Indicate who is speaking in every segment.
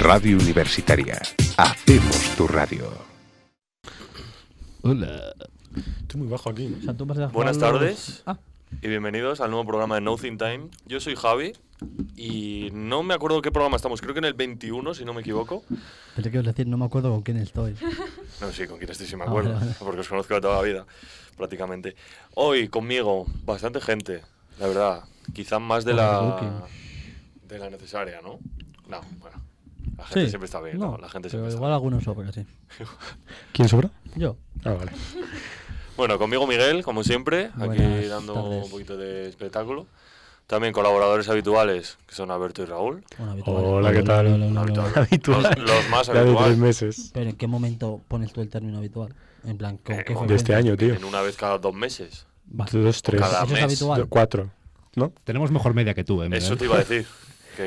Speaker 1: Radio Universitaria. Hacemos tu radio.
Speaker 2: Hola.
Speaker 3: Estoy muy bajo aquí.
Speaker 4: O sea, tú vas a
Speaker 5: Buenas
Speaker 4: jugar los-
Speaker 5: tardes.
Speaker 4: Ah,
Speaker 5: Y bienvenidos al nuevo programa de Nothing Time. Yo soy Javi y no me acuerdo qué programa estamos, creo que en el 21, si no me equivoco.
Speaker 4: pensé que ibas a decir, no me acuerdo con quién estoy.
Speaker 5: No sé con quién estoy, si me
Speaker 4: Ah,
Speaker 5: acuerdo,
Speaker 4: vale, vale.
Speaker 5: porque os conozco de toda la vida, prácticamente. Hoy conmigo, bastante gente, la verdad, quizás más de la, de la necesaria, ¿no? No, bueno, la gente
Speaker 4: Sí.
Speaker 5: siempre está bien, ¿no? La gente
Speaker 4: pero
Speaker 5: siempre está
Speaker 4: igual algunos sobra, sí.
Speaker 3: ¿Quién sobra?
Speaker 4: Yo.
Speaker 3: Ah, vale.
Speaker 5: Bueno, conmigo Miguel, como siempre, aquí
Speaker 4: Buenas
Speaker 5: dando
Speaker 4: tardes.
Speaker 5: un poquito de espectáculo. También colaboradores habituales, que son Alberto y Raúl.
Speaker 4: Bueno, habitual.
Speaker 3: Hola, ¿qué tal?
Speaker 5: Habitual.
Speaker 3: Habitual.
Speaker 5: Los- los más
Speaker 3: Ya de
Speaker 5: habitual.
Speaker 3: tres meses.
Speaker 4: Pero ¿en qué momento pones tú el término habitual? En plan, ¿con
Speaker 5: Eh,
Speaker 4: qué
Speaker 5: con-
Speaker 3: De este
Speaker 4: frecuencia?
Speaker 3: año, tío.
Speaker 5: En una vez cada dos meses.
Speaker 4: Vale.
Speaker 3: Dos, tres.
Speaker 4: Eso
Speaker 5: Cada
Speaker 4: es
Speaker 5: mes.
Speaker 4: habitual.
Speaker 3: do- Cuatro. ¿No?
Speaker 2: Tenemos mejor media que tú, ¿eh?
Speaker 5: Eso
Speaker 2: Miguel?
Speaker 5: te iba a decir. Que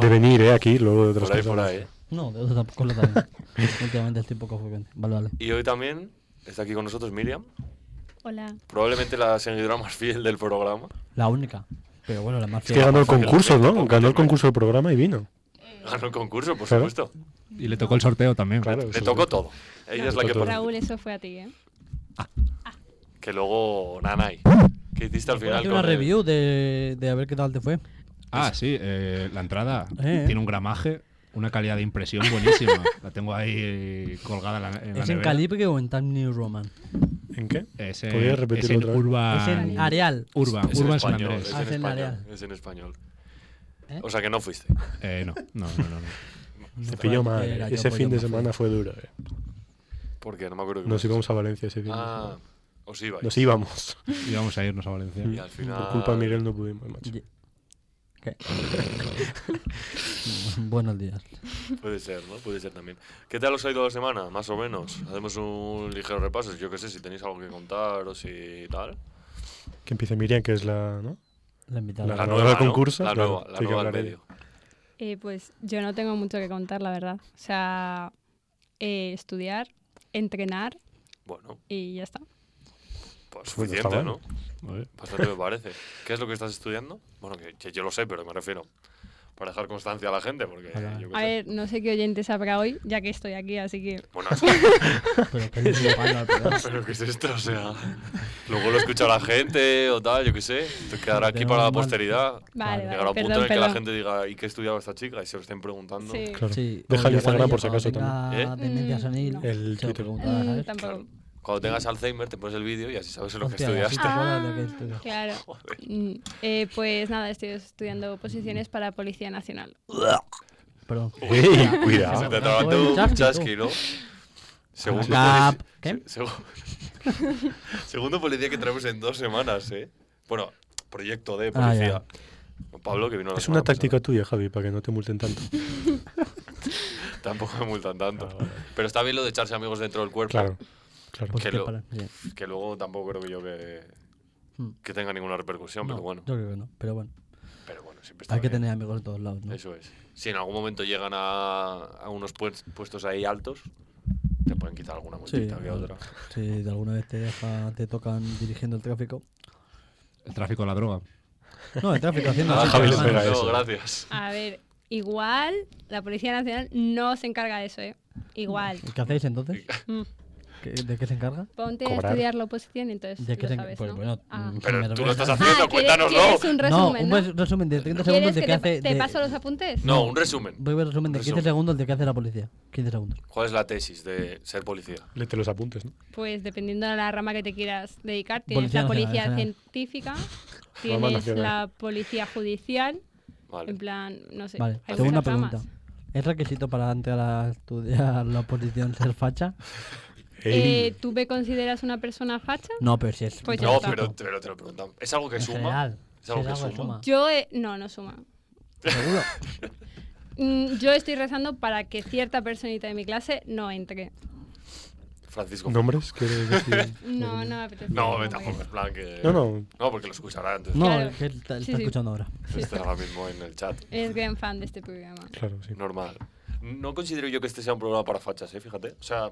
Speaker 3: De venir, ¿eh? Aquí, luego de otras
Speaker 5: por ahí, por
Speaker 3: personas.
Speaker 5: ahí.
Speaker 4: No, de eso tampoco lo también. Últimamente estoy poco frecuente. Vale, vale.
Speaker 5: Y hoy también está aquí con nosotros Miriam,
Speaker 6: Hola.
Speaker 5: probablemente la seguidora más fiel del programa.
Speaker 4: La única. Pero bueno, la más
Speaker 3: Es que ganó el
Speaker 5: Fácil,
Speaker 3: concurso,
Speaker 5: sí,
Speaker 3: ¿no?
Speaker 5: tampoco
Speaker 3: Ganó el
Speaker 5: tiene-
Speaker 3: concurso del programa y vino.
Speaker 5: Ganó el concurso, por
Speaker 3: Claro.
Speaker 5: supuesto.
Speaker 2: Y le tocó el sorteo también.
Speaker 3: Claro.
Speaker 5: Le tocó todo. Ella es la que
Speaker 3: Todo.
Speaker 6: Raúl, eso fue a ti, ¿eh?
Speaker 5: Que luego Nanay. Que hiciste al final.
Speaker 4: Hacer una
Speaker 5: con el-
Speaker 4: review de, de a ver qué tal te fue.
Speaker 2: Ah, sí, eh, la entrada
Speaker 4: Eh.
Speaker 2: tiene un gramaje, una calidad de impresión buenísima. la tengo ahí colgada en la, en la
Speaker 4: ¿Es en
Speaker 2: nevera.
Speaker 4: Calibre o en Time New Roman?
Speaker 3: ¿En qué?
Speaker 4: Eh,
Speaker 2: Es
Speaker 3: ¿Podrías
Speaker 2: en, es
Speaker 3: repetirlo
Speaker 2: en
Speaker 3: otra vez?
Speaker 2: Urban.
Speaker 4: es en
Speaker 6: Ah.
Speaker 4: Areal.
Speaker 2: Urban,
Speaker 5: Es en
Speaker 2: Urban San
Speaker 5: español.
Speaker 2: Andrés.
Speaker 5: Es
Speaker 4: Ah,
Speaker 5: en
Speaker 4: es en
Speaker 5: español.
Speaker 4: área.
Speaker 5: Es en español.
Speaker 4: ¿Eh?
Speaker 5: O sea que no fuiste.
Speaker 2: Eh, no, no, no, no, no.
Speaker 3: Se pilló mal.
Speaker 4: Era yo,
Speaker 3: Ese
Speaker 4: pues
Speaker 3: fin
Speaker 4: yo
Speaker 3: de
Speaker 4: me fui.
Speaker 3: semana fue duro, ¿eh?
Speaker 5: Porque no me acuerdo. qué
Speaker 3: Nos
Speaker 5: fuiste.
Speaker 3: íbamos a Valencia ese fin de
Speaker 5: Ah, pues.
Speaker 3: semana.
Speaker 5: os ibais.
Speaker 3: Nos íbamos.
Speaker 2: Íbamos a irnos a Valencia.
Speaker 5: Y al final.
Speaker 3: Por culpa de Miguel no pudimos, macho.
Speaker 4: Ye- ¿Qué? Buenos días.
Speaker 5: Puede ser, ¿no? Puede ser también. ¿Qué tal os ha ido la semana? Más o menos. Hacemos un ligero repaso. Yo qué sé, si tenéis algo que contar o si tal.
Speaker 3: Que empiece Miriam, que es la... ¿no?
Speaker 4: La invitada.
Speaker 3: La nueva
Speaker 5: ¿no?
Speaker 3: del concurso,
Speaker 5: La
Speaker 3: claro,
Speaker 5: nueva, la
Speaker 3: sí que
Speaker 5: nueva del
Speaker 3: hablaré.
Speaker 5: medio.
Speaker 6: Eh, Pues yo no tengo mucho que contar, la verdad. O sea, eh, estudiar, entrenar
Speaker 5: Bueno,
Speaker 6: y ya está.
Speaker 5: pues
Speaker 3: Bueno, está
Speaker 5: suficiente, ¿no?
Speaker 3: bueno.
Speaker 5: Bastante me parece. ¿Qué es lo que estás estudiando? Bueno, que, que yo lo sé, pero me refiero para dejar constancia a la gente, porque eh,
Speaker 4: Vale.
Speaker 5: yo qué
Speaker 6: A
Speaker 5: sé.
Speaker 6: ver, no sé qué oyentes habrá hoy, ya que estoy aquí, así que
Speaker 5: Bueno, es que-
Speaker 4: Pero que es un al programa.
Speaker 5: pero ¿qué es esto? O sea, luego lo escucha la gente o tal, yo qué sé. Te quedará aquí
Speaker 4: Tenemos
Speaker 5: para la
Speaker 4: mal-
Speaker 5: posteridad.
Speaker 6: vale,
Speaker 5: Llegará
Speaker 6: vale,
Speaker 5: un punto
Speaker 6: perdón,
Speaker 5: en el que la
Speaker 6: perdón.
Speaker 5: gente diga, ¿y qué estudiaba esta chica? Y se lo estén preguntando.
Speaker 6: Sí.
Speaker 3: Claro.
Speaker 4: Sí,
Speaker 3: Deja el
Speaker 4: oye,
Speaker 3: Instagram
Speaker 4: igual
Speaker 3: por
Speaker 4: ella
Speaker 3: si acaso
Speaker 4: cuando tenga
Speaker 5: también.
Speaker 4: demencia
Speaker 6: Mm,
Speaker 4: senil,
Speaker 6: no.
Speaker 3: El
Speaker 4: se lo
Speaker 3: Twitter.
Speaker 4: preguntará,
Speaker 6: Mm,
Speaker 4: ¿sabes?
Speaker 6: tampoco.
Speaker 5: Cuando tengas Alzheimer te pones el vídeo y así sabes lo que
Speaker 4: Hostia, así
Speaker 5: estudiaste.
Speaker 4: te acuerdas de lo que estudias.
Speaker 6: Ah, Claro. Mm, eh, pues nada, estoy estudiando posiciones para Policía Nacional.
Speaker 4: Perdón.
Speaker 3: ¡Ey!
Speaker 5: Se
Speaker 3: Cuidado.
Speaker 5: te
Speaker 4: Ah,
Speaker 5: traba
Speaker 4: tú,
Speaker 5: tú,
Speaker 4: chasqui, tú.
Speaker 5: chasqui, ¿no? Segundo,
Speaker 4: Cap.
Speaker 5: polici-
Speaker 4: ¿Qué?
Speaker 5: se- segu- segundo policía que traemos en dos semanas, ¿eh? Bueno, proyecto de
Speaker 4: Ah,
Speaker 5: policía. Pablo, que vino la
Speaker 3: Es
Speaker 5: semana
Speaker 3: una táctica tuya, Javi, para que no te multen tanto.
Speaker 5: pasada. Tampoco me multan tanto.
Speaker 3: Ah, vale.
Speaker 5: Pero está bien lo de echarse amigos dentro del cuerpo.
Speaker 3: Claro, claro.
Speaker 4: Pues
Speaker 5: Que
Speaker 4: te
Speaker 5: lo-
Speaker 4: paran, sí.
Speaker 5: Que luego tampoco creo que yo que,
Speaker 4: Mm.
Speaker 5: que tenga ninguna repercusión,
Speaker 4: No,
Speaker 5: pero bueno.
Speaker 4: Yo creo que no, pero bueno.
Speaker 5: Pero bueno, siempre está
Speaker 4: Hay que
Speaker 5: bien.
Speaker 4: tener amigos de todos lados, ¿no?
Speaker 5: Eso es. Si en algún momento llegan a, a unos pues- puestos ahí altos, te pueden quitar alguna multita que
Speaker 4: no.
Speaker 5: otra.
Speaker 4: Si de alguna vez te, deja- te tocan dirigiendo el tráfico.
Speaker 2: El tráfico de la droga.
Speaker 4: No, el tráfico haciendo
Speaker 3: Ah,
Speaker 4: así con
Speaker 3: Javi le
Speaker 4: las manos.
Speaker 3: pega
Speaker 5: no,
Speaker 3: eso.
Speaker 5: gracias.
Speaker 6: A ver, igual la Policía Nacional no se encarga de eso, ¿eh? Igual.
Speaker 4: ¿Qué hacéis entonces?
Speaker 6: Mm.
Speaker 4: ¿Qué- ¿De qué se encarga?
Speaker 6: Ponte
Speaker 3: Cobrar.
Speaker 6: a estudiar la oposición, entonces
Speaker 4: ¿De qué
Speaker 6: lo
Speaker 4: se
Speaker 6: sabes,
Speaker 4: Pues
Speaker 6: ¿no?
Speaker 4: bueno,
Speaker 6: Ah.
Speaker 4: mm,
Speaker 5: Pero
Speaker 4: me
Speaker 5: tú
Speaker 4: refiero-
Speaker 5: lo estás
Speaker 6: Ah,
Speaker 5: haciendo,
Speaker 6: ¿quieres-
Speaker 5: cuéntanoslo.
Speaker 6: ¿quieres un
Speaker 4: No,
Speaker 6: resumen,
Speaker 4: un
Speaker 6: ¿no?
Speaker 4: buen resumen de 30 segundos
Speaker 6: ¿Quieres
Speaker 4: de
Speaker 6: que
Speaker 4: qué
Speaker 6: te,
Speaker 4: hace.
Speaker 6: te
Speaker 4: de-
Speaker 6: paso los apuntes?
Speaker 5: No, un resumen.
Speaker 4: Voy a ver resumen de 15
Speaker 5: resumen.
Speaker 4: segundos del que hace la policía. 15 segundos.
Speaker 5: ¿Cuál es la tesis de ser policía?
Speaker 3: Lete los apuntes, ¿no?
Speaker 6: Pues dependiendo de la rama que te quieras dedicar, tienes
Speaker 4: Policía
Speaker 6: la
Speaker 4: Nacional,
Speaker 6: policía
Speaker 4: Nacional.
Speaker 6: científica,
Speaker 3: Rama
Speaker 6: tienes
Speaker 3: Nacional.
Speaker 6: la policía judicial,
Speaker 5: Vale.
Speaker 6: en plan, no sé,
Speaker 4: Vale,
Speaker 6: hay
Speaker 4: tengo una
Speaker 6: muchas
Speaker 4: pregunta.
Speaker 6: ramas.
Speaker 4: ¿Es requisito para entrar a estudiar la oposición ser facha?
Speaker 6: Eh, ¿Tú me consideras una persona facha?
Speaker 4: No, pero si es.
Speaker 6: Pues ya
Speaker 5: No,
Speaker 6: está.
Speaker 5: pero, pero te lo preguntan. ¿Es algo que
Speaker 4: En
Speaker 5: suma?
Speaker 4: general,
Speaker 5: ¿Es algo
Speaker 4: si
Speaker 5: que
Speaker 4: es
Speaker 5: suma?
Speaker 6: Yo, eh, no, no suma.
Speaker 4: Seguro.
Speaker 6: Mm, Yo estoy rezando para que cierta personita de mi clase no entre.
Speaker 5: Francisco.
Speaker 3: ¿Nombres? ¿Quieres decir?
Speaker 6: No, no me apetece.
Speaker 5: No,
Speaker 6: me
Speaker 5: me tampoco, en plan que...
Speaker 3: No, no.
Speaker 5: No, porque lo escuchará antes.
Speaker 4: No,
Speaker 6: Claro.
Speaker 4: el que está,
Speaker 6: Sí,
Speaker 4: está
Speaker 6: sí.
Speaker 4: escuchando ahora.
Speaker 5: Está ahora mismo en el chat.
Speaker 6: Es gran fan de este programa.
Speaker 3: Claro, sí.
Speaker 5: Normal. No considero yo que este sea un programa para fachas, ¿eh? Fíjate. O sea,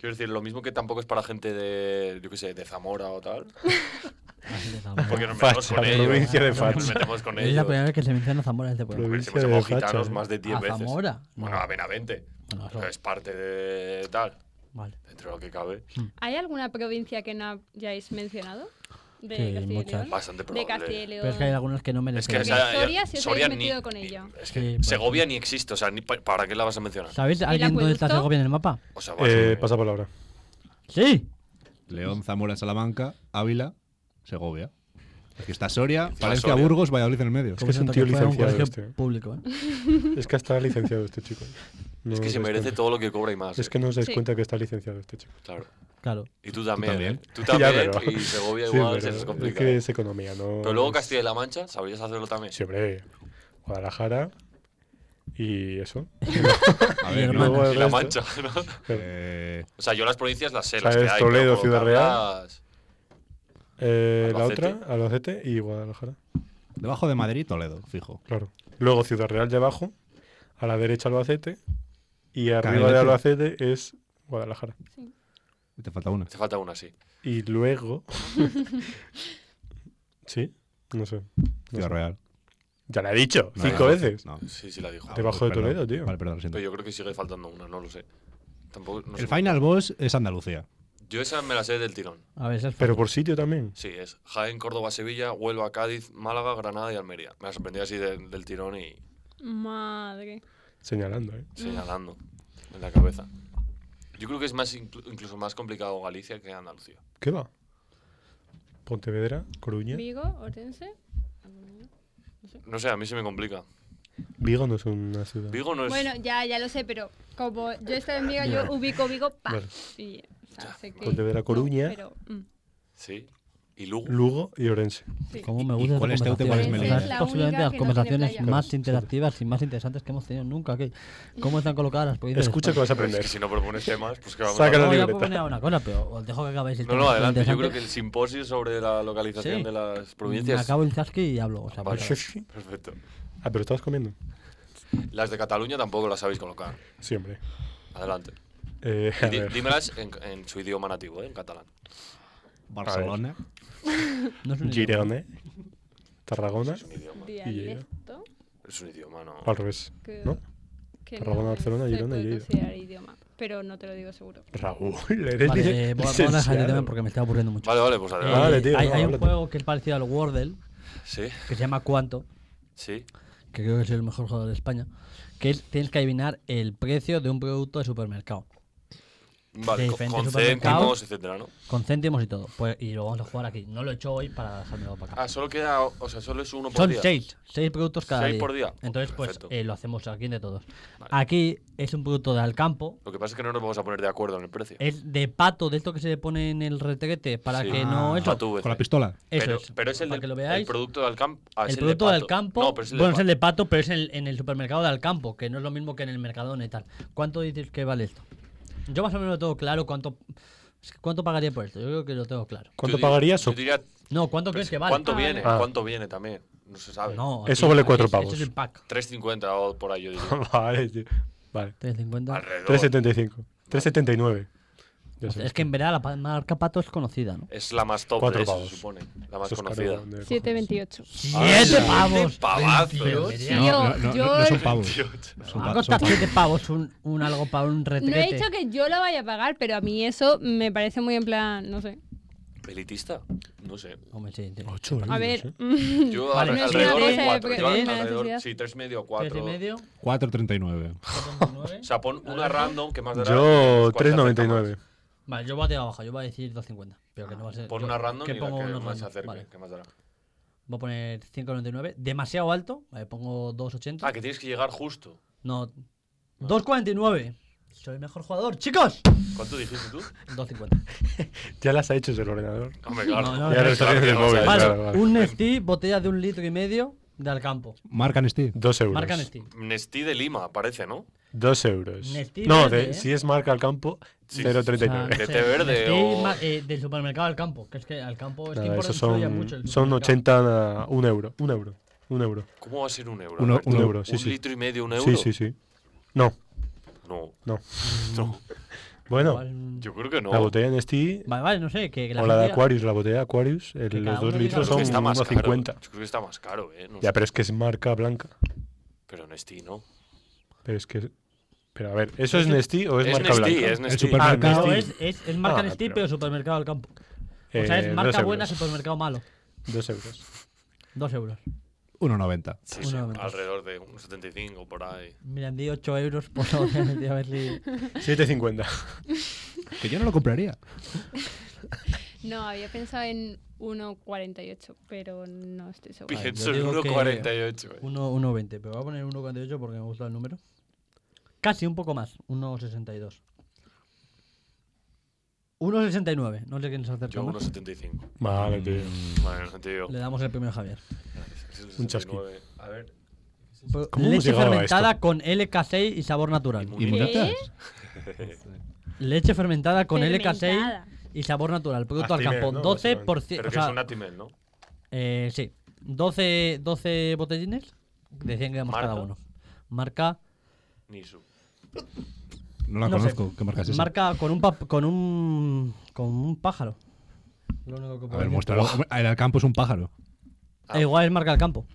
Speaker 5: quiero decir, lo mismo que tampoco es para gente de, yo qué sé, de Zamora o tal. Porque nos
Speaker 7: Facha,
Speaker 5: metemos con ellos.
Speaker 7: provincia de
Speaker 5: Nos
Speaker 7: Facha.
Speaker 5: metemos con
Speaker 4: Es la
Speaker 5: ellos.
Speaker 4: primera vez que se menciona Zamora en este
Speaker 5: A
Speaker 4: pueblo.
Speaker 5: ver,
Speaker 3: Provincia
Speaker 5: si hemos llamado
Speaker 3: de Facha,
Speaker 5: gitanos
Speaker 3: ¿eh?
Speaker 5: más de 10
Speaker 4: ¿A
Speaker 5: veces.
Speaker 4: Zamora?
Speaker 5: Bueno, a Benavente.
Speaker 4: Bueno, eso-
Speaker 5: Es parte de tal,
Speaker 4: Vale.
Speaker 5: dentro de lo que cabe.
Speaker 6: ¿Hay alguna provincia que no hayáis mencionado? De
Speaker 4: Sí,
Speaker 6: Castilla y
Speaker 4: muchas.
Speaker 6: León.
Speaker 5: Bastante
Speaker 6: De
Speaker 5: probable.
Speaker 6: Castilla y León.
Speaker 4: Pero es que hay algunas que no
Speaker 5: Es
Speaker 4: merecen.
Speaker 5: que
Speaker 6: Porque
Speaker 5: o sea,
Speaker 6: Soria sí os
Speaker 5: Soria
Speaker 6: habéis metido
Speaker 5: ni-
Speaker 6: con
Speaker 5: ni-
Speaker 6: ella.
Speaker 5: Es que
Speaker 4: Sí, pues
Speaker 5: Segovia ni existe, o sea, ni pa- ¿para qué la vas a mencionar?
Speaker 4: ¿Sabéis alguien dónde está
Speaker 6: acueducto?
Speaker 4: Segovia en el mapa?
Speaker 5: O sea, vas-
Speaker 3: Eh, pasa palabra.
Speaker 4: Sí.
Speaker 2: León, Zamora, Salamanca, Ávila, Segovia. Aquí está Soria,
Speaker 5: Encima
Speaker 2: Valencia,
Speaker 5: Soria.
Speaker 2: Burgos, Valladolid en el medio.
Speaker 3: que es un
Speaker 4: Como
Speaker 3: tío
Speaker 4: fuera
Speaker 3: licenciado
Speaker 4: colegio
Speaker 3: este, ¿eh?
Speaker 4: público, ¿eh?
Speaker 3: Es que está licenciado este chico. No
Speaker 5: es que
Speaker 3: os
Speaker 5: se
Speaker 3: dais
Speaker 5: merece
Speaker 3: cuenta.
Speaker 5: todo lo que cobra y más.
Speaker 3: Es
Speaker 5: eh.
Speaker 3: que no os dais
Speaker 6: Sí.
Speaker 3: cuenta que está licenciado este chico.
Speaker 5: Claro.
Speaker 4: Claro.
Speaker 5: Y tú también.
Speaker 2: también.
Speaker 5: ¿eh? Tú
Speaker 3: Ya,
Speaker 5: también.
Speaker 3: pero-
Speaker 5: Y Segovia
Speaker 3: Sí,
Speaker 5: igual se
Speaker 3: pero
Speaker 5: les
Speaker 3: es
Speaker 5: complica. ¿eh?
Speaker 3: que es economía, ¿no?
Speaker 5: Pero luego
Speaker 3: es-
Speaker 5: Castilla y La Mancha, ¿sabrías hacerlo también?
Speaker 3: Sí, hombre. Guadalajara y eso.
Speaker 2: A
Speaker 4: Y
Speaker 2: ver,
Speaker 4: hermano.
Speaker 2: no,
Speaker 5: Y La
Speaker 3: resto-
Speaker 5: Mancha, ¿no?
Speaker 2: eh,
Speaker 5: O sea, yo las provincias las sé,
Speaker 3: ¿Sabes?
Speaker 5: las que hay.
Speaker 3: Toledo,
Speaker 5: pero
Speaker 3: Ciudad
Speaker 5: colocarlas-
Speaker 3: Eh, la
Speaker 5: Albacete.
Speaker 3: otra, Albacete y Guadalajara.
Speaker 2: debajo de Madrid, Toledo, fijo.
Speaker 3: Claro. Luego Ciudad Real de abajo, a la derecha Albacete y arriba
Speaker 2: Caderecho.
Speaker 3: de Albacete es Guadalajara.
Speaker 2: Y Te falta una.
Speaker 5: Te falta una, sí.
Speaker 3: Y luego... ¿Sí? No sé. No sé.
Speaker 2: Ciudad Real.
Speaker 3: Ya la he dicho,
Speaker 2: No,
Speaker 3: cinco
Speaker 2: no,
Speaker 3: veces.
Speaker 2: no.
Speaker 5: Sí, sí, la dijo.
Speaker 2: Ah,
Speaker 3: Debajo de
Speaker 2: perdón.
Speaker 3: Toledo, tío.
Speaker 2: Vale, perdón, lo siento.
Speaker 5: Pero yo creo que sigue faltando una, no lo sé. Tampoco,
Speaker 4: Pues
Speaker 5: no sé.
Speaker 2: El final boss es Andalucía.
Speaker 5: Yo esa me la sé del tirón.
Speaker 4: A ver, esas
Speaker 3: Pero por sitio también.
Speaker 5: Sí, es Jaén, Córdoba, Sevilla, Huelva, Cádiz, Málaga, Granada y Almería. Me la sorprendí así de- del tirón y
Speaker 6: Madre.
Speaker 3: Señalando, ¿eh?
Speaker 5: señalando en la cabeza. Yo creo que es más inclu- incluso más complicado Galicia que Andalucía.
Speaker 3: ¿Qué va? Pontevedra, Coruña.
Speaker 6: Vigo, Orense.
Speaker 5: No sé, a mí se me complica.
Speaker 3: Vigo no es una ciudad.
Speaker 5: Vigo no es.
Speaker 6: Bueno, ya, ya lo sé, pero como yo estoy en Vigo, yo ubico Vigo, pa.
Speaker 3: Vale.
Speaker 6: Y, o sea, sé que-
Speaker 3: Pontevedra,
Speaker 6: no,
Speaker 3: Coruña.
Speaker 6: pero, mm,
Speaker 5: Sí. ¿Y Lugo?
Speaker 3: Lugo y Orense.
Speaker 6: sí.
Speaker 4: ¿Cómo me
Speaker 2: ¿Y
Speaker 4: gusta esta
Speaker 2: cuál es Ceuta
Speaker 4: conversación?
Speaker 2: y cuál
Speaker 6: es Melilla? Esa es la
Speaker 4: posiblemente
Speaker 6: única
Speaker 4: las
Speaker 6: que no tiene
Speaker 4: conversaciones
Speaker 6: playa.
Speaker 4: más interactivas y más interesantes que hemos tenido nunca. ¿qué? ¿Cómo están colocadas Pues las provincias? de
Speaker 3: Escucha que
Speaker 4: España?
Speaker 3: vas a
Speaker 5: Pero es
Speaker 3: aprender.
Speaker 5: que si no propones temas, pues que vamos
Speaker 3: Saca
Speaker 5: a
Speaker 4: No,
Speaker 3: la
Speaker 4: yo
Speaker 3: libreta.
Speaker 4: puedo poner una cosa, pero os dejo que acabéis el
Speaker 5: No,
Speaker 4: tema,
Speaker 5: no,
Speaker 4: está
Speaker 5: adelante. Yo creo
Speaker 4: interesante.
Speaker 5: que el simposio sobre la localización
Speaker 4: Sí.
Speaker 5: de las
Speaker 4: Me
Speaker 5: provincias.
Speaker 4: acabo el chasqui y hablo. O sea,
Speaker 5: Vale.
Speaker 4: pues,
Speaker 5: Perfecto.
Speaker 3: Ah, pero estabas comiendo.
Speaker 5: Las de Cataluña tampoco las sabéis colocar.
Speaker 3: Sí, hombre.
Speaker 5: Adelante.
Speaker 3: Eh,
Speaker 5: Y
Speaker 3: a
Speaker 5: di-
Speaker 3: ver.
Speaker 5: dímelas en, en su idioma nativo, ¿eh? en catalán.
Speaker 2: Barcelona.
Speaker 4: no es un idioma.
Speaker 3: Girona, Tarragona,
Speaker 5: Es un idioma.
Speaker 6: Dialecto.
Speaker 5: Es un idioma, no.
Speaker 3: al revés.
Speaker 6: Que,
Speaker 3: ¿No?
Speaker 6: que
Speaker 3: Tarragona, Barcelona,
Speaker 6: se
Speaker 3: Girona y
Speaker 6: puede
Speaker 3: Lleida.
Speaker 6: considerar idioma, pero no te lo digo seguro.
Speaker 3: Raúl, eres
Speaker 4: Vale, eh, voy a- voy a dejar el tema
Speaker 3: licenciado.
Speaker 4: porque me está aburriendo mucho.
Speaker 5: Vale, vale, pues
Speaker 4: Eh,
Speaker 5: adelante.
Speaker 3: Vale, tío,
Speaker 4: hay,
Speaker 3: no,
Speaker 4: hay un
Speaker 3: háblate.
Speaker 4: juego que es parecido al Wordle,
Speaker 5: Sí,
Speaker 4: que se llama Cuánto,
Speaker 5: sí.
Speaker 4: que creo que es el mejor jugador de España, que es tienes que adivinar el precio de un producto de supermercado,
Speaker 5: Vale,
Speaker 4: De
Speaker 5: con,
Speaker 4: diferentes
Speaker 5: con
Speaker 4: supermercados.
Speaker 5: céntimos, etcétera, ¿no?
Speaker 4: con céntimos y todo. Pues, y lo vamos a jugar aquí. No lo he hecho hoy para dejármelo para acá.
Speaker 5: Ah, solo queda, o sea, solo es uno por
Speaker 4: Son
Speaker 5: día.
Speaker 4: seis, seis productos cada
Speaker 5: Seis
Speaker 4: día.
Speaker 5: por día.
Speaker 4: Entonces, pues
Speaker 5: Perfecto.
Speaker 4: eh, lo hacemos aquí de todos. Aquí es un producto de Alcampo,
Speaker 5: Lo que pasa es que no nos vamos a poner de acuerdo en el precio.
Speaker 4: es de pato, de esto que se le pone en el retrete para
Speaker 5: Sí.
Speaker 4: que no.
Speaker 2: Ah,
Speaker 4: Eso,
Speaker 5: Patú,
Speaker 2: Con la
Speaker 5: ese.
Speaker 2: pistola.
Speaker 4: eso
Speaker 5: pero,
Speaker 4: es.
Speaker 5: pero es el,
Speaker 4: para
Speaker 5: del-
Speaker 4: que lo
Speaker 5: el
Speaker 4: veáis.
Speaker 5: producto del campo. Ah, es
Speaker 4: el
Speaker 5: de
Speaker 4: producto del
Speaker 5: pato.
Speaker 4: campo,
Speaker 5: No, pero es el de
Speaker 4: bueno, es el
Speaker 5: pato.
Speaker 4: de pato, pero es en, el- en el supermercado del campo, que no es lo mismo que en el Mercadona y tal. ¿Cuánto dices que vale esto? Yo más o menos lo tengo claro, ¿cuánto, es que cuánto pagaría por esto? Yo creo que lo tengo claro.
Speaker 3: ¿Cuánto
Speaker 5: Yo dir-
Speaker 3: pagarías?
Speaker 5: yo diría-
Speaker 4: No, ¿cuánto crees que vale?
Speaker 5: ¿Cuánto
Speaker 6: Ah,
Speaker 5: viene?
Speaker 3: vale.
Speaker 5: ¿Cuánto viene también? No se sabe.
Speaker 4: No,
Speaker 3: Eso vale cuatro
Speaker 4: es-
Speaker 3: pavos.
Speaker 4: Ese es el pack.
Speaker 5: 3.50 o por ahí yo diría.
Speaker 3: vale, tío. Vale.
Speaker 4: 3.50.
Speaker 5: Alrededor.
Speaker 3: 3.75. 3.79. Ya
Speaker 2: Pues
Speaker 4: O sea,
Speaker 3: sé.
Speaker 4: Es que en verdad la pa- marca Pato es conocida, ¿no?
Speaker 5: Es la más top
Speaker 3: Cuatro
Speaker 5: de eso,
Speaker 3: pavos.
Speaker 5: se supone. La más
Speaker 3: Eso es caro,
Speaker 5: conocida.
Speaker 3: ¿dónde cojones?
Speaker 6: 728.
Speaker 4: ¡Siete
Speaker 5: sí.
Speaker 4: pavos!
Speaker 5: Siete pavazos.
Speaker 4: Veintiocho.
Speaker 6: Tío,
Speaker 2: no, no,
Speaker 6: yo-
Speaker 2: no, no son pavos. Son
Speaker 4: Va a
Speaker 2: pa-
Speaker 4: costar
Speaker 2: son
Speaker 4: siete pavos un, un algo para un
Speaker 6: No
Speaker 4: retrete.
Speaker 6: he dicho que yo lo vaya a pagar, pero a mí eso me parece muy en plan, no sé.
Speaker 5: ¿Elitista? No sé.
Speaker 4: Hombre, sí, sí.
Speaker 3: Ocho
Speaker 6: A
Speaker 3: euros,
Speaker 6: ver,
Speaker 3: ¿eh?
Speaker 5: Yo
Speaker 4: Vale,
Speaker 5: al-
Speaker 4: no es una
Speaker 5: alrededor de
Speaker 4: cosa de
Speaker 5: 4. Yo
Speaker 6: porque-
Speaker 5: alrededor,
Speaker 6: necesidad.
Speaker 5: sí, 3,5 o
Speaker 4: Tres
Speaker 5: 4.
Speaker 4: y medio,
Speaker 2: 4.39.
Speaker 4: 4,9.
Speaker 5: O sea, pon una random que más dará. Pues
Speaker 3: Yo
Speaker 5: es cuál te acerca
Speaker 3: 3.99.
Speaker 4: Vale, yo voy a tirar abajo, yo voy a decir 2.50. Pero que no va a ser.
Speaker 5: más. Pon
Speaker 4: yo-
Speaker 5: una random
Speaker 4: que
Speaker 5: y la
Speaker 4: pongo
Speaker 5: que
Speaker 4: unos
Speaker 5: más se
Speaker 4: random,
Speaker 5: acerque,
Speaker 4: vale.
Speaker 5: que más dará.
Speaker 4: Voy a poner 5.99. Demasiado alto. Vale, pongo 2.80.
Speaker 5: Ah, que tienes que llegar justo.
Speaker 4: No. 2.49. Soy el mejor jugador. chicos.
Speaker 5: ¿Cuánto dijiste tú?
Speaker 4: 2.50.
Speaker 3: Ya las ha hecho del ordenador.
Speaker 5: Hombre, claro.
Speaker 4: No, no,
Speaker 5: Hombre,
Speaker 4: no,
Speaker 3: no,
Speaker 5: claro
Speaker 3: no,
Speaker 5: que
Speaker 3: no,
Speaker 5: no, o sea,
Speaker 3: Vale,
Speaker 4: Vale,
Speaker 3: vale, vale.
Speaker 4: un Nestí, botella de un litro y medio de Alcampo.
Speaker 2: Marcan Steve.
Speaker 3: 2 euros.
Speaker 4: Marca Nestí.
Speaker 5: Nestí de Lima, parece, ¿no?
Speaker 3: 2 euros.
Speaker 4: Nestí
Speaker 3: No,
Speaker 4: verde,
Speaker 3: de-
Speaker 4: ¿eh?
Speaker 3: si es marca al campo,
Speaker 5: Sí.
Speaker 4: O
Speaker 3: 0.39.
Speaker 4: sea,
Speaker 5: De té verde
Speaker 4: Nestí,
Speaker 5: o-
Speaker 4: ma- eh, del supermercado Alcampo. Que es que Alcampo es que
Speaker 3: Nada,
Speaker 4: importa
Speaker 3: Ah, esos
Speaker 4: influye
Speaker 3: son,
Speaker 4: mucho Ah, el
Speaker 3: son
Speaker 4: supermercado.
Speaker 3: 80, 1 euro. 1 euro. 1 euro.
Speaker 5: ¿Cómo va a ser un euro?
Speaker 2: Uno-
Speaker 5: Alberto?
Speaker 3: un euro, sí,
Speaker 5: ¿Un
Speaker 3: sí.
Speaker 5: litro y medio, un euro?
Speaker 3: Sí, sí, sí. No,
Speaker 5: No,
Speaker 3: no.
Speaker 5: no.
Speaker 3: Bueno,
Speaker 4: Igual-
Speaker 5: Yo creo que no.
Speaker 3: la botella de Nestí
Speaker 4: Vale, vale, no sé. Que que la
Speaker 3: o la de
Speaker 4: gente-
Speaker 3: Aquarius, la botella de Aquarius, el-
Speaker 4: que cada
Speaker 3: los
Speaker 4: uno
Speaker 3: dos
Speaker 4: diga
Speaker 5: Yo
Speaker 3: litros
Speaker 5: creo
Speaker 3: son
Speaker 5: que está más caro.
Speaker 3: 1,50.
Speaker 5: Yo creo que está más caro, ¿eh? No
Speaker 3: Ya,
Speaker 5: sé.
Speaker 3: pero es que es marca blanca.
Speaker 5: Pero Nestí, ¿no?
Speaker 3: Pero es que. Pero a ver, ¿eso es
Speaker 4: Eso-
Speaker 3: Nestí o es,
Speaker 5: es
Speaker 3: marca
Speaker 5: Nestí,
Speaker 3: blanca?
Speaker 5: es Nestí.
Speaker 2: El supermercado
Speaker 4: No,
Speaker 3: Nestí.
Speaker 4: "Ah, es, es, es marca
Speaker 3: Ah,
Speaker 4: Nestí,
Speaker 3: pero-
Speaker 4: pero supermercado al campo. O sea,
Speaker 3: Eh,
Speaker 4: es
Speaker 3: dos
Speaker 4: marca buena,
Speaker 3: euros.
Speaker 4: supermercado malo.
Speaker 3: Dos euros.
Speaker 4: Dos euros.
Speaker 2: 1,90.
Speaker 5: Sí,
Speaker 4: Una
Speaker 5: sí,
Speaker 4: ventaja.
Speaker 5: alrededor de un 75 por ahí.
Speaker 4: Mira, han dicho 8 euros por la botella de Nestí, a ver si...
Speaker 3: 7,50.
Speaker 2: Que yo no lo compraría.
Speaker 6: No, había pensado en 1.48, pero no estoy segura.
Speaker 4: Bien. yo
Speaker 5: Pienso en
Speaker 4: digo que-
Speaker 5: 1,48. eh.
Speaker 4: 1 1,20, pero voy a poner 1,48 porque me gusta el número. Casi un poco más, 1,62. 1,69, no sé quién se acerca
Speaker 5: Yo
Speaker 4: más.
Speaker 5: 1,75.
Speaker 3: Vale, tío.
Speaker 5: Vale, no te digo.
Speaker 4: Le damos el primero a Javier.
Speaker 3: Un chasqui.
Speaker 5: 69. A ver.
Speaker 4: Pero
Speaker 3: ¿Cómo hemos
Speaker 4: Leche
Speaker 3: llegado a
Speaker 4: fermentada
Speaker 3: esto?
Speaker 4: con LK6 y sabor natural.
Speaker 5: Y
Speaker 2: ¿Y
Speaker 5: ¿Qué?
Speaker 2: muletas?
Speaker 4: Leche fermentada con
Speaker 6: Fermentada.
Speaker 4: LK6 y sabor natural. Producto al
Speaker 3: Actimel,
Speaker 4: campo.
Speaker 3: ¿no?
Speaker 4: 12 por
Speaker 5: Pero
Speaker 4: O
Speaker 5: que es
Speaker 4: sea,
Speaker 5: un Atimel, ¿no?
Speaker 4: eh, sí. 12, 12 botellines de 100 gramos cada
Speaker 5: Marca.
Speaker 4: uno. Marca
Speaker 5: Nisu.
Speaker 2: No la
Speaker 4: No sé.
Speaker 2: conozco. ¿Qué marca es esa?
Speaker 4: Marca con un, pap- con un con un pájaro. Lo único que puedo
Speaker 2: A ver,
Speaker 4: decir.
Speaker 2: muéstralo. Hombre, El Alcampo es un pájaro.
Speaker 5: Ah.
Speaker 4: Eh, Igual es marca al campo.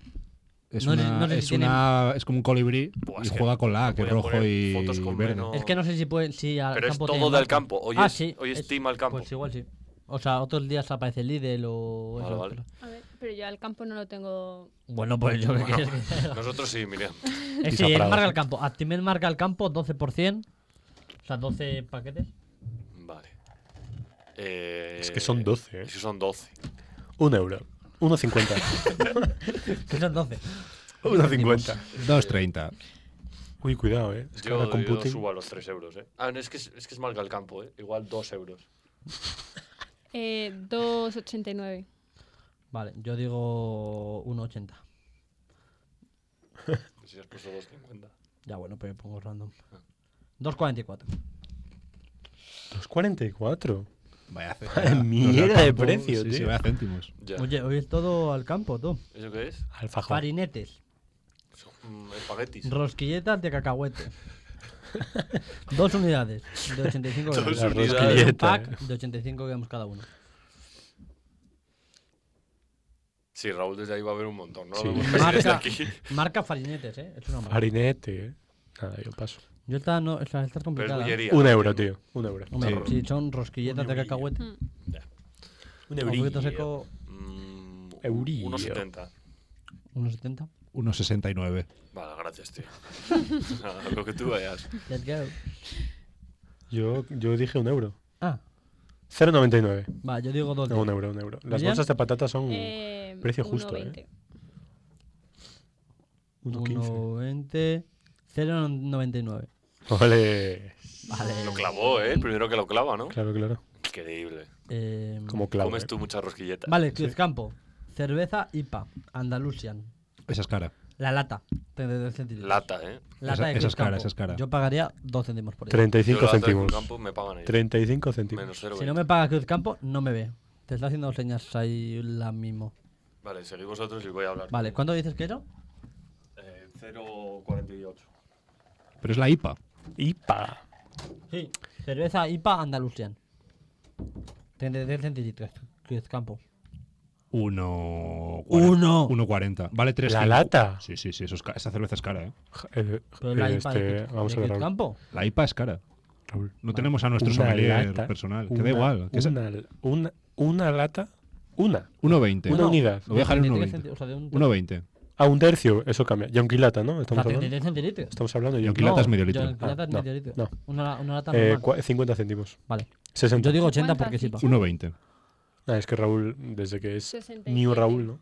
Speaker 2: Es,
Speaker 4: No sé-
Speaker 2: una,
Speaker 4: no sé si
Speaker 2: es,
Speaker 4: tienen-
Speaker 2: una- es como un colibrí
Speaker 5: Buah,
Speaker 2: y
Speaker 5: es que
Speaker 2: juega con la A,
Speaker 5: no
Speaker 2: que es
Speaker 5: podían
Speaker 2: rojo
Speaker 5: poner
Speaker 2: y
Speaker 5: fotos con
Speaker 2: verde.
Speaker 5: menos-
Speaker 4: Es que no sé si pueden si al
Speaker 5: Pero es
Speaker 4: campo
Speaker 5: todo
Speaker 4: tiene
Speaker 5: del
Speaker 4: marca.
Speaker 5: campo. Hoy
Speaker 4: ah,
Speaker 5: es-
Speaker 4: sí,
Speaker 5: hoy es
Speaker 4: es-
Speaker 5: team al campo.
Speaker 4: Pues igual sí. O sea, otros días aparece Lidl o
Speaker 5: Vale,
Speaker 4: esas
Speaker 5: vale.
Speaker 4: cosas.
Speaker 6: A ver, pero yo al campo no lo tengo.
Speaker 4: Bueno, pues yo que quieres que haga?
Speaker 5: Nosotros sí, Miriam.
Speaker 4: Eh,
Speaker 3: Pisa
Speaker 4: sí, es
Speaker 3: Prado.
Speaker 4: marca al campo. Actimel marca al campo 12%. O sea, 12 paquetes.
Speaker 5: Vale. Eh,
Speaker 3: Es que son 12, ¿eh?
Speaker 5: Es que son 12.
Speaker 3: Un euro. 1,50.
Speaker 4: Que son 12.
Speaker 3: 1,50.
Speaker 2: 2.30.
Speaker 3: Uy, cuidado, eh. Es que
Speaker 5: Yo,
Speaker 3: ahora con
Speaker 5: yo
Speaker 3: Putin-
Speaker 5: subo a los 3 euros, ¿eh? Ah, no, es que es, es que es marca el campo, ¿eh? Igual 2 euros.
Speaker 6: Eh, 2.89.
Speaker 4: Vale, yo digo 1,80.
Speaker 5: Si has puesto 2,50.
Speaker 4: Ya bueno, pero pongo random. 2,44.
Speaker 3: 2,44.
Speaker 2: Vaya ce-
Speaker 3: Madre
Speaker 2: los
Speaker 3: mierda de
Speaker 2: Alcampo,
Speaker 3: precio,
Speaker 2: sí,
Speaker 3: tío.
Speaker 2: Sí, vaya céntimos.
Speaker 5: Ya.
Speaker 4: Oye, hoy es todo al campo, tú.
Speaker 5: ¿Eso qué es?
Speaker 3: Alfajor.
Speaker 4: Farinetes,
Speaker 5: Son mm, espaguetis.
Speaker 4: rosquilletas de cacahuete. Dos unidades de 85
Speaker 5: Dos
Speaker 4: gramos.
Speaker 3: La
Speaker 5: unidades.
Speaker 4: Un
Speaker 3: rosquilleta, eh.
Speaker 4: pack de 85 gramos cada uno.
Speaker 5: Sí, Raúl desde ahí va a ver un montón, ¿no?
Speaker 3: Sí.
Speaker 5: Vamos a ver desde
Speaker 4: Marca,
Speaker 5: aquí.
Speaker 4: marca farinetes, ¿eh? Es una marca.
Speaker 3: Harinete, eh. Nada, yo paso.
Speaker 4: Yo esta no, esta, esta es
Speaker 5: Pero es
Speaker 4: complicada. ¿eh?
Speaker 5: bullería.
Speaker 3: Un
Speaker 5: ¿no?
Speaker 3: euro, tío. Un euro.
Speaker 4: Hombre,
Speaker 2: Sí.
Speaker 4: sí, son rosquilletas de cacahuete.
Speaker 6: Mm.
Speaker 3: Un
Speaker 4: Un poquito seco,
Speaker 5: Mm, un-
Speaker 3: Eurillo.
Speaker 5: 1,70.
Speaker 4: unos 70.
Speaker 2: 1,69.
Speaker 5: Vale, gracias, tío. Nada, Lo que tú vayas.
Speaker 4: Let's go.
Speaker 3: Yo, yo dije un euro.
Speaker 4: Ah,
Speaker 3: 0,99.
Speaker 4: va, yo digo dos.
Speaker 3: No, un euro, un euro. Las
Speaker 4: ¿María?
Speaker 3: bolsas de patatas son
Speaker 6: Eh,
Speaker 3: Uh, precio justo,
Speaker 6: 1.20.
Speaker 3: ¿eh?
Speaker 4: 1,20,
Speaker 3: 1,15.
Speaker 4: 0,99.
Speaker 3: Ole.
Speaker 5: Lo clavó, ¿eh? El primero que lo clava, ¿no?
Speaker 3: Claro, claro.
Speaker 5: Increíble.
Speaker 4: Eh,
Speaker 3: Como clavo.
Speaker 5: Comes
Speaker 3: eh.
Speaker 5: tú muchas rosquilletas.
Speaker 4: Vale, Cruz Campo. Cerveza IPA, Andalusian.
Speaker 2: Esa es cara.
Speaker 4: La lata, 33 centilitros.
Speaker 5: Lata, ¿eh?
Speaker 4: Lata
Speaker 2: Esa-
Speaker 4: de
Speaker 2: esa
Speaker 4: Cruz
Speaker 2: es cara,
Speaker 4: Campo.
Speaker 2: esa es cara.
Speaker 4: Yo pagaría 2 céntimos por ella.
Speaker 3: 35
Speaker 5: Yo la doy por
Speaker 3: céntimos.
Speaker 5: campo, me pagan ellos.
Speaker 3: 35 céntimos.
Speaker 5: Menos 0,20.
Speaker 4: Si no me paga Cruz Campo, no me ve. Te está haciendo señas ahí la mimo.
Speaker 5: Vale, seguid vosotros y voy a hablar.
Speaker 4: Vale, ¿cuánto dices que era?
Speaker 5: Eh, 0,48.
Speaker 2: Pero es la IPA.
Speaker 3: IPA.
Speaker 4: Sí. Cerveza IPA Andalusian. 33 centilitros, Cruz Campo.
Speaker 2: 1,40.
Speaker 4: Uno.
Speaker 2: 1,40. Vale 3
Speaker 3: La lata.
Speaker 2: Sí, sí, sí. eso es ca- esa cerveza es cara, ¿eh?
Speaker 3: Ja- eh,
Speaker 4: Pero la IPA de
Speaker 3: este,
Speaker 4: Cruz-
Speaker 3: vamos a
Speaker 4: de Cruz
Speaker 3: ver. Raúl.
Speaker 4: Campo.
Speaker 2: La IPA es cara.
Speaker 3: Raúl.
Speaker 2: No tenemos a nuestro
Speaker 3: Una
Speaker 2: sommelier
Speaker 3: lata,
Speaker 2: personal. que
Speaker 3: una-
Speaker 2: da igual. que esa-
Speaker 3: una, una, una lata. Una.
Speaker 2: 1,20.
Speaker 3: Una unidad.
Speaker 2: Lo voy a dejar en
Speaker 4: 33
Speaker 2: 1,20.
Speaker 4: centi- o sea, de un-
Speaker 2: 1,20.
Speaker 3: A un tercio, eso cambia. Yonquilata, ¿no?
Speaker 4: O sea,
Speaker 3: Estamos hablando.
Speaker 4: 33 centilitros.
Speaker 3: Estamos hablando de
Speaker 2: Yonki
Speaker 3: Yonquilata.
Speaker 2: lata es medio litro.
Speaker 4: yo- lata es
Speaker 3: Ah, no,
Speaker 4: medio litro.
Speaker 3: no.
Speaker 4: Una, una lata
Speaker 3: Eh,
Speaker 4: normal.
Speaker 3: cua- 50 céntimos.
Speaker 4: Vale.
Speaker 3: 60.
Speaker 4: Yo digo 80
Speaker 6: ¿Cuánto
Speaker 4: porque
Speaker 6: has
Speaker 4: sí, pa.
Speaker 6: dicho?
Speaker 2: 1,20.
Speaker 3: Ah, es que Raúl, desde que es
Speaker 6: 67.
Speaker 3: New Raúl, ¿no?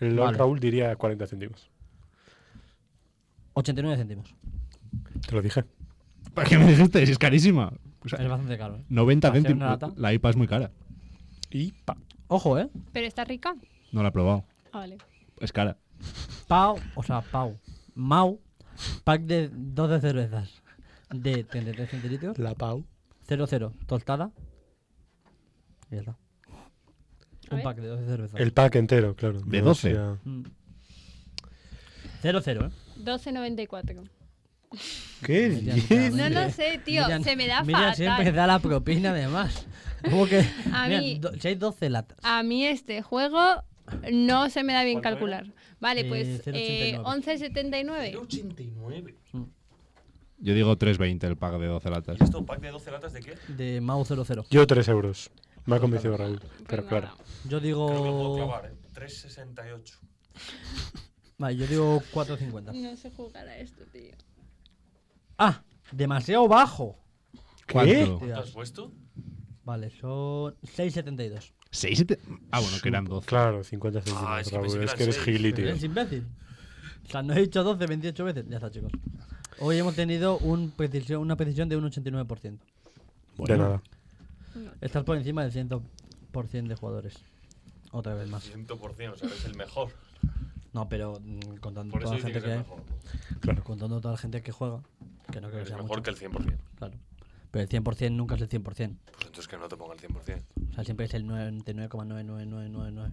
Speaker 3: El Lord
Speaker 4: Vale.
Speaker 3: Raúl diría 40 céntimos.
Speaker 4: 89 céntimos.
Speaker 3: Eh. Te lo dije.
Speaker 2: ¿Para qué me dijiste? Si es carísima. O sea,
Speaker 4: Es bastante caro,
Speaker 3: Mm.
Speaker 4: ¿eh?
Speaker 2: 90
Speaker 4: ¿Hacer
Speaker 2: céntimos.
Speaker 4: una lata?
Speaker 2: La IPA es muy cara.
Speaker 3: Y pa.
Speaker 4: Ojo, ¿eh?
Speaker 6: ¿Pero está rica?
Speaker 2: No la he probado.
Speaker 6: Ah, vale.
Speaker 2: Es cara.
Speaker 4: Pau, o sea, Pau. Mau, pack de 12 cervezas de 33 centilitros,
Speaker 3: La Pau.
Speaker 4: 00, tostada. Y ya está.
Speaker 6: A
Speaker 4: Un
Speaker 6: ver.
Speaker 4: pack de 12 cervezas.
Speaker 3: El pack entero, claro.
Speaker 2: De
Speaker 3: No
Speaker 2: 12.
Speaker 3: sea-
Speaker 4: Mm. 00, ¿eh?
Speaker 6: 12.94.
Speaker 3: ¿Qué
Speaker 4: Miriam,
Speaker 3: dices?
Speaker 6: No
Speaker 4: Miriam,
Speaker 6: lo sé, tío.
Speaker 4: Miriam-
Speaker 6: se me da
Speaker 4: Miriam
Speaker 6: fatal.
Speaker 4: siempre da la propina, además. ¿Cómo que?
Speaker 6: A
Speaker 4: Mira,
Speaker 6: mí-
Speaker 4: do- si hay 12 latas.
Speaker 6: A mí este juego no se me da bien
Speaker 5: ¿Cuánto era?
Speaker 6: calcular. Vale,
Speaker 4: Eh,
Speaker 6: pues eh,
Speaker 4: 0,89.
Speaker 6: 11,79.
Speaker 5: 89.
Speaker 2: Yo digo 3.20 el pack de 12 latas.
Speaker 5: ¿Y esto pack de 12 latas de qué?
Speaker 4: De Mau 00.
Speaker 3: Yo 3 euros. Me ha convencido Raúl. Pero
Speaker 6: Pues
Speaker 3: claro.
Speaker 6: nada.
Speaker 4: Yo
Speaker 5: Creo que lo puedo
Speaker 4: digo.
Speaker 5: clavar, ¿eh? 368.
Speaker 4: Vale, yo digo 4.50.
Speaker 6: No sé jugar a esto, tío.
Speaker 4: Ah, demasiado bajo.
Speaker 2: ¿Cuánto?
Speaker 5: ¿Cuánto has
Speaker 4: Tías.
Speaker 5: puesto?
Speaker 4: Vale, son 6.72.
Speaker 2: ¿Seis? siete- Ah, bueno, que eran 12.
Speaker 3: Claro, 50 céntimos,
Speaker 5: Ah, es que
Speaker 3: Raúl.
Speaker 5: pensé que
Speaker 3: es
Speaker 5: eran
Speaker 3: que eres
Speaker 5: seis.
Speaker 3: gili, tío.
Speaker 4: ¿Es imbécil? O sea, no he dicho 12, 28 veces. Ya está, chicos. Hoy hemos tenido un precisión, una precisión de un 89%.
Speaker 3: De nada.
Speaker 4: Estás por encima del 100% de jugadores. Otra vez más.
Speaker 5: 100%, o sea, es el mejor.
Speaker 4: No, pero mm, contando
Speaker 5: Por eso
Speaker 4: toda la
Speaker 5: dice que
Speaker 4: gente
Speaker 5: es
Speaker 4: que,
Speaker 5: el mejor.
Speaker 4: contando toda la gente que juega, que no creo que
Speaker 5: Es
Speaker 4: sea
Speaker 5: mejor
Speaker 4: mucho,
Speaker 5: que el 100%.
Speaker 4: claro. Pero el 100% nunca es el 100%.
Speaker 5: Pues entonces que no te ponga el 100%.
Speaker 4: O sea, siempre es el 99,99999.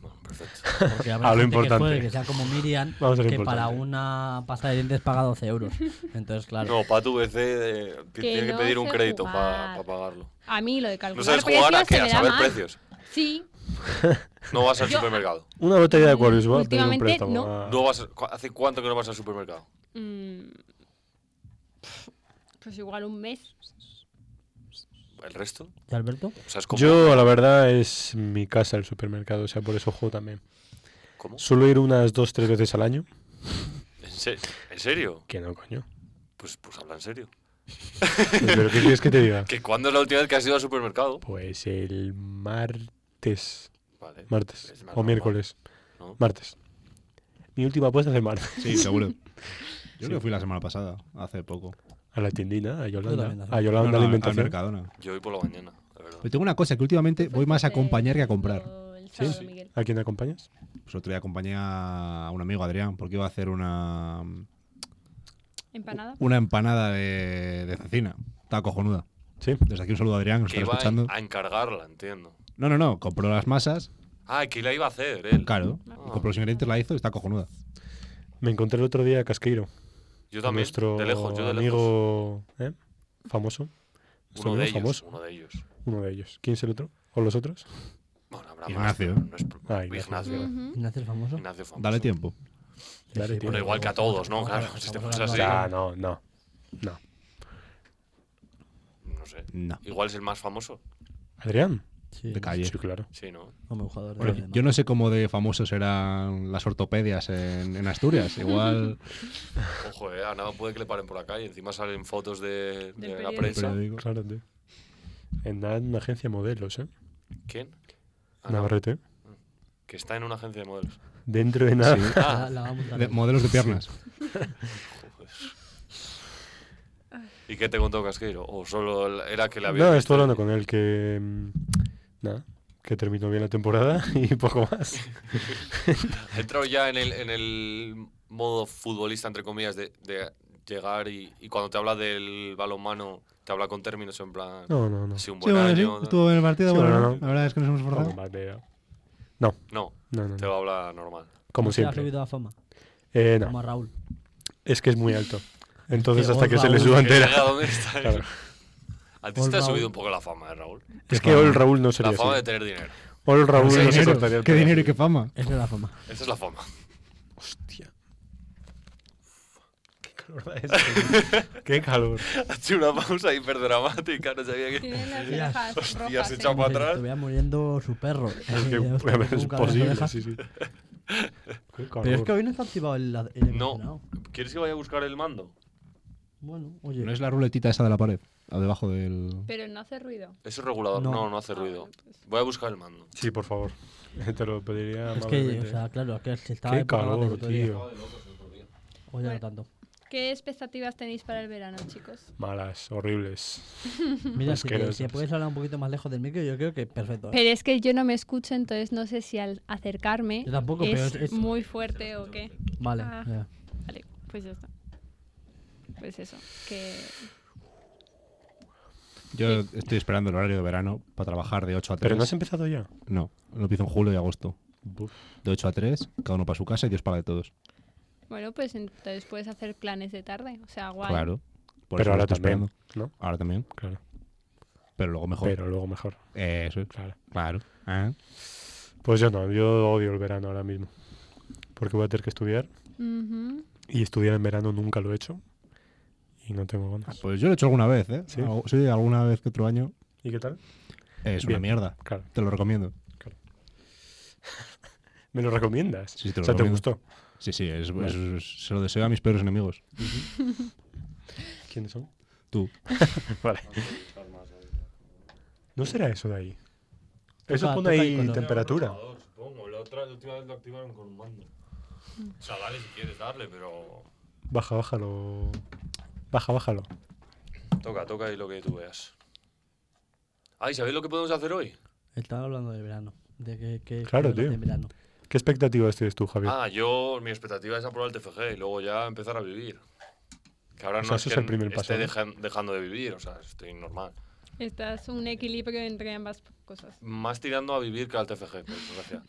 Speaker 5: Bueno, perfecto.
Speaker 4: Porque habrá
Speaker 3: A lo
Speaker 4: gente
Speaker 3: importante.
Speaker 4: Que, juegue, que sea como Miriam,
Speaker 3: Vamos a lo
Speaker 4: que para
Speaker 3: importante.
Speaker 4: una pasta de dientes paga 12 euros. Entonces, claro.
Speaker 5: No, Patu VC eh, ti-
Speaker 6: Que
Speaker 5: tiene que
Speaker 6: no
Speaker 5: pedir un
Speaker 6: sé
Speaker 5: crédito para
Speaker 6: jugar.
Speaker 5: pagarlo.
Speaker 6: A mí lo de
Speaker 5: No
Speaker 6: calcular
Speaker 5: sabes jugar a
Speaker 6: precios
Speaker 5: qué,
Speaker 6: se
Speaker 5: a
Speaker 6: me da
Speaker 5: saber
Speaker 6: mal.
Speaker 5: precios.
Speaker 6: Sí,
Speaker 5: No vas al
Speaker 6: Yo-
Speaker 5: supermercado.
Speaker 3: Una botella de Aquarius va a pedir un
Speaker 6: Últimamente,
Speaker 3: préstamo.
Speaker 6: no.
Speaker 3: a-
Speaker 5: No vas, cu- ¿Hace cuánto que no vas al supermercado?
Speaker 6: Mm, pf, Pues igual un mes.
Speaker 5: ¿El resto?
Speaker 4: ¿Y Alberto?
Speaker 5: O sea, es como.
Speaker 3: Yo, la verdad, es mi casa el supermercado. O sea, por eso juego también.
Speaker 5: ¿Cómo?
Speaker 3: Suelo ir unas dos, tres veces al año.
Speaker 5: ¿En, se- en serio?
Speaker 3: Que no, coño.
Speaker 5: Pues, pues habla en serio.
Speaker 3: ¿Pero qué quieres que te diga?
Speaker 5: ¿Que ¿Cuándo es la última vez que has ido al supermercado?
Speaker 3: Pues el martes.
Speaker 5: Vale.
Speaker 3: Martes.
Speaker 5: Es más
Speaker 3: O
Speaker 5: normal,
Speaker 3: miércoles.
Speaker 5: ¿no?
Speaker 3: Martes. Mi última apuesta es el martes.
Speaker 2: Sí, seguro. Yo creo que fui la semana pasada, hace poco.
Speaker 3: A la tiendina, a
Speaker 4: también,
Speaker 3: Yolanda.
Speaker 4: la-
Speaker 3: A Yolanda
Speaker 2: No, no, al- al
Speaker 3: Alimentación.
Speaker 2: Mercadona.
Speaker 5: Yo voy por la mañana, la verdad.
Speaker 2: Pero Pues tengo una cosa, que
Speaker 6: Pues
Speaker 2: últimamente voy más a acompañar que a comprar.
Speaker 6: El sábado,
Speaker 3: sí.
Speaker 6: Miguel.
Speaker 3: ¿A quién acompañas?
Speaker 2: Pues otro día acompañé a un amigo, Adrián, porque iba a hacer una,
Speaker 6: ¿Empanada?
Speaker 2: una empanada de, de cecina. Estaba cojonuda.
Speaker 3: Sí.
Speaker 2: Desde aquí un saludo a Adrián, que nos
Speaker 5: Que
Speaker 2: está
Speaker 5: iba
Speaker 2: escuchando.
Speaker 5: a- a encargarla, entiendo.
Speaker 2: No, no, no, compró las masas,
Speaker 5: Ah, que la iba a hacer él.
Speaker 2: claro. Compró los ingredientes, la hizo y está cojonuda.
Speaker 3: Me encontré el otro día a Casqueiro.
Speaker 5: Yo también.
Speaker 3: Nuestro
Speaker 5: de lejos, yo de lejos.
Speaker 3: amigo ¿eh? famoso. Nuestro
Speaker 5: Uno de ellos.
Speaker 3: amigo famoso.
Speaker 5: Uno de ellos.
Speaker 3: Uno de ellos. ¿Quién es el otro? ¿O los otros?
Speaker 5: Bueno, habrá
Speaker 2: Ignacio.
Speaker 5: más. pero No es...
Speaker 3: Ah, Ignacio.
Speaker 5: Ignacio. Ignacio.
Speaker 6: Ujú.
Speaker 4: ¿Ignacio el famoso?
Speaker 5: famoso.
Speaker 2: Dale tiempo.
Speaker 3: Dale, tío.
Speaker 5: Pero igual que a todos, ¿no? Claro, si te pones así.
Speaker 3: Ah, no, no. No.
Speaker 5: No sé.
Speaker 2: No.
Speaker 5: Igual es el más famoso.
Speaker 3: ¿Adrián?
Speaker 4: Sí,
Speaker 2: De calle.
Speaker 3: Sí, claro.
Speaker 5: Sí, ¿no?
Speaker 4: Hombre, un jugador de
Speaker 2: Bueno,
Speaker 4: Benzema.
Speaker 2: yo no sé cómo de famosos eran las ortopedias en, en Asturias. Igual.
Speaker 5: Ojo, eh, a nada puede que le paren por acá y encima salen fotos de,
Speaker 6: Del
Speaker 5: de la
Speaker 6: periódico.
Speaker 5: prensa.
Speaker 2: periódico.
Speaker 3: Claro, tío. En la- en una agencia de modelos, ¿eh?
Speaker 5: ¿Quién? Ah, no,
Speaker 3: Navarrete.
Speaker 5: que está en una agencia de modelos.
Speaker 3: Dentro de nada.
Speaker 4: La-
Speaker 5: Ah,
Speaker 4: la vamos a
Speaker 2: de- modelos de piernas.
Speaker 5: ¿y qué te contó Casqueiro? ¿O solo el- era que la había
Speaker 3: No,
Speaker 5: visto?
Speaker 3: estoy hablando con él que. mm, Nada. Que terminó bien la temporada y poco más.
Speaker 5: Ha entrado ya en el, en el modo futbolista, entre comillas, de, de llegar y, y cuando te habla del balonmano, te habla con términos en plan.
Speaker 3: No, no, no.
Speaker 5: Así un
Speaker 2: Sí,
Speaker 5: buen
Speaker 2: bueno, sí.
Speaker 5: año.
Speaker 2: Estuvo en el partido,
Speaker 3: Sí,
Speaker 2: bueno,
Speaker 3: bueno,
Speaker 2: no.
Speaker 3: no.
Speaker 2: La verdad es que nos hemos
Speaker 3: Poco
Speaker 2: esforzado.
Speaker 3: más de- No,
Speaker 5: No,
Speaker 3: no, no.
Speaker 5: te
Speaker 3: no.
Speaker 5: lo habla normal.
Speaker 3: Como
Speaker 4: Se ha
Speaker 3: siempre.
Speaker 4: subido a fama,
Speaker 3: Eh,
Speaker 4: como
Speaker 3: no.
Speaker 4: a Raúl.
Speaker 3: Es que es muy alto. Entonces,
Speaker 4: Que
Speaker 3: hasta
Speaker 4: os
Speaker 3: que se le
Speaker 4: Raúl.
Speaker 3: suba entera.
Speaker 5: Llega donde está.
Speaker 3: Claro.
Speaker 5: A ti se te ha
Speaker 4: Raúl.
Speaker 5: subido un poco la fama, ¿eh, Raúl.
Speaker 3: Es que hoy el Raúl no
Speaker 5: La
Speaker 3: sería
Speaker 5: fama de
Speaker 3: así.
Speaker 5: tener dinero.
Speaker 3: Hoy el Raúl
Speaker 5: Sí,
Speaker 3: no se
Speaker 2: dinero,
Speaker 3: cortaría el
Speaker 2: qué
Speaker 3: pelo
Speaker 2: dinero y
Speaker 3: así.
Speaker 2: qué fama.
Speaker 4: Esa es la fama.
Speaker 5: Esa es la fama.
Speaker 3: Hostia. Qué calor da esto. Qué calor.
Speaker 5: Ha hecho una pausa hiperdramática, no sabía que.
Speaker 6: Tiene las
Speaker 4: Hostias.
Speaker 6: orejas
Speaker 5: Hostias,
Speaker 6: rojas,
Speaker 5: se
Speaker 6: ¿eh?
Speaker 5: echa para
Speaker 4: Como si
Speaker 5: atrás.
Speaker 4: estuviera muriendo su perro.
Speaker 3: Es, que,
Speaker 4: Ya os
Speaker 3: a ver, es
Speaker 4: tengo un cabrón
Speaker 3: posible,
Speaker 4: de
Speaker 3: sí, sí. Qué calor.
Speaker 4: Pero es que hoy no está activado el, el
Speaker 5: No.
Speaker 4: emocionado.
Speaker 5: ¿Quieres que vaya a buscar el mando?
Speaker 4: Bueno, oye.
Speaker 2: No es la ruletita esa de la pared, o debajo del.
Speaker 6: Pero no hace ruido. Ah, pues,
Speaker 5: Es un regulador. No.
Speaker 4: No.
Speaker 5: no, hace ruido. Voy a buscar el mando.
Speaker 3: Sí, por favor. Te lo pediría
Speaker 4: Es que, o
Speaker 3: amablemente.
Speaker 4: sea, claro, es que se estaba
Speaker 3: Qué
Speaker 4: de puta madre
Speaker 3: calor,
Speaker 4: el otro día.
Speaker 3: tío.
Speaker 4: Hoy ya no
Speaker 6: Bueno.
Speaker 4: tanto.
Speaker 6: ¿Qué expectativas tenéis para el verano, chicos?
Speaker 3: Malas, horribles.
Speaker 4: Mira, si, te-
Speaker 3: Asquerosos.
Speaker 4: si puedes hablar un poquito más lejos del micro, yo creo que perfecto. ¿eh?
Speaker 6: Pero es que yo no me escucho, entonces no sé si al acercarme
Speaker 4: Yo tampoco,
Speaker 6: es,
Speaker 4: pero es- es-
Speaker 6: muy fuerte o qué.
Speaker 4: Vale,
Speaker 6: Ah.
Speaker 4: ya.
Speaker 6: Vale, pues ya está. Pues eso, que
Speaker 2: Yo estoy esperando el horario de verano para trabajar de 8 a 3.
Speaker 3: Pero no has empezado ya.
Speaker 2: No, lo empiezo en julio y agosto.
Speaker 3: Buf.
Speaker 2: De 8 a 3, cada uno para su casa y Dios paga de todos.
Speaker 6: Bueno, pues entonces puedes hacer planes de tarde. O sea, guay.
Speaker 2: Claro. Por eso
Speaker 3: Pero
Speaker 2: lo
Speaker 3: ahora
Speaker 2: estoy
Speaker 3: también,
Speaker 2: esperando.
Speaker 3: ¿no?
Speaker 2: Ahora también.
Speaker 3: Claro.
Speaker 2: Pero luego mejor.
Speaker 3: Pero luego mejor,
Speaker 2: Eh, eso es.
Speaker 3: claro.
Speaker 2: Claro. Ah.
Speaker 3: Pues yo no, yo odio el verano ahora mismo. Porque voy a tener que estudiar.
Speaker 6: Ujú.
Speaker 3: Y estudiar en verano nunca lo he hecho. Y no tengo
Speaker 2: Ah,
Speaker 3: ganas.
Speaker 2: Pues yo lo he hecho alguna vez, ¿eh?
Speaker 3: Sí.
Speaker 2: Algo- Sí, alguna vez que otro año.
Speaker 3: ¿Y qué tal?
Speaker 2: Es
Speaker 3: Bien.
Speaker 2: una mierda.
Speaker 3: Claro.
Speaker 2: Te lo recomiendo.
Speaker 3: ¿Me lo recomiendas?
Speaker 2: Sí, te lo
Speaker 3: o sea, ¿te
Speaker 2: recomiendo.
Speaker 3: gustó?
Speaker 2: Sí, sí, es, es- es- se lo deseo a mis peores enemigos.
Speaker 3: ¿Quiénes son?
Speaker 2: Tú.
Speaker 3: Vale. ¿No será eso de ahí?
Speaker 4: Toca-
Speaker 3: Eso pone
Speaker 4: toca ahí
Speaker 3: ahí
Speaker 4: cuando-
Speaker 3: temperatura.
Speaker 5: Supongo, la otra la última vez lo activaron con un mando. O sea, vale si quieres darle, pero.
Speaker 3: Baja, bájalo. Baja, bájalo.
Speaker 5: Toca, toca ahí lo que tú veas. Ay, ¿sabéis lo que podemos hacer hoy?
Speaker 4: Estaba hablando del verano. De que, que
Speaker 3: Claro,
Speaker 4: que hablan
Speaker 3: tío.
Speaker 4: de verano.
Speaker 3: ¿Qué expectativas tienes tú, Javier?
Speaker 5: Ah, yo, mi expectativa es aprobar el TFG y luego ya empezar a vivir. Que ahora
Speaker 3: O sea,
Speaker 5: no
Speaker 3: eso
Speaker 5: es,
Speaker 3: es
Speaker 5: que
Speaker 3: el primer
Speaker 5: esté
Speaker 3: paso, ¿no?
Speaker 5: dejan- dejando de vivir, o sea, estoy normal.
Speaker 6: Estás un equilibrio entre ambas cosas.
Speaker 5: Más tirando a vivir que al TFG, por desgracia.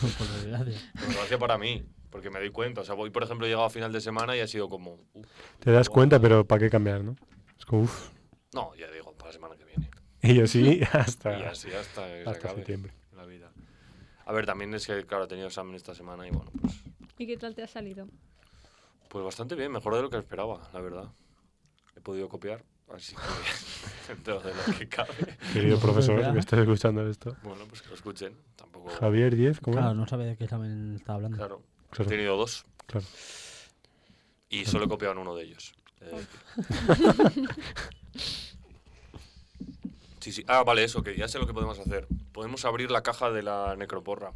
Speaker 4: Pues, Por desgracia.
Speaker 5: Por desgracia para mí, porque me doy cuenta. O sea, voy, por ejemplo, he llegado a final de semana y ha sido como. uf,
Speaker 3: Te das
Speaker 5: bueno.
Speaker 3: cuenta, pero ¿para qué cambiar, no? Es como, uff.
Speaker 5: No, ya digo, para la semana que viene.
Speaker 3: Y así
Speaker 5: Y
Speaker 3: hasta,
Speaker 5: así hasta que se
Speaker 3: hasta
Speaker 5: acabe
Speaker 3: septiembre.
Speaker 5: la vida. A ver, también es que, claro, he tenido examen esta semana y bueno, pues,
Speaker 6: ¿Y qué tal te ha salido?
Speaker 5: pues bastante bien, mejor de lo que esperaba, la verdad. He podido copiar, así que dentro de lo que cabe.
Speaker 3: Querido profesor,
Speaker 4: ¿verdad?
Speaker 3: que estás escuchando esto.
Speaker 5: Bueno, pues que lo escuchen. Tampoco.
Speaker 3: Javier 10, ¿cómo?
Speaker 4: Claro,
Speaker 3: era?
Speaker 4: no sabe de qué examen está hablando.
Speaker 5: Claro, he
Speaker 3: Claro,
Speaker 5: tenido dos
Speaker 3: claro.
Speaker 5: y solo he copiado en uno de ellos. Eh, Sí, sí. Ah, vale, eso, que ya sé lo que podemos hacer. Podemos abrir la caja de la necroporra.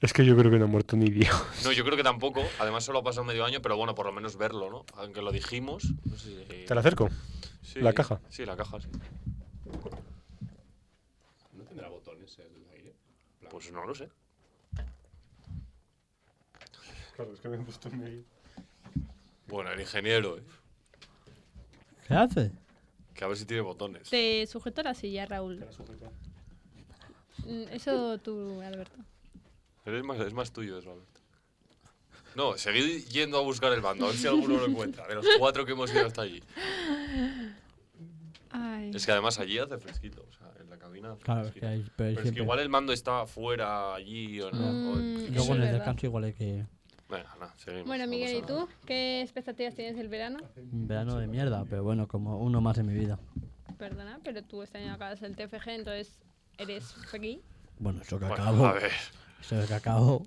Speaker 3: Es que yo creo que no ha muerto ni Dios.
Speaker 5: No, yo creo que tampoco. Además, solo ha pasado medio año, pero bueno, por lo menos verlo, ¿no? Aunque lo dijimos. No sé si-
Speaker 3: ¿Te la acerco?
Speaker 5: Sí,
Speaker 3: la caja?
Speaker 5: Sí, la caja, sí.
Speaker 2: ¿No tendrá botones el aire?
Speaker 5: Pues no lo sé.
Speaker 3: Claro, es que me he puesto en medio.
Speaker 5: Bueno, el ingeniero, ¿eh?
Speaker 4: ¿Qué hace?
Speaker 5: Que a ver si tiene botones.
Speaker 6: Te sujeto a la silla, Raúl. Mm, Eso tú, Alberto.
Speaker 5: Eres más, es más tuyo eso, Alberto. No, seguid yendo a buscar el bando, a ver si alguno lo encuentra. De los cuatro que hemos ido hasta allí.
Speaker 6: Ay.
Speaker 5: Es que además allí hace fresquito, o sea, en la cabina. hace
Speaker 4: Claro, es
Speaker 5: fresquito.
Speaker 4: que hay, pero hay
Speaker 5: Pero es que
Speaker 4: siempre.
Speaker 5: igual el mando está fuera allí o no.
Speaker 6: Mm,
Speaker 5: o en-
Speaker 6: eso
Speaker 4: Luego en
Speaker 6: es
Speaker 4: el
Speaker 6: verdad.
Speaker 4: descanso igual hay que...
Speaker 5: Venga, nada, seguimos.
Speaker 6: Bueno,
Speaker 5: vamos
Speaker 6: Miguel,
Speaker 5: a-
Speaker 6: ¿y tú? ¿Qué expectativas tienes del verano?
Speaker 4: Un verano de mierda, pero bueno, como uno más en mi vida.
Speaker 6: Perdona, pero tú este año acabas el TFG, entonces eres free.
Speaker 4: Bueno, eso que
Speaker 5: Bueno,
Speaker 4: acabo.
Speaker 5: a ver.
Speaker 4: Eso que acabo.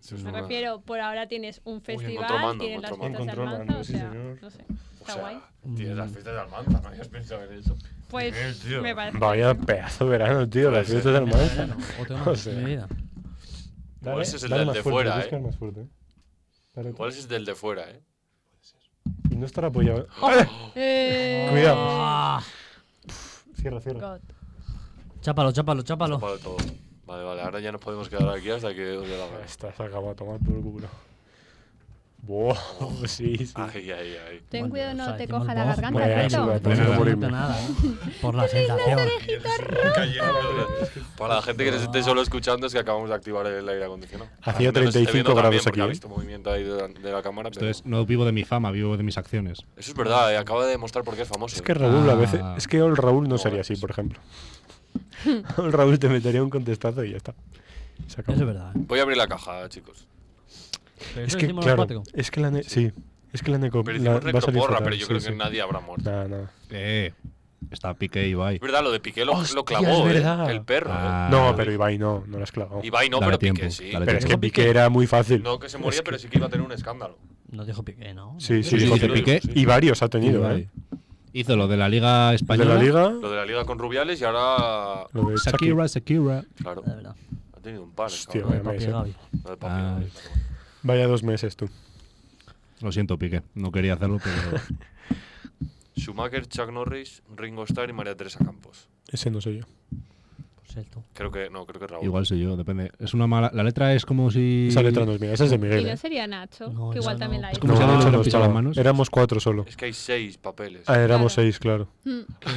Speaker 5: eso es
Speaker 6: Me
Speaker 5: una-
Speaker 6: refiero, por ahora tienes un festival,
Speaker 5: mando,
Speaker 6: tienes las
Speaker 5: encontró
Speaker 6: fiestas
Speaker 3: mando. Encontró
Speaker 6: de Almanza,
Speaker 3: mando,
Speaker 6: o
Speaker 3: sí,
Speaker 6: sea,
Speaker 3: señor.
Speaker 6: no sé,
Speaker 5: o
Speaker 6: está
Speaker 5: sea,
Speaker 6: guay.
Speaker 5: Tienes las
Speaker 4: Mm.
Speaker 5: fiestas de Almanza, no habías pensado en eso.
Speaker 6: Pues
Speaker 5: Miguel, tío.
Speaker 6: me parece.
Speaker 3: Vaya pedazo de verano, tío. Las
Speaker 5: Puede ser.
Speaker 3: fiestas de
Speaker 4: Mierda de
Speaker 3: Almanza.
Speaker 4: verano, Otro
Speaker 3: O
Speaker 4: más
Speaker 3: sea.
Speaker 4: en mi vida.
Speaker 5: Igual ese es el
Speaker 3: dale
Speaker 5: del
Speaker 3: más
Speaker 5: de fuera,
Speaker 3: fuerte, tienes
Speaker 5: eh.
Speaker 3: que dar más fuerte, eh. Dale tú.
Speaker 5: ¿Cuál es el del de fuera, eh?
Speaker 3: Y no estar apoyado.
Speaker 4: Ah.
Speaker 6: Eh,
Speaker 3: Cuidado. Cierra, cierra.
Speaker 6: God.
Speaker 4: Chápalo, chápalo, chápalo.
Speaker 5: Vale, todo. Vale, vale, ahora ya nos podemos quedar aquí hasta que os dé la gana.
Speaker 3: Estás acabado a tomar por culo. Buah, sí, sí.
Speaker 5: Oh. Ay, ay, ay.
Speaker 6: Ten
Speaker 4: Bueno,
Speaker 6: cuidado,
Speaker 4: o
Speaker 6: no
Speaker 4: sea,
Speaker 6: te
Speaker 4: decimos
Speaker 6: coja la
Speaker 4: vos,
Speaker 6: garganta,
Speaker 3: Vaya,
Speaker 6: Alberto.
Speaker 3: eso,
Speaker 4: No
Speaker 3: Prefiero
Speaker 4: me
Speaker 3: morirme.
Speaker 4: gusta nada. ¿eh? Por la sensación.
Speaker 3: Ah,
Speaker 5: Para la gente que nos esté solo escuchando es que acabamos de activar el aire acondicionado.
Speaker 3: Hacía
Speaker 5: Al menos esté
Speaker 3: 35
Speaker 5: viendo también,
Speaker 3: grados
Speaker 5: porque
Speaker 3: aquí,
Speaker 5: Ha
Speaker 3: ¿eh?
Speaker 5: visto movimiento ahí de la, de la cámara, pero-
Speaker 2: Entonces, no vivo de mi fama, vivo de mis acciones.
Speaker 5: Eso es verdad, eh, acaba de demostrar por qué es famoso.
Speaker 3: Es
Speaker 5: eh.
Speaker 3: que Raúl a veces.
Speaker 2: Ah.
Speaker 3: Es que el Raúl no
Speaker 5: No,
Speaker 3: sería
Speaker 5: es-
Speaker 3: así, por ejemplo. El Raúl te metería un contestazo y ya está. Se acabó.
Speaker 4: Eso es verdad. ¿eh?
Speaker 5: Voy a abrir la caja, chicos.
Speaker 4: Pero
Speaker 3: Es
Speaker 4: eso
Speaker 3: que,
Speaker 4: hicimos los
Speaker 3: claro,
Speaker 4: cuatro.
Speaker 3: es que la ne- sí. es que la neco
Speaker 5: Pero
Speaker 3: la-
Speaker 5: hicimos
Speaker 3: va a salir
Speaker 5: necroporra,
Speaker 3: fatal,
Speaker 5: pero yo
Speaker 3: sí,
Speaker 5: creo
Speaker 3: sí.
Speaker 5: que nadie habrá muerto.
Speaker 3: Nada, nada.
Speaker 2: Eh, está Piqué y Ibai.
Speaker 5: Es verdad, lo de Piqué lo, lo
Speaker 3: Hostia,
Speaker 5: clavó,
Speaker 3: es
Speaker 5: eh,
Speaker 3: verdad.
Speaker 5: el perro. eh.
Speaker 2: Ah,
Speaker 3: No, pero Ibai no, no la has clavado.
Speaker 5: Ibai no, pero
Speaker 2: Dale
Speaker 5: Piqué
Speaker 2: tiempo,
Speaker 5: sí.
Speaker 2: dale
Speaker 3: Pero es que
Speaker 4: Dijo
Speaker 3: Piqué era muy fácil.
Speaker 5: No que se moría, pero sí que iba a tener un escándalo.
Speaker 4: No dijo Piqué, ¿no?
Speaker 3: Sí, sí,
Speaker 2: Sí,
Speaker 3: dijo
Speaker 2: dice
Speaker 3: Piqué.
Speaker 2: Piqué.
Speaker 3: Y varios ha tenido,
Speaker 2: Ibai.
Speaker 3: ¿eh?
Speaker 2: Hizo lo de la Liga
Speaker 3: El de la
Speaker 2: Española.
Speaker 3: liga,
Speaker 5: Lo de la liga con Rubiales y ahora.
Speaker 3: lo de Shakira.
Speaker 2: Shakira, Shakira.
Speaker 5: Claro,
Speaker 4: La verdad.
Speaker 5: ha tenido un par. el
Speaker 3: Hostia,
Speaker 5: cabrón.
Speaker 3: vaya
Speaker 4: Papi
Speaker 3: mes, eh.
Speaker 4: Gaby.
Speaker 5: Lo de Papi,
Speaker 2: Ah.
Speaker 5: vale, pero bueno.
Speaker 3: Vaya dos meses tú.
Speaker 2: Lo siento, Piqué. No quería hacerlo, pero.
Speaker 5: Schumacher, Chuck Norris, Ringo Starr y María Teresa Campos.
Speaker 3: Ese no soy yo.
Speaker 4: Por cierto.
Speaker 5: Creo que. No, creo que Raúl.
Speaker 2: Igual soy yo, depende. Es una mala. La letra es como si.
Speaker 3: Esa letra no es mía, esa es de
Speaker 6: Y
Speaker 3: Miguel.
Speaker 6: no
Speaker 3: ¿eh?
Speaker 6: sería Nacho,
Speaker 4: No,
Speaker 6: que igual
Speaker 4: no,
Speaker 6: también
Speaker 4: no.
Speaker 6: la
Speaker 2: Es
Speaker 6: hizo.
Speaker 2: como si alguien se le pisara las
Speaker 3: estaba.
Speaker 2: manos.
Speaker 3: Éramos cuatro solo.
Speaker 5: Es que hay seis papeles.
Speaker 3: Ah, éramos
Speaker 6: Claro.
Speaker 3: seis, claro.
Speaker 6: Mm,
Speaker 4: ¿Qué,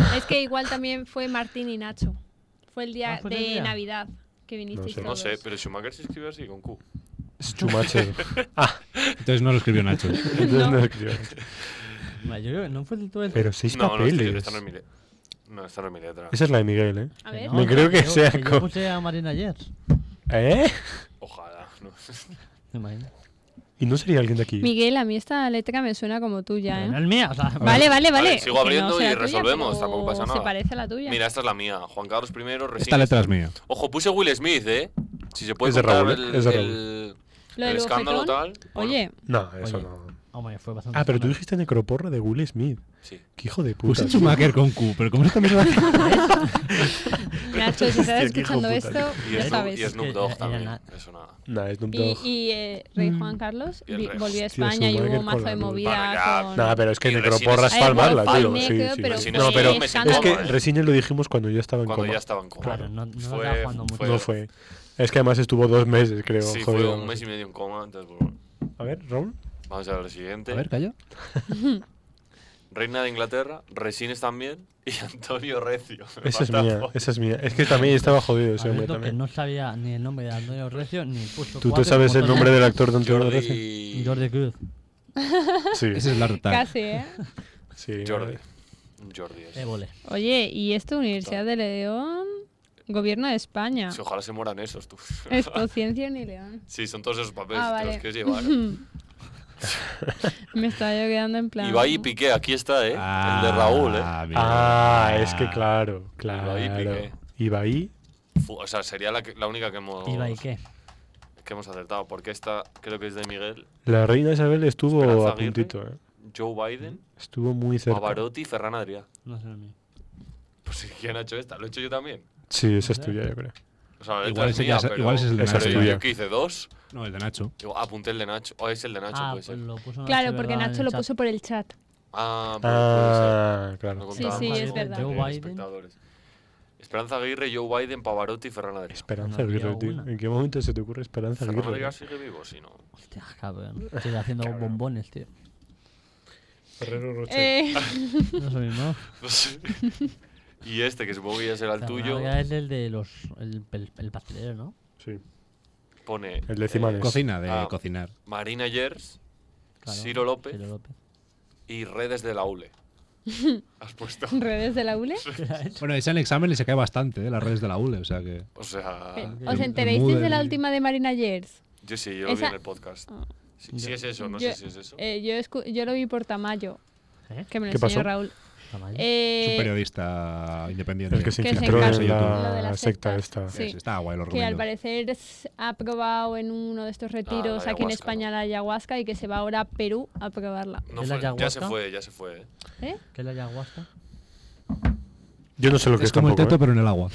Speaker 4: qué,
Speaker 6: Es que igual también fue Martín y Nacho. Fue el día
Speaker 4: Ah, fue
Speaker 6: de
Speaker 4: ese día.
Speaker 6: Navidad que vinisteis
Speaker 3: sé.
Speaker 5: no sé,
Speaker 6: todos.
Speaker 5: pero Schumacher se escribe así, con Q.
Speaker 3: Schumacher.
Speaker 2: Entonces no lo escribió Nacho.
Speaker 3: Entonces no escribo.
Speaker 4: Ma, Yo creo que no fue el todo el-
Speaker 3: Pero seis
Speaker 5: No, no,
Speaker 3: papeles.
Speaker 5: este- esta no es mi letra. No, esta no es mi letra.
Speaker 3: Esa es la de Miguel, ¿eh?
Speaker 6: A
Speaker 4: Que
Speaker 6: ver.
Speaker 4: no,
Speaker 3: Me creo que
Speaker 4: yo-
Speaker 3: sea
Speaker 4: Yo
Speaker 3: co-
Speaker 4: puse a Marina ayer.
Speaker 3: ¿Eh?
Speaker 5: Ojalá. no.
Speaker 4: ¿Te imaginas?
Speaker 3: ¿Y no sería alguien de aquí?
Speaker 6: Miguel, a mí esta letra me suena como tuya,
Speaker 4: Pero No
Speaker 6: ¿eh?
Speaker 4: es mía, o sea,
Speaker 6: Vale, vale, vale.
Speaker 5: Vale, sigo
Speaker 6: Que
Speaker 5: abriendo
Speaker 6: será
Speaker 5: y
Speaker 6: tuya,
Speaker 5: resolvemos,
Speaker 6: pero
Speaker 5: tampoco pasa nada.
Speaker 6: Se parece a la tuya.
Speaker 5: Mira, esta es la mía. Juan Carlos I, Resines.
Speaker 2: Esta letra es mía.
Speaker 5: Ojo, puse Will Smith, ¿eh? Si se puede
Speaker 3: Es de
Speaker 5: contar
Speaker 3: Raúl, ¿eh?
Speaker 5: el,
Speaker 3: Es de Raúl.
Speaker 5: el-
Speaker 6: Lo de
Speaker 5: el escándalo
Speaker 6: Bofetón,
Speaker 5: tal.
Speaker 6: Oye,
Speaker 3: No, eso
Speaker 4: Oye.
Speaker 3: no.
Speaker 4: Hombre, fue bastante.
Speaker 3: Ah, pero tú
Speaker 4: escándalo.
Speaker 3: dijiste necroporra de Will Smith.
Speaker 5: Bueno, sí.
Speaker 3: Qué hijo de puta.
Speaker 2: Puse Schumacher con Q, pero como esta mierda.
Speaker 6: Nacho, si estás
Speaker 3: Hostia, qué hijo
Speaker 6: escuchando
Speaker 3: de
Speaker 6: esto,
Speaker 3: puta.
Speaker 5: Y,
Speaker 6: ya
Speaker 5: Snoop-
Speaker 6: sabes.
Speaker 5: y Snoop Dogg
Speaker 4: Era- era
Speaker 5: también.
Speaker 4: nada.
Speaker 5: Eso nada.
Speaker 3: Nah, Snoop
Speaker 6: Y,
Speaker 3: Dogg.
Speaker 6: y, eh, Rey
Speaker 4: Mm.
Speaker 6: Juan Carlos
Speaker 5: Y el
Speaker 6: vi-
Speaker 5: rey.
Speaker 6: volvió
Speaker 3: Hostia,
Speaker 6: a España y
Speaker 3: Schumacher
Speaker 6: hubo un mazo
Speaker 3: con
Speaker 6: de
Speaker 3: la-
Speaker 5: Bueno,
Speaker 6: movida
Speaker 5: ya.
Speaker 6: con...
Speaker 3: Nah, pero es que
Speaker 5: Y
Speaker 3: necroporra es
Speaker 5: Resines-
Speaker 3: palmarla,
Speaker 6: A ver,
Speaker 3: tío.
Speaker 6: Wolf
Speaker 3: Sí,
Speaker 6: Negro,
Speaker 3: sí.
Speaker 6: pero
Speaker 5: Resines
Speaker 3: No,
Speaker 5: fue
Speaker 3: pero
Speaker 5: un mes en
Speaker 3: es que
Speaker 5: coma, ¿eh?
Speaker 3: Resines lo dijimos cuando yo estaba en
Speaker 5: Cuando
Speaker 3: coma.
Speaker 5: ya estaba en coma.
Speaker 4: Claro, no, no
Speaker 5: Fue-
Speaker 4: estaba jugando mucho.
Speaker 5: fue-
Speaker 3: No fue. Es que además estuvo dos meses, creo.
Speaker 5: Sí,
Speaker 3: joder,
Speaker 5: fue un
Speaker 3: vamos.
Speaker 5: mes y medio en coma. Entonces, bueno,
Speaker 3: A ver, Raúl.
Speaker 5: vamos a ver el siguiente.
Speaker 2: A ver, calla.
Speaker 5: Reina de Inglaterra, Resines también y Antonio Recio.
Speaker 3: Esa es
Speaker 5: What the
Speaker 3: mía,
Speaker 5: fuck?
Speaker 3: esa es mía. Es que también estaba jodido ese hombre
Speaker 4: Hablando que
Speaker 3: también.
Speaker 4: no sabía ni el nombre de Antonio Recio ni puso.
Speaker 3: ¿Tú te
Speaker 4: cuatro,
Speaker 3: sabes el
Speaker 4: como
Speaker 3: nombre
Speaker 4: todo.
Speaker 3: del actor de Antonio Recio?
Speaker 5: Jordi.
Speaker 4: Jordi Cruz.
Speaker 3: Sí,
Speaker 2: Esa es la reta.
Speaker 6: Casi, ¿eh?
Speaker 3: sí.
Speaker 5: Jordi. Jordi es.
Speaker 4: Évole.
Speaker 6: Oye, ¿y esto Universidad de León? Gobierno de España.
Speaker 5: Sí, ojalá se mueran esos, tú.
Speaker 6: Esto, Ciencia ni León.
Speaker 5: Sí, son todos esos papeles
Speaker 6: Ah,
Speaker 5: te los
Speaker 6: vale.
Speaker 5: que llevar.
Speaker 6: Me estaba yo quedando en plan...
Speaker 5: Ibai y Piqué, aquí está, ¿eh? el
Speaker 2: Ah.
Speaker 5: de Raúl, ¿eh?
Speaker 2: mira.
Speaker 3: Ah, es que claro, claro.
Speaker 5: Ibai Piqué.
Speaker 3: Ibai.
Speaker 5: Fu- O sea, sería la, que- la única que hemos,
Speaker 4: Iba y qué.
Speaker 5: que hemos acertado, porque esta creo que es de Miguel,
Speaker 3: La reina Isabel estuvo
Speaker 5: Esperanza
Speaker 3: a puntito, ¿eh?
Speaker 5: Joe Biden,
Speaker 3: Estuvo muy cerca.
Speaker 5: Pavarotti y Ferran Adrià.
Speaker 4: No sé lo mío.
Speaker 5: Pues sí, ¿quién ha hecho esta? Lo he hecho yo también.
Speaker 3: Sí, esa es tuya, yo creo.
Speaker 5: O sea, la letra
Speaker 2: Igual
Speaker 5: es
Speaker 2: ese
Speaker 5: mía,
Speaker 2: ya es-
Speaker 5: pero-
Speaker 2: igual ese es el de
Speaker 3: Esa es
Speaker 5: pero yo-
Speaker 3: tuya.
Speaker 5: yo que hice dos,
Speaker 2: No, el de Nacho.
Speaker 5: digo, apunté el de Nacho. Oh, es el de Nacho,
Speaker 4: Ah,
Speaker 5: puede
Speaker 4: pues
Speaker 5: ser.
Speaker 4: lo puso
Speaker 6: Claro,
Speaker 4: Nacho,
Speaker 6: porque
Speaker 4: ¿verdad?
Speaker 6: Nacho
Speaker 4: En
Speaker 6: lo
Speaker 4: chat.
Speaker 6: puso por el chat.
Speaker 5: Ah, pues
Speaker 3: Ah,
Speaker 5: puede ser. No
Speaker 3: claro.
Speaker 6: Sí,
Speaker 5: contaba
Speaker 6: sí,
Speaker 5: más.
Speaker 6: es
Speaker 4: Joe-
Speaker 6: verdad.
Speaker 4: Joe Biden.
Speaker 5: Espectadores. Esperanza Aguirre, Joe Biden, Pavarotti y Ferran Adrià.
Speaker 3: Esperanza
Speaker 4: No había
Speaker 3: Aguirre, tío.
Speaker 4: una.
Speaker 3: ¿En qué momento se te ocurre Esperanza
Speaker 5: Ferran
Speaker 3: Aguirre?
Speaker 5: Adrià sigue vivo, si no.
Speaker 4: Hostia, cabrón. Estoy haciendo bombones, tío.
Speaker 3: Ferrero Rocher.
Speaker 6: Eh,
Speaker 4: No es lo mismo.
Speaker 5: No sé. y este, que supongo que ya será el
Speaker 4: La
Speaker 5: tuyo,
Speaker 4: verdad Es el de los. El, el, el pastelero, ¿no?
Speaker 3: Sí.
Speaker 5: pone.
Speaker 3: El decimales.
Speaker 2: Cocina, de
Speaker 5: ah,
Speaker 2: cocinar.
Speaker 5: Marina Yers Ciro López.
Speaker 4: Ciro López.
Speaker 5: y Redes de la ULE. Has puesto.
Speaker 6: ¿Redes de la E? ULE?
Speaker 2: Bueno, ese en el examen le se cae bastante, ¿eh? las redes de la ULE, o sea que.
Speaker 5: O sea,
Speaker 6: Eh,
Speaker 4: ok.
Speaker 6: ¿Os
Speaker 2: El-
Speaker 6: enterasteis
Speaker 2: el
Speaker 6: de la
Speaker 2: Moodle.
Speaker 6: última de Marina Yers?
Speaker 5: yo sí, yo lo vi
Speaker 6: esa-
Speaker 5: en el podcast.
Speaker 4: Ah.
Speaker 5: Si sí, es eso, no
Speaker 6: Yo-
Speaker 5: sé si es eso.
Speaker 6: Eh, yo, escu- yo lo vi por Tamayo,
Speaker 4: ¿Eh?
Speaker 6: que me lo
Speaker 3: ¿Qué
Speaker 6: enseñó
Speaker 3: pasó?
Speaker 6: Raúl.
Speaker 4: Tamayo.
Speaker 2: Es
Speaker 6: Eh,
Speaker 2: un periodista independiente.
Speaker 3: El que se
Speaker 6: Que se
Speaker 3: infiltró
Speaker 2: encarga-
Speaker 3: en
Speaker 6: Lo de
Speaker 3: la
Speaker 6: las
Speaker 3: secta
Speaker 6: sectas.
Speaker 3: esta.
Speaker 6: Sí.
Speaker 2: Es- Está guay, lo
Speaker 6: que al
Speaker 2: recomiendo.
Speaker 6: parecer s- ha probado en uno de estos retiros
Speaker 5: Ah, la
Speaker 6: aquí en
Speaker 5: ayahuasca,
Speaker 6: España
Speaker 5: ¿no?
Speaker 6: la ayahuasca y que se va ahora a Perú a probarla.
Speaker 5: No
Speaker 4: ¿es la
Speaker 5: fue- ya se
Speaker 4: ayahuasca?
Speaker 5: fue, ya se fue. ¿eh?
Speaker 6: ¿Eh?
Speaker 4: ¿Qué es la ayahuasca?
Speaker 3: Yo no sé lo que
Speaker 2: Es
Speaker 3: es
Speaker 2: como el teto,
Speaker 3: tampoco. ¿eh?
Speaker 2: pero en el agua.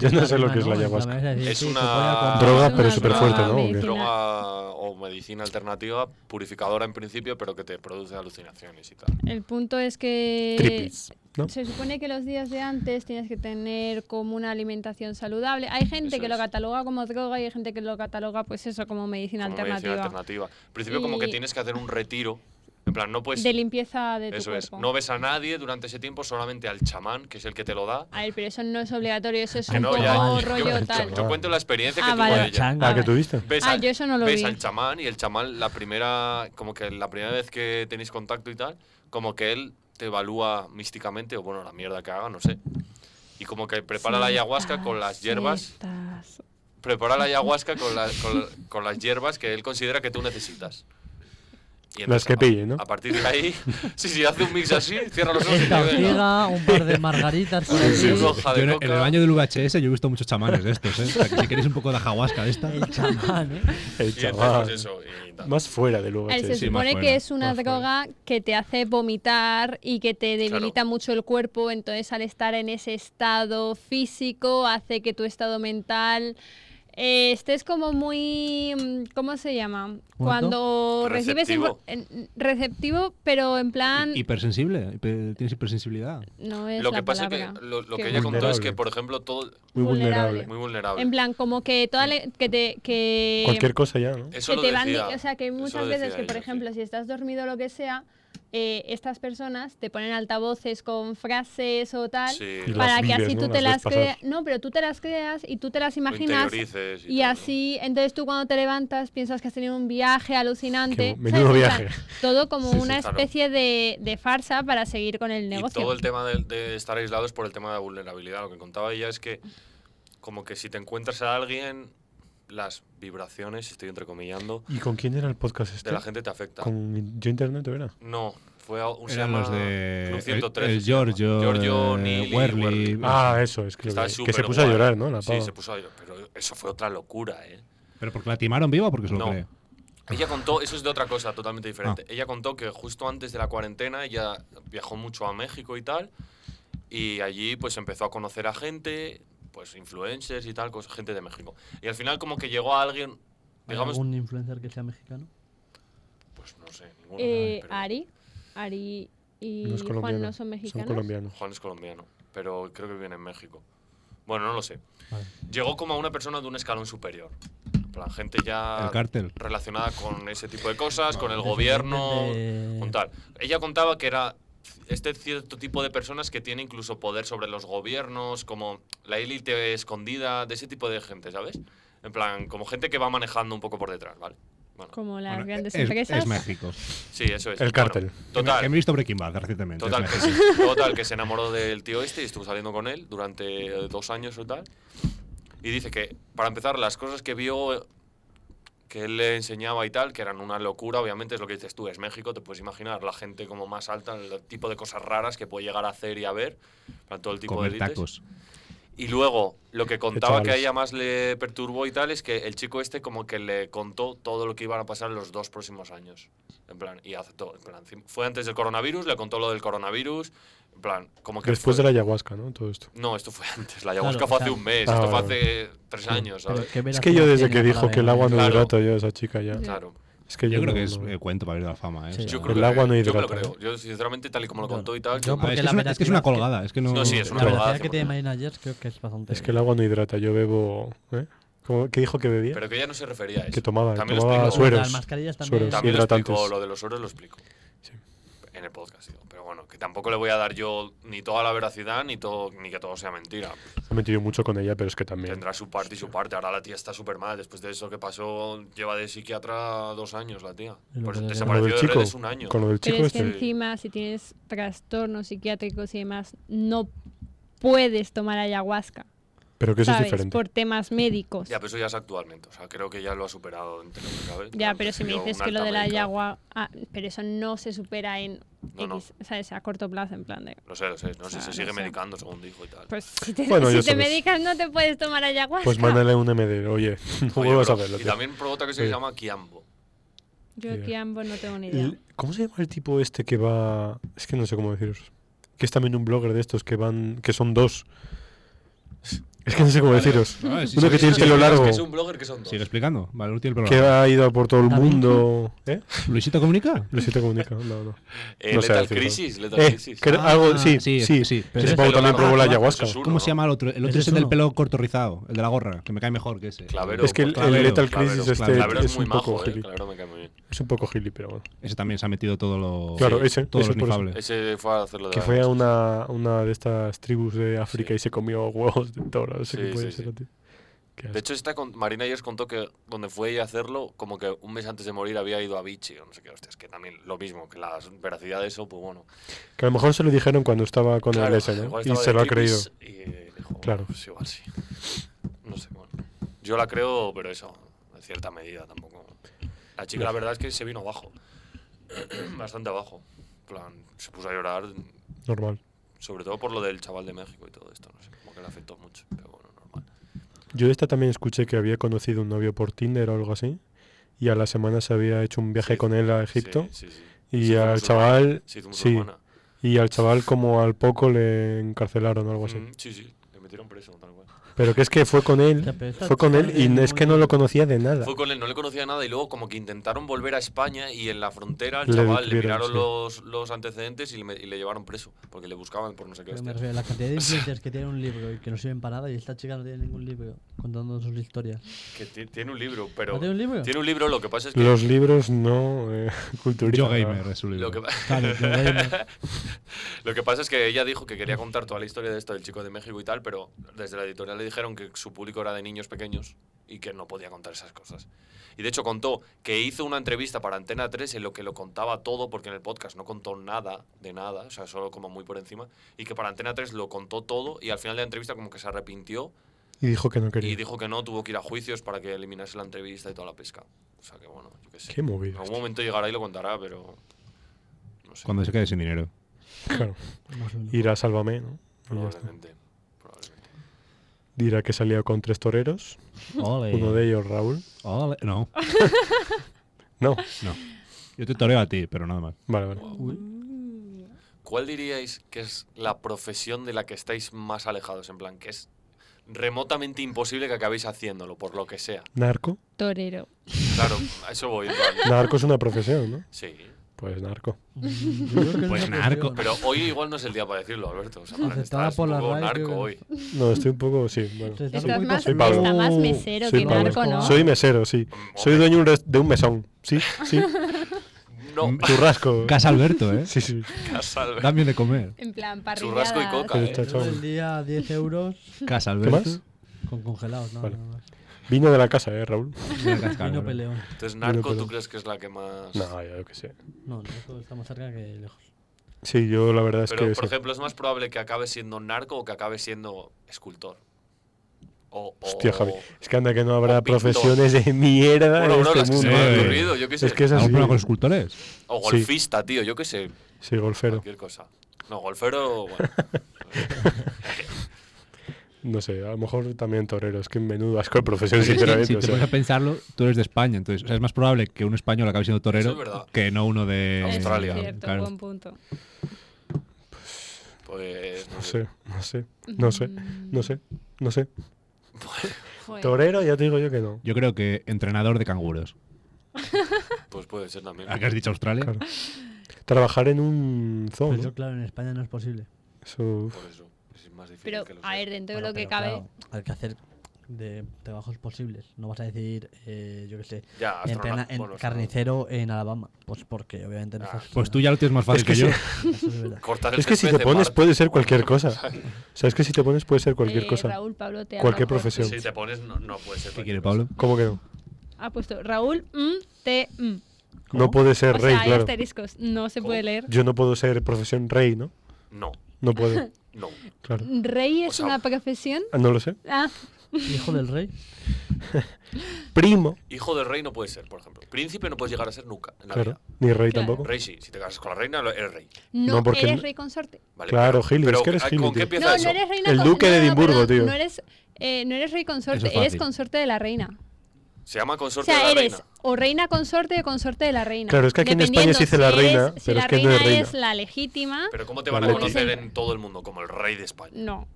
Speaker 3: Yo no sé lo que es la
Speaker 4: ¿no?
Speaker 3: ayahuasca.
Speaker 4: me vas Pues, a decir,
Speaker 5: Es
Speaker 4: sí,
Speaker 5: una-
Speaker 4: se pone a comer-
Speaker 3: Droga,
Speaker 6: Es
Speaker 3: pero
Speaker 6: una
Speaker 3: súper fuerte,
Speaker 6: droga
Speaker 3: ¿no? ¿O qué?
Speaker 6: medicinal.
Speaker 5: Droga o medicina alternativa, purificadora en principio, pero que te produce alucinaciones y tal.
Speaker 6: El punto es que
Speaker 3: Triples, ¿no?
Speaker 6: se supone que los días de antes tienes que tener como una alimentación saludable. Hay gente
Speaker 5: Eso
Speaker 6: que lo
Speaker 5: es.
Speaker 6: cataloga como droga y hay gente que lo cataloga pues eso como medicina
Speaker 5: Como medicina
Speaker 6: alternativa.
Speaker 5: alternativa. Al principio, como que
Speaker 6: Y-
Speaker 5: tienes que hacer un retiro. En plan, no puedes.
Speaker 6: de limpieza de tu
Speaker 5: Pues eso es.
Speaker 6: cuerpo.
Speaker 5: No ves a nadie durante ese tiempo, solamente al chamán, que es el que te lo da.
Speaker 6: A ver, pero eso no es obligatorio, eso es
Speaker 5: Que
Speaker 6: un
Speaker 5: no,
Speaker 6: poco
Speaker 5: ya.
Speaker 6: rollo
Speaker 5: yo,
Speaker 6: tal.
Speaker 5: yo cuento la experiencia que
Speaker 6: Ah,
Speaker 5: tuve
Speaker 6: vale.
Speaker 5: ella.
Speaker 4: Changa.
Speaker 3: Ah, que tuviste.
Speaker 5: Ves
Speaker 6: Ah,
Speaker 5: al,
Speaker 6: yo eso no lo
Speaker 5: ves
Speaker 6: vi.
Speaker 5: al chamán y el chamán la primera como que la primera vez que tenéis contacto y tal, como que él te evalúa místicamente o bueno, la mierda que haga, no sé. Y como que prepara la ayahuasca
Speaker 6: Ah,
Speaker 5: con las hierbas,
Speaker 6: Siestas.
Speaker 5: prepara la ayahuasca con, la- con- con las hierbas que él considera que tú necesitas. Y
Speaker 3: Las que
Speaker 5: a-
Speaker 3: pille, ¿no?
Speaker 5: A partir de ahí, sí, sí, hace un mix así, cierra los ojos y
Speaker 4: Esta
Speaker 5: te ve, ¿no?
Speaker 4: ortiga, un par de margaritas. por
Speaker 5: Sí,
Speaker 4: aquí.
Speaker 5: una hoja
Speaker 2: Yo
Speaker 5: de
Speaker 2: en, el-
Speaker 5: coca.
Speaker 2: en el baño del VHS yo he visto muchos chamanes de estos, ¿eh? O sea, que si queréis un poco de ayahuasca de esta.
Speaker 4: El chamán, ¿eh?
Speaker 3: El
Speaker 5: Y entonces,
Speaker 3: chaval.
Speaker 5: pues eso, y tal.
Speaker 3: Más Pues fuera del lugar.
Speaker 6: A ver, se
Speaker 2: sí, más
Speaker 6: supone
Speaker 2: fuera,
Speaker 6: que es una
Speaker 2: más fuera.
Speaker 6: droga que te hace vomitar y que te debilita mucho el cuerpo, entonces al estar en ese estado físico hace que tu estado mental eh, estés como muy, mm, ¿cómo se llama? Cuando recibes
Speaker 5: Receptivo.
Speaker 6: infor- en- receptivo, pero en plan
Speaker 2: Hipersensible, hiper- tienes hipersensibilidad.
Speaker 6: no es
Speaker 5: Lo
Speaker 6: la
Speaker 5: que pasa que
Speaker 6: palabra.
Speaker 5: lo, lo que
Speaker 6: Qué
Speaker 5: ella contó es que,
Speaker 3: Vulnerable.
Speaker 5: por ejemplo, todo
Speaker 3: Muy
Speaker 6: vulnerable.
Speaker 3: vulnerable.
Speaker 5: muy vulnerable.
Speaker 6: En plan como que toda la- que te que
Speaker 3: Cualquier cosa ya, ¿no?
Speaker 5: Eso
Speaker 6: que
Speaker 5: lo
Speaker 6: te van, di-
Speaker 5: decía,
Speaker 6: o sea, que hay
Speaker 5: eso
Speaker 6: muchas
Speaker 5: lo
Speaker 6: veces
Speaker 5: decía
Speaker 6: que, por
Speaker 5: ella, sí.
Speaker 6: ejemplo, si estás dormido o lo que sea, eh, estas personas te ponen altavoces con frases o tal.
Speaker 5: Sí,
Speaker 3: Y
Speaker 5: lo
Speaker 6: Para que
Speaker 3: vives,
Speaker 6: así
Speaker 3: ¿no?
Speaker 6: tú te
Speaker 3: Las ves
Speaker 6: las
Speaker 3: pasar.
Speaker 6: creas. No, pero tú te las creas y tú te las imaginas.
Speaker 5: interiorices y
Speaker 6: Y
Speaker 5: tal, ¿no?
Speaker 6: así, entonces tú cuando te levantas piensas que has tenido un viaje alucinante.
Speaker 3: Qué menudo
Speaker 6: ¿sabes? O sea,
Speaker 3: viaje.
Speaker 6: todo como
Speaker 3: Sí, sí,
Speaker 6: una
Speaker 5: claro.
Speaker 6: especie de, de farsa para seguir con el negocio.
Speaker 5: Y todo el tema de, de estar aislados por el tema de la vulnerabilidad. Lo que contaba ella es que, como que si te encuentras a alguien, las vibraciones, estoy entrecomillando,
Speaker 3: ¿Y con quién era el podcast este?
Speaker 5: de la gente te afecta.
Speaker 3: ¿Con yo internet o era?
Speaker 5: No, fue a- un se
Speaker 2: Eran
Speaker 5: llama
Speaker 2: los de.
Speaker 5: Club
Speaker 2: el-
Speaker 5: 113,
Speaker 2: El
Speaker 5: se llama.
Speaker 2: Giorgio.
Speaker 5: Giorgio
Speaker 2: eh,
Speaker 5: Nili,
Speaker 2: Werli,
Speaker 5: Werli.
Speaker 3: Ah, eso, es que, lo
Speaker 5: Está
Speaker 3: vi. que se
Speaker 5: súper
Speaker 3: puso a
Speaker 5: guay.
Speaker 3: llorar, ¿no? La
Speaker 5: Sí,
Speaker 3: pava.
Speaker 5: se puso a llorar. Pero eso fue otra locura, ¿eh?
Speaker 2: ¿Pero porque la timaron viva o porque se lo
Speaker 5: No.
Speaker 2: cree?
Speaker 5: Ella contó, eso es de otra cosa totalmente diferente.
Speaker 4: Ah.
Speaker 5: Ella contó que justo antes de la cuarentena ella viajó mucho a México y tal. Y allí pues empezó a conocer a gente, pues influencers y tal, cos- gente de México. Y al final como que llegó a alguien,
Speaker 4: ¿Hay
Speaker 5: digamos,
Speaker 4: algún influencer que sea mexicano?
Speaker 5: pues no sé, ninguno.
Speaker 6: Eh,
Speaker 5: pero
Speaker 6: Ari, Ari y
Speaker 3: No es
Speaker 6: Juan
Speaker 3: colombiano.
Speaker 6: no son mexicanos.
Speaker 3: colombianos.
Speaker 5: Juan es colombiano, pero creo que vive en México. Bueno, no lo sé.
Speaker 4: Vale.
Speaker 5: Llegó como a una persona de un escalón superior. En plan, gente ya
Speaker 2: El cártel.
Speaker 5: relacionada con ese tipo de cosas, con el
Speaker 4: Descendientes
Speaker 5: gobierno,
Speaker 4: de-
Speaker 5: con tal. Ella contaba que era este cierto tipo de personas que tiene incluso poder sobre los gobiernos, como la élite escondida, de ese tipo de gente, ¿sabes? En plan, como gente que va manejando un poco por detrás, ¿vale? Bueno,
Speaker 6: Como las
Speaker 2: Bueno,
Speaker 6: grandes
Speaker 2: es,
Speaker 6: empresas.
Speaker 2: es México.
Speaker 5: sí, eso es. Bueno,
Speaker 3: El cártel.
Speaker 5: total.
Speaker 2: He visto Breaking Bad recientemente.
Speaker 5: Total
Speaker 2: es
Speaker 5: que,
Speaker 2: México.
Speaker 5: se- total, que se enamoró del tío este y estuvo saliendo con él durante eh, dos años o tal. Y dice que, para empezar, las cosas que vio eh, que él le enseñaba y tal, que eran una locura, obviamente es lo que dices tú, es México, te puedes imaginar la gente como más alta, el tipo de cosas raras que puede llegar a hacer y a ver, para todo el tipo de
Speaker 2: Comer
Speaker 5: élites.
Speaker 2: tacos.
Speaker 5: Y luego, lo que contaba que a
Speaker 3: chavales.
Speaker 5: ella más le perturbó y tal es que el chico este como que le contó todo lo que iban a pasar en los dos próximos años. En plan, y aceptó. En plan, encima- fue antes del coronavirus, le contó lo del coronavirus. En plan, como que...
Speaker 3: Después de
Speaker 5: fue-
Speaker 3: la ayahuasca, ¿no? Todo esto.
Speaker 5: No, esto fue antes. La ayahuasca
Speaker 4: Claro,
Speaker 5: fue
Speaker 4: o sea-
Speaker 5: hace un mes.
Speaker 3: Ah,
Speaker 5: esto fue
Speaker 3: vale,
Speaker 5: hace tres años,
Speaker 4: Pero
Speaker 5: ¿sabes?
Speaker 4: qué
Speaker 3: Es
Speaker 4: veras
Speaker 3: que yo desde
Speaker 4: tiene
Speaker 3: que
Speaker 4: para
Speaker 3: dijo
Speaker 4: ver,
Speaker 3: que el
Speaker 4: ¿no?
Speaker 3: agua no
Speaker 5: Claro.
Speaker 3: hidrata yo a esa chica ya.
Speaker 5: Claro.
Speaker 3: Es que
Speaker 2: Yo
Speaker 3: ya
Speaker 2: creo que
Speaker 3: no-
Speaker 2: es
Speaker 3: no-
Speaker 2: eh, cuento para ir a la fama. ¿eh?
Speaker 4: Sí.
Speaker 2: O sea,
Speaker 5: Yo
Speaker 4: El
Speaker 5: creo que,
Speaker 3: agua
Speaker 5: yo
Speaker 3: no
Speaker 5: me lo
Speaker 3: hidrata, ¿eh?
Speaker 5: creo. Yo, sinceramente, tal y como lo
Speaker 4: Yo-
Speaker 5: contó y tal...
Speaker 4: yo
Speaker 5: yo-
Speaker 2: a ver,
Speaker 4: porque
Speaker 2: es, que
Speaker 4: la
Speaker 2: es una,
Speaker 4: verdad
Speaker 2: es que es
Speaker 4: es
Speaker 2: una
Speaker 4: que-
Speaker 2: colgada. Es que no.
Speaker 5: No, sí, es
Speaker 4: La
Speaker 5: una colgada.
Speaker 4: velocidad que
Speaker 5: 100%.
Speaker 4: tiene Marina Yers creo que es bastante.
Speaker 3: Es que el agua no hidrata. Yo bebo. ¿eh? ¿Cómo- ¿Qué dijo que bebía?
Speaker 5: Pero que ella no se refería a eso.
Speaker 3: que tomaba.
Speaker 5: También lo
Speaker 3: tomaba
Speaker 5: explicó.
Speaker 3: sueros.
Speaker 4: Las mascarillas también.
Speaker 3: Sueros.
Speaker 5: También lo explico,
Speaker 3: hidratantes.
Speaker 5: lo de los oros lo explico.
Speaker 3: Sí.
Speaker 5: En el podcast, digo. Pero bueno, que tampoco le voy a dar yo ni toda la veracidad, ni todo, ni que todo sea mentira.
Speaker 3: He metido mucho con ella, pero es que también.
Speaker 5: Tendrá su parte y su parte. Ahora la tía está súper mal. Después de eso que pasó, lleva de psiquiatra dos años la tía.
Speaker 4: Y lo
Speaker 5: Por
Speaker 4: que
Speaker 5: eso
Speaker 4: le-
Speaker 3: Con lo
Speaker 5: desapareció
Speaker 3: del
Speaker 5: de
Speaker 3: chico.
Speaker 5: redes un año.
Speaker 3: Con lo del
Speaker 6: Pero
Speaker 3: chico
Speaker 6: es que
Speaker 5: este-
Speaker 6: encima, si tienes trastornos psiquiátricos y demás, no puedes tomar ayahuasca.
Speaker 3: Pero que eso es
Speaker 6: ¿Sabes?
Speaker 3: diferente.
Speaker 6: Por temas médicos.
Speaker 5: Ya, pero eso ya es actualmente. O sea, creo que ya lo ha superado. entre lo que cabe.
Speaker 6: Ya,
Speaker 5: Ha
Speaker 6: pero si me
Speaker 5: recibido
Speaker 6: dices
Speaker 5: un
Speaker 6: que lo
Speaker 5: alta
Speaker 6: de la
Speaker 5: médica.
Speaker 6: ayahuasca. ah, pero eso no se supera en.
Speaker 5: No, no.
Speaker 6: X, ¿sabes? A corto plazo, en plan de.
Speaker 5: Lo sé, lo sé. No
Speaker 6: O
Speaker 5: sé,
Speaker 6: sea,
Speaker 5: se
Speaker 6: no
Speaker 5: sigue
Speaker 6: Ah, sé.
Speaker 5: medicando, según dijo y tal.
Speaker 6: Pues si te,
Speaker 3: Bueno,
Speaker 6: si
Speaker 3: yo
Speaker 6: te
Speaker 3: solo-
Speaker 6: medicas, no te puedes tomar ayahuasca.
Speaker 3: Pues mándale un MD. Oye, no
Speaker 5: Oye,
Speaker 3: vuelvas a
Speaker 5: pero-
Speaker 3: verlo.
Speaker 5: y
Speaker 3: tío.
Speaker 5: también probó otra cosa que
Speaker 3: Sí.
Speaker 5: se llama Kiambo.
Speaker 6: Yo aquí
Speaker 3: Mira.
Speaker 6: ambos no tengo ni idea.
Speaker 3: El- ¿Cómo se llama el tipo este que va.? Es que no sé cómo deciros. Que es también un blogger de estos que van. que son dos. Es que no sé cómo
Speaker 5: Vale.
Speaker 3: deciros.
Speaker 2: Ah, sí,
Speaker 3: Uno
Speaker 2: sí,
Speaker 3: que
Speaker 2: sí,
Speaker 3: tiene el
Speaker 2: sí,
Speaker 3: pelo
Speaker 2: sí.
Speaker 3: largo.
Speaker 5: Que es un blogger que son dos.
Speaker 2: Sigue explicando. Vale, útil, pero.
Speaker 3: Que ha ido por todo el
Speaker 4: Da Vinci.
Speaker 3: mundo. ¿Eh?
Speaker 2: ¿Luisito comunica?
Speaker 3: Luisito comunica. No, no.
Speaker 5: Eh,
Speaker 3: no sé
Speaker 5: Lethal
Speaker 3: decirlo.
Speaker 5: Crisis. Lethal
Speaker 3: Eh,
Speaker 5: Crisis.
Speaker 3: que-
Speaker 2: Ah,
Speaker 3: algo, sí,
Speaker 2: sí,
Speaker 3: sí.
Speaker 2: sí.
Speaker 3: sí.
Speaker 2: Pero
Speaker 3: Ese
Speaker 5: es
Speaker 3: pavo
Speaker 5: pelo
Speaker 3: también
Speaker 5: largo,
Speaker 3: probó la
Speaker 5: ¿no?
Speaker 3: ayahuasca.
Speaker 5: Eso es un-
Speaker 2: ¿Cómo
Speaker 5: Uno,
Speaker 2: se
Speaker 5: ¿no?
Speaker 2: llama el otro? El
Speaker 4: Ese
Speaker 2: otro es
Speaker 4: es
Speaker 2: el del
Speaker 4: uno.
Speaker 2: pelo corto rizado, el de la gorra, que me cae mejor que ese.
Speaker 5: Clavero.
Speaker 3: Es que el,
Speaker 2: Clavero,
Speaker 3: el Lethal
Speaker 5: Clavero,
Speaker 3: Crisis este
Speaker 2: Clavero.
Speaker 5: Clavero es,
Speaker 3: es
Speaker 5: muy
Speaker 3: un poco
Speaker 5: majo, eh.
Speaker 3: gili.
Speaker 5: Clavero me cae muy bien.
Speaker 3: Es un poco gili, pero bueno.
Speaker 2: Ese también se ha metido todo lo.
Speaker 3: Claro,
Speaker 2: sí,
Speaker 3: ese,
Speaker 2: Todo
Speaker 3: ese
Speaker 2: lo
Speaker 3: por eso.
Speaker 2: rifable.
Speaker 5: Ese fue a hacerlo de
Speaker 3: Que
Speaker 5: la
Speaker 3: fue a
Speaker 5: noche.
Speaker 3: una, una de estas tribus de África
Speaker 5: Sí.
Speaker 3: y se comió huevos de toro. No sé
Speaker 5: Sí,
Speaker 3: qué puede
Speaker 5: sí,
Speaker 3: ser,
Speaker 5: sí.
Speaker 3: tío. Qué
Speaker 5: De
Speaker 3: asco.
Speaker 5: hecho, esta con, Marina ayer contó que donde fue ella a hacerlo, como que un mes antes de morir había ido a Vichy o no sé qué, hostias, que también lo mismo, que la veracidad de eso, pues bueno.
Speaker 3: Que a lo mejor se lo dijeron cuando estaba con
Speaker 5: Claro,
Speaker 3: el S, ¿no?
Speaker 5: igual
Speaker 3: Y
Speaker 5: estaba
Speaker 3: se
Speaker 5: de
Speaker 3: lo ha creído.
Speaker 5: tripis Y eh, dijo,
Speaker 3: Claro.
Speaker 5: claro. pues igual sí. No sé, bueno. Yo la creo, pero eso, en cierta medida tampoco. La chica, la verdad es que se vino abajo. Bastante abajo. En plan, se puso a llorar,
Speaker 3: Normal.
Speaker 5: sobre todo por lo del chaval de México y todo esto, no sé, como que le afectó mucho, pero bueno, normal.
Speaker 3: Yo de esta también escuché que había conocido un novio por Tinder o algo así. Y a la semana se había hecho un viaje
Speaker 5: Sí,
Speaker 3: con él a Egipto.
Speaker 5: Sí, sí, sí.
Speaker 3: Y
Speaker 5: Se hizo
Speaker 3: al
Speaker 5: musulmán,
Speaker 3: chaval.
Speaker 5: se hizo
Speaker 3: Sí.
Speaker 5: musulmana.
Speaker 3: Y al chaval, como al poco, le encarcelaron o algo así.
Speaker 5: Mm, sí, sí, le metieron preso, tal cual.
Speaker 3: Pero que es que fue con él,
Speaker 4: Ya, pero esta
Speaker 3: fue con él
Speaker 4: chica
Speaker 3: y
Speaker 4: es
Speaker 3: no- es
Speaker 4: muy-
Speaker 3: que no lo conocía de nada.
Speaker 5: Fue con él, no le conocía nada y luego como que intentaron volver a España y en la frontera al
Speaker 3: Le
Speaker 5: chaval le
Speaker 3: detuvieron,
Speaker 5: miraron
Speaker 3: sí.
Speaker 5: los, los antecedentes y le, y le llevaron preso porque le buscaban por no sé qué.
Speaker 4: Pero me
Speaker 5: hostia.
Speaker 4: refiero, la cantidad de influencers que tienen un libro y que no sirven para nada y esta chica no tiene ningún libro contando sus historias.
Speaker 5: Que ti- tiene un libro, pero...
Speaker 4: ¿No tiene un libro?
Speaker 5: Tiene un libro, lo que pasa es que...
Speaker 3: Los libros no eh, culturizan.
Speaker 2: Yo gamer es su libro.
Speaker 5: Lo que, pa-
Speaker 4: Claro, yo de ahí me-
Speaker 5: lo que pasa es que ella dijo que quería contar toda la historia de esto del chico de México y tal, pero desde la editorial le dijeron que su público era de niños pequeños y que no podía contar esas cosas. Y de hecho contó que hizo una entrevista para Antena 3 en lo que lo contaba todo, porque en el podcast no contó nada de nada, o sea, solo como muy por encima, y que para Antena 3 lo contó todo y al final de la entrevista como que se arrepintió
Speaker 3: Y dijo que no
Speaker 5: y
Speaker 3: quería.
Speaker 5: dijo que no, tuvo que ir a juicios para que eliminase la entrevista y toda la pesca. O sea que bueno, yo qué sé.
Speaker 3: Qué
Speaker 5: en
Speaker 3: movida.
Speaker 5: algún momento llegará y lo contará, pero... No sé.
Speaker 2: Cuando se quede sin dinero.
Speaker 3: Claro.
Speaker 4: más o menos.
Speaker 3: Ir a Sálvame, ¿no? Y pues ya está.
Speaker 5: Probablemente. probablemente.
Speaker 3: Dirá que salía con tres toreros,
Speaker 2: Ole.
Speaker 3: uno de ellos Raúl.
Speaker 2: Ole. No,
Speaker 3: No,
Speaker 2: no. Yo te toreo a ti, pero nada más.
Speaker 3: vale, vale.
Speaker 5: ¿Cuál diríais que es la profesión de la que estáis más alejados? En plan, que es remotamente imposible que acabéis haciéndolo, por lo que sea.
Speaker 3: Narco.
Speaker 6: Torero.
Speaker 5: Claro, a eso voy. en plan,
Speaker 3: Narco es una profesión, ¿no?
Speaker 5: Sí.
Speaker 3: Pues narco.
Speaker 4: Yo creo que no
Speaker 2: Pues
Speaker 4: es una
Speaker 2: narco,
Speaker 4: cuestión.
Speaker 5: Pero hoy igual no es el día para decirlo, Alberto. O sea,
Speaker 4: Aceptada
Speaker 5: estás
Speaker 4: por
Speaker 5: un
Speaker 4: la
Speaker 5: poco
Speaker 4: RAE, creo
Speaker 5: narco
Speaker 4: que no.
Speaker 5: hoy.
Speaker 3: No, estoy un poco, sí, bueno.
Speaker 4: Se está
Speaker 6: Estás
Speaker 4: un poquito
Speaker 6: más-
Speaker 3: Soy Pablo.
Speaker 6: Está
Speaker 4: Uh,
Speaker 6: más mesero
Speaker 3: Soy
Speaker 6: que
Speaker 3: Pablo.
Speaker 6: narco, ¿no?
Speaker 3: Soy mesero, sí.
Speaker 5: Mm,
Speaker 3: Soy dueño de un res- de un mesón. Sí, sí.
Speaker 5: No,
Speaker 3: Churrasco.
Speaker 2: Casa Alberto, ¿eh?
Speaker 3: Pues- Sí, sí.
Speaker 5: casa, Alberto.
Speaker 2: Dame de comer.
Speaker 6: En plan, parrilladas.
Speaker 5: Churrasco y coca.
Speaker 3: Pero
Speaker 5: ¿eh?
Speaker 3: está
Speaker 4: Todo
Speaker 3: chao.
Speaker 4: el día 10 euros
Speaker 2: Casa
Speaker 3: ¿Qué
Speaker 2: Alberto.
Speaker 3: más?
Speaker 4: con congelados, ¿no?
Speaker 3: Vale.
Speaker 4: no, no.
Speaker 3: Vino de la casa, ¿eh, Raúl?
Speaker 2: Una casca,
Speaker 4: Vino
Speaker 2: ¿no?
Speaker 4: peleón.
Speaker 5: Entonces, narco,
Speaker 3: pero-
Speaker 5: ¿tú crees que es la que más...?
Speaker 3: No, yo qué sé.
Speaker 4: No, no, eso está más cerca que lejos.
Speaker 3: Sí, yo la verdad es
Speaker 5: Pero,
Speaker 3: que
Speaker 5: por
Speaker 3: sí.
Speaker 5: ejemplo, es más probable que acabe siendo narco o que acabe siendo escultor. O, o-
Speaker 3: Hostia, Javi. Es que anda que no habrá
Speaker 5: o pintor.
Speaker 3: profesiones de mierda
Speaker 5: Bueno,
Speaker 3: en
Speaker 5: bro,
Speaker 3: este
Speaker 5: las que se
Speaker 3: mundo.
Speaker 5: me
Speaker 2: eh.
Speaker 5: han
Speaker 2: Sí.
Speaker 5: ocurrido, yo qué sé.
Speaker 3: Es que es
Speaker 2: ¿Algún
Speaker 3: así.
Speaker 2: problema con los escultores?
Speaker 5: O
Speaker 3: Sí.
Speaker 5: golfista, tío, yo qué sé.
Speaker 3: Sí, golfero.
Speaker 5: Cualquier cosa. No, golfero, bueno.
Speaker 3: No sé, a lo mejor también torero. Es que menudo asco de profesión, sinceramente.
Speaker 2: si
Speaker 3: o
Speaker 2: te
Speaker 3: sea.
Speaker 2: pones a pensarlo, tú eres de España, entonces o sea, es más probable que un español acabe siendo
Speaker 5: Eso
Speaker 2: torero
Speaker 5: es verdad.
Speaker 2: que no uno de
Speaker 6: Es
Speaker 5: Australia.
Speaker 6: cierto,
Speaker 2: Claro.
Speaker 6: buen punto.
Speaker 5: Pues
Speaker 3: No sé, no sé, no sé, no sé, no sé.
Speaker 6: Joder.
Speaker 3: Torero, ya te digo yo que no.
Speaker 2: Yo creo que entrenador de canguros.
Speaker 5: Pues puede ser también.
Speaker 2: ¿A qué has dicho Australia?
Speaker 3: Claro. Trabajar en un zoo,
Speaker 4: Pero
Speaker 3: ¿no?
Speaker 4: eso, claro, en España no es posible.
Speaker 3: Eso, uf,
Speaker 5: Por eso. Es más difícil
Speaker 6: Pero,
Speaker 5: que lo
Speaker 6: a
Speaker 5: sea.
Speaker 6: ver, dentro
Speaker 4: Bueno,
Speaker 6: de lo que
Speaker 4: pero,
Speaker 6: cabe.
Speaker 4: claro, hay que hacer de trabajos posibles. No vas a decir, eh, yo qué sé,
Speaker 5: Ya,
Speaker 4: entrena-
Speaker 5: astronauta-
Speaker 4: en
Speaker 5: bueno,
Speaker 4: carnicero en Alabama. Pues porque obviamente no
Speaker 5: Ah,
Speaker 4: estás.
Speaker 2: Pues tú ya lo tienes más fácil
Speaker 3: Es que
Speaker 2: que, yo.
Speaker 4: Eso es verdad.
Speaker 5: astronauta. Cortar el
Speaker 3: Es que si te
Speaker 5: césped de
Speaker 3: pones
Speaker 5: Marte.
Speaker 3: puede ser cualquier cosa. O sea, es que si te pones puede ser cualquier
Speaker 6: eh,
Speaker 3: cosa.
Speaker 6: Raúl Pablo te ha
Speaker 3: Cualquier
Speaker 6: dado-
Speaker 3: profesión.
Speaker 5: Si te pones, no, no puede ser.
Speaker 2: ¿Qué quiere
Speaker 5: cualquier
Speaker 2: Pablo?
Speaker 3: ¿Cómo que no?
Speaker 6: Ha puesto Raúl mm, te mm.
Speaker 3: No puede ser
Speaker 6: O
Speaker 3: rey,
Speaker 6: sea, hay
Speaker 3: claro.
Speaker 6: asteriscos. No se puede
Speaker 5: ¿Cómo?
Speaker 6: leer.
Speaker 3: Yo no puedo ser profesión rey, ¿no?
Speaker 5: cosa. No,
Speaker 3: No puedo,
Speaker 5: no.
Speaker 3: claro.
Speaker 6: Rey es
Speaker 5: sea-
Speaker 6: una profesión.
Speaker 3: Ah, No lo sé.
Speaker 6: Ah,
Speaker 4: Hijo del rey.
Speaker 3: Primo,
Speaker 5: Hijo del rey no puede ser, por ejemplo. Príncipe no puedes llegar a ser nunca. En la
Speaker 3: claro.
Speaker 5: vida.
Speaker 3: Ni rey
Speaker 6: Claro.
Speaker 3: tampoco.
Speaker 5: Rey sí. Si te casas con la reina, lo- eres rey.
Speaker 6: no,
Speaker 3: No, porque
Speaker 6: eres
Speaker 3: no-
Speaker 6: rey consorte.
Speaker 5: Vale,
Speaker 3: Claro,
Speaker 5: pero-
Speaker 3: Gil, es
Speaker 5: pero,
Speaker 3: que eres
Speaker 5: ¿con
Speaker 3: Gil,
Speaker 5: qué
Speaker 3: tío.
Speaker 5: empieza
Speaker 6: No,
Speaker 5: eso?
Speaker 6: no eres reina
Speaker 3: El
Speaker 6: con-
Speaker 3: duque
Speaker 6: no,
Speaker 3: de
Speaker 6: no,
Speaker 3: Edimburgo,
Speaker 6: perdón,
Speaker 3: tío.
Speaker 6: No eres, eh, no eres rey
Speaker 2: Eso
Speaker 6: consorte,
Speaker 2: es
Speaker 6: eres
Speaker 2: fácil.
Speaker 6: consorte de la reina.
Speaker 5: Se llama
Speaker 6: O
Speaker 5: consorte
Speaker 6: sea,
Speaker 5: de la
Speaker 6: eres
Speaker 5: reina.
Speaker 6: o reina consorte o consorte de la reina.
Speaker 3: Claro, es que aquí en España se
Speaker 6: Dependiendo
Speaker 3: dice la
Speaker 6: si
Speaker 3: reina,
Speaker 6: eres- si
Speaker 3: pero
Speaker 6: la
Speaker 3: es que no
Speaker 6: reina
Speaker 3: es reina.
Speaker 6: es la legítima,
Speaker 5: Pero ¿cómo te
Speaker 3: La
Speaker 5: van a
Speaker 3: leche.
Speaker 5: conocer en todo el mundo? Como el rey de España.
Speaker 6: no.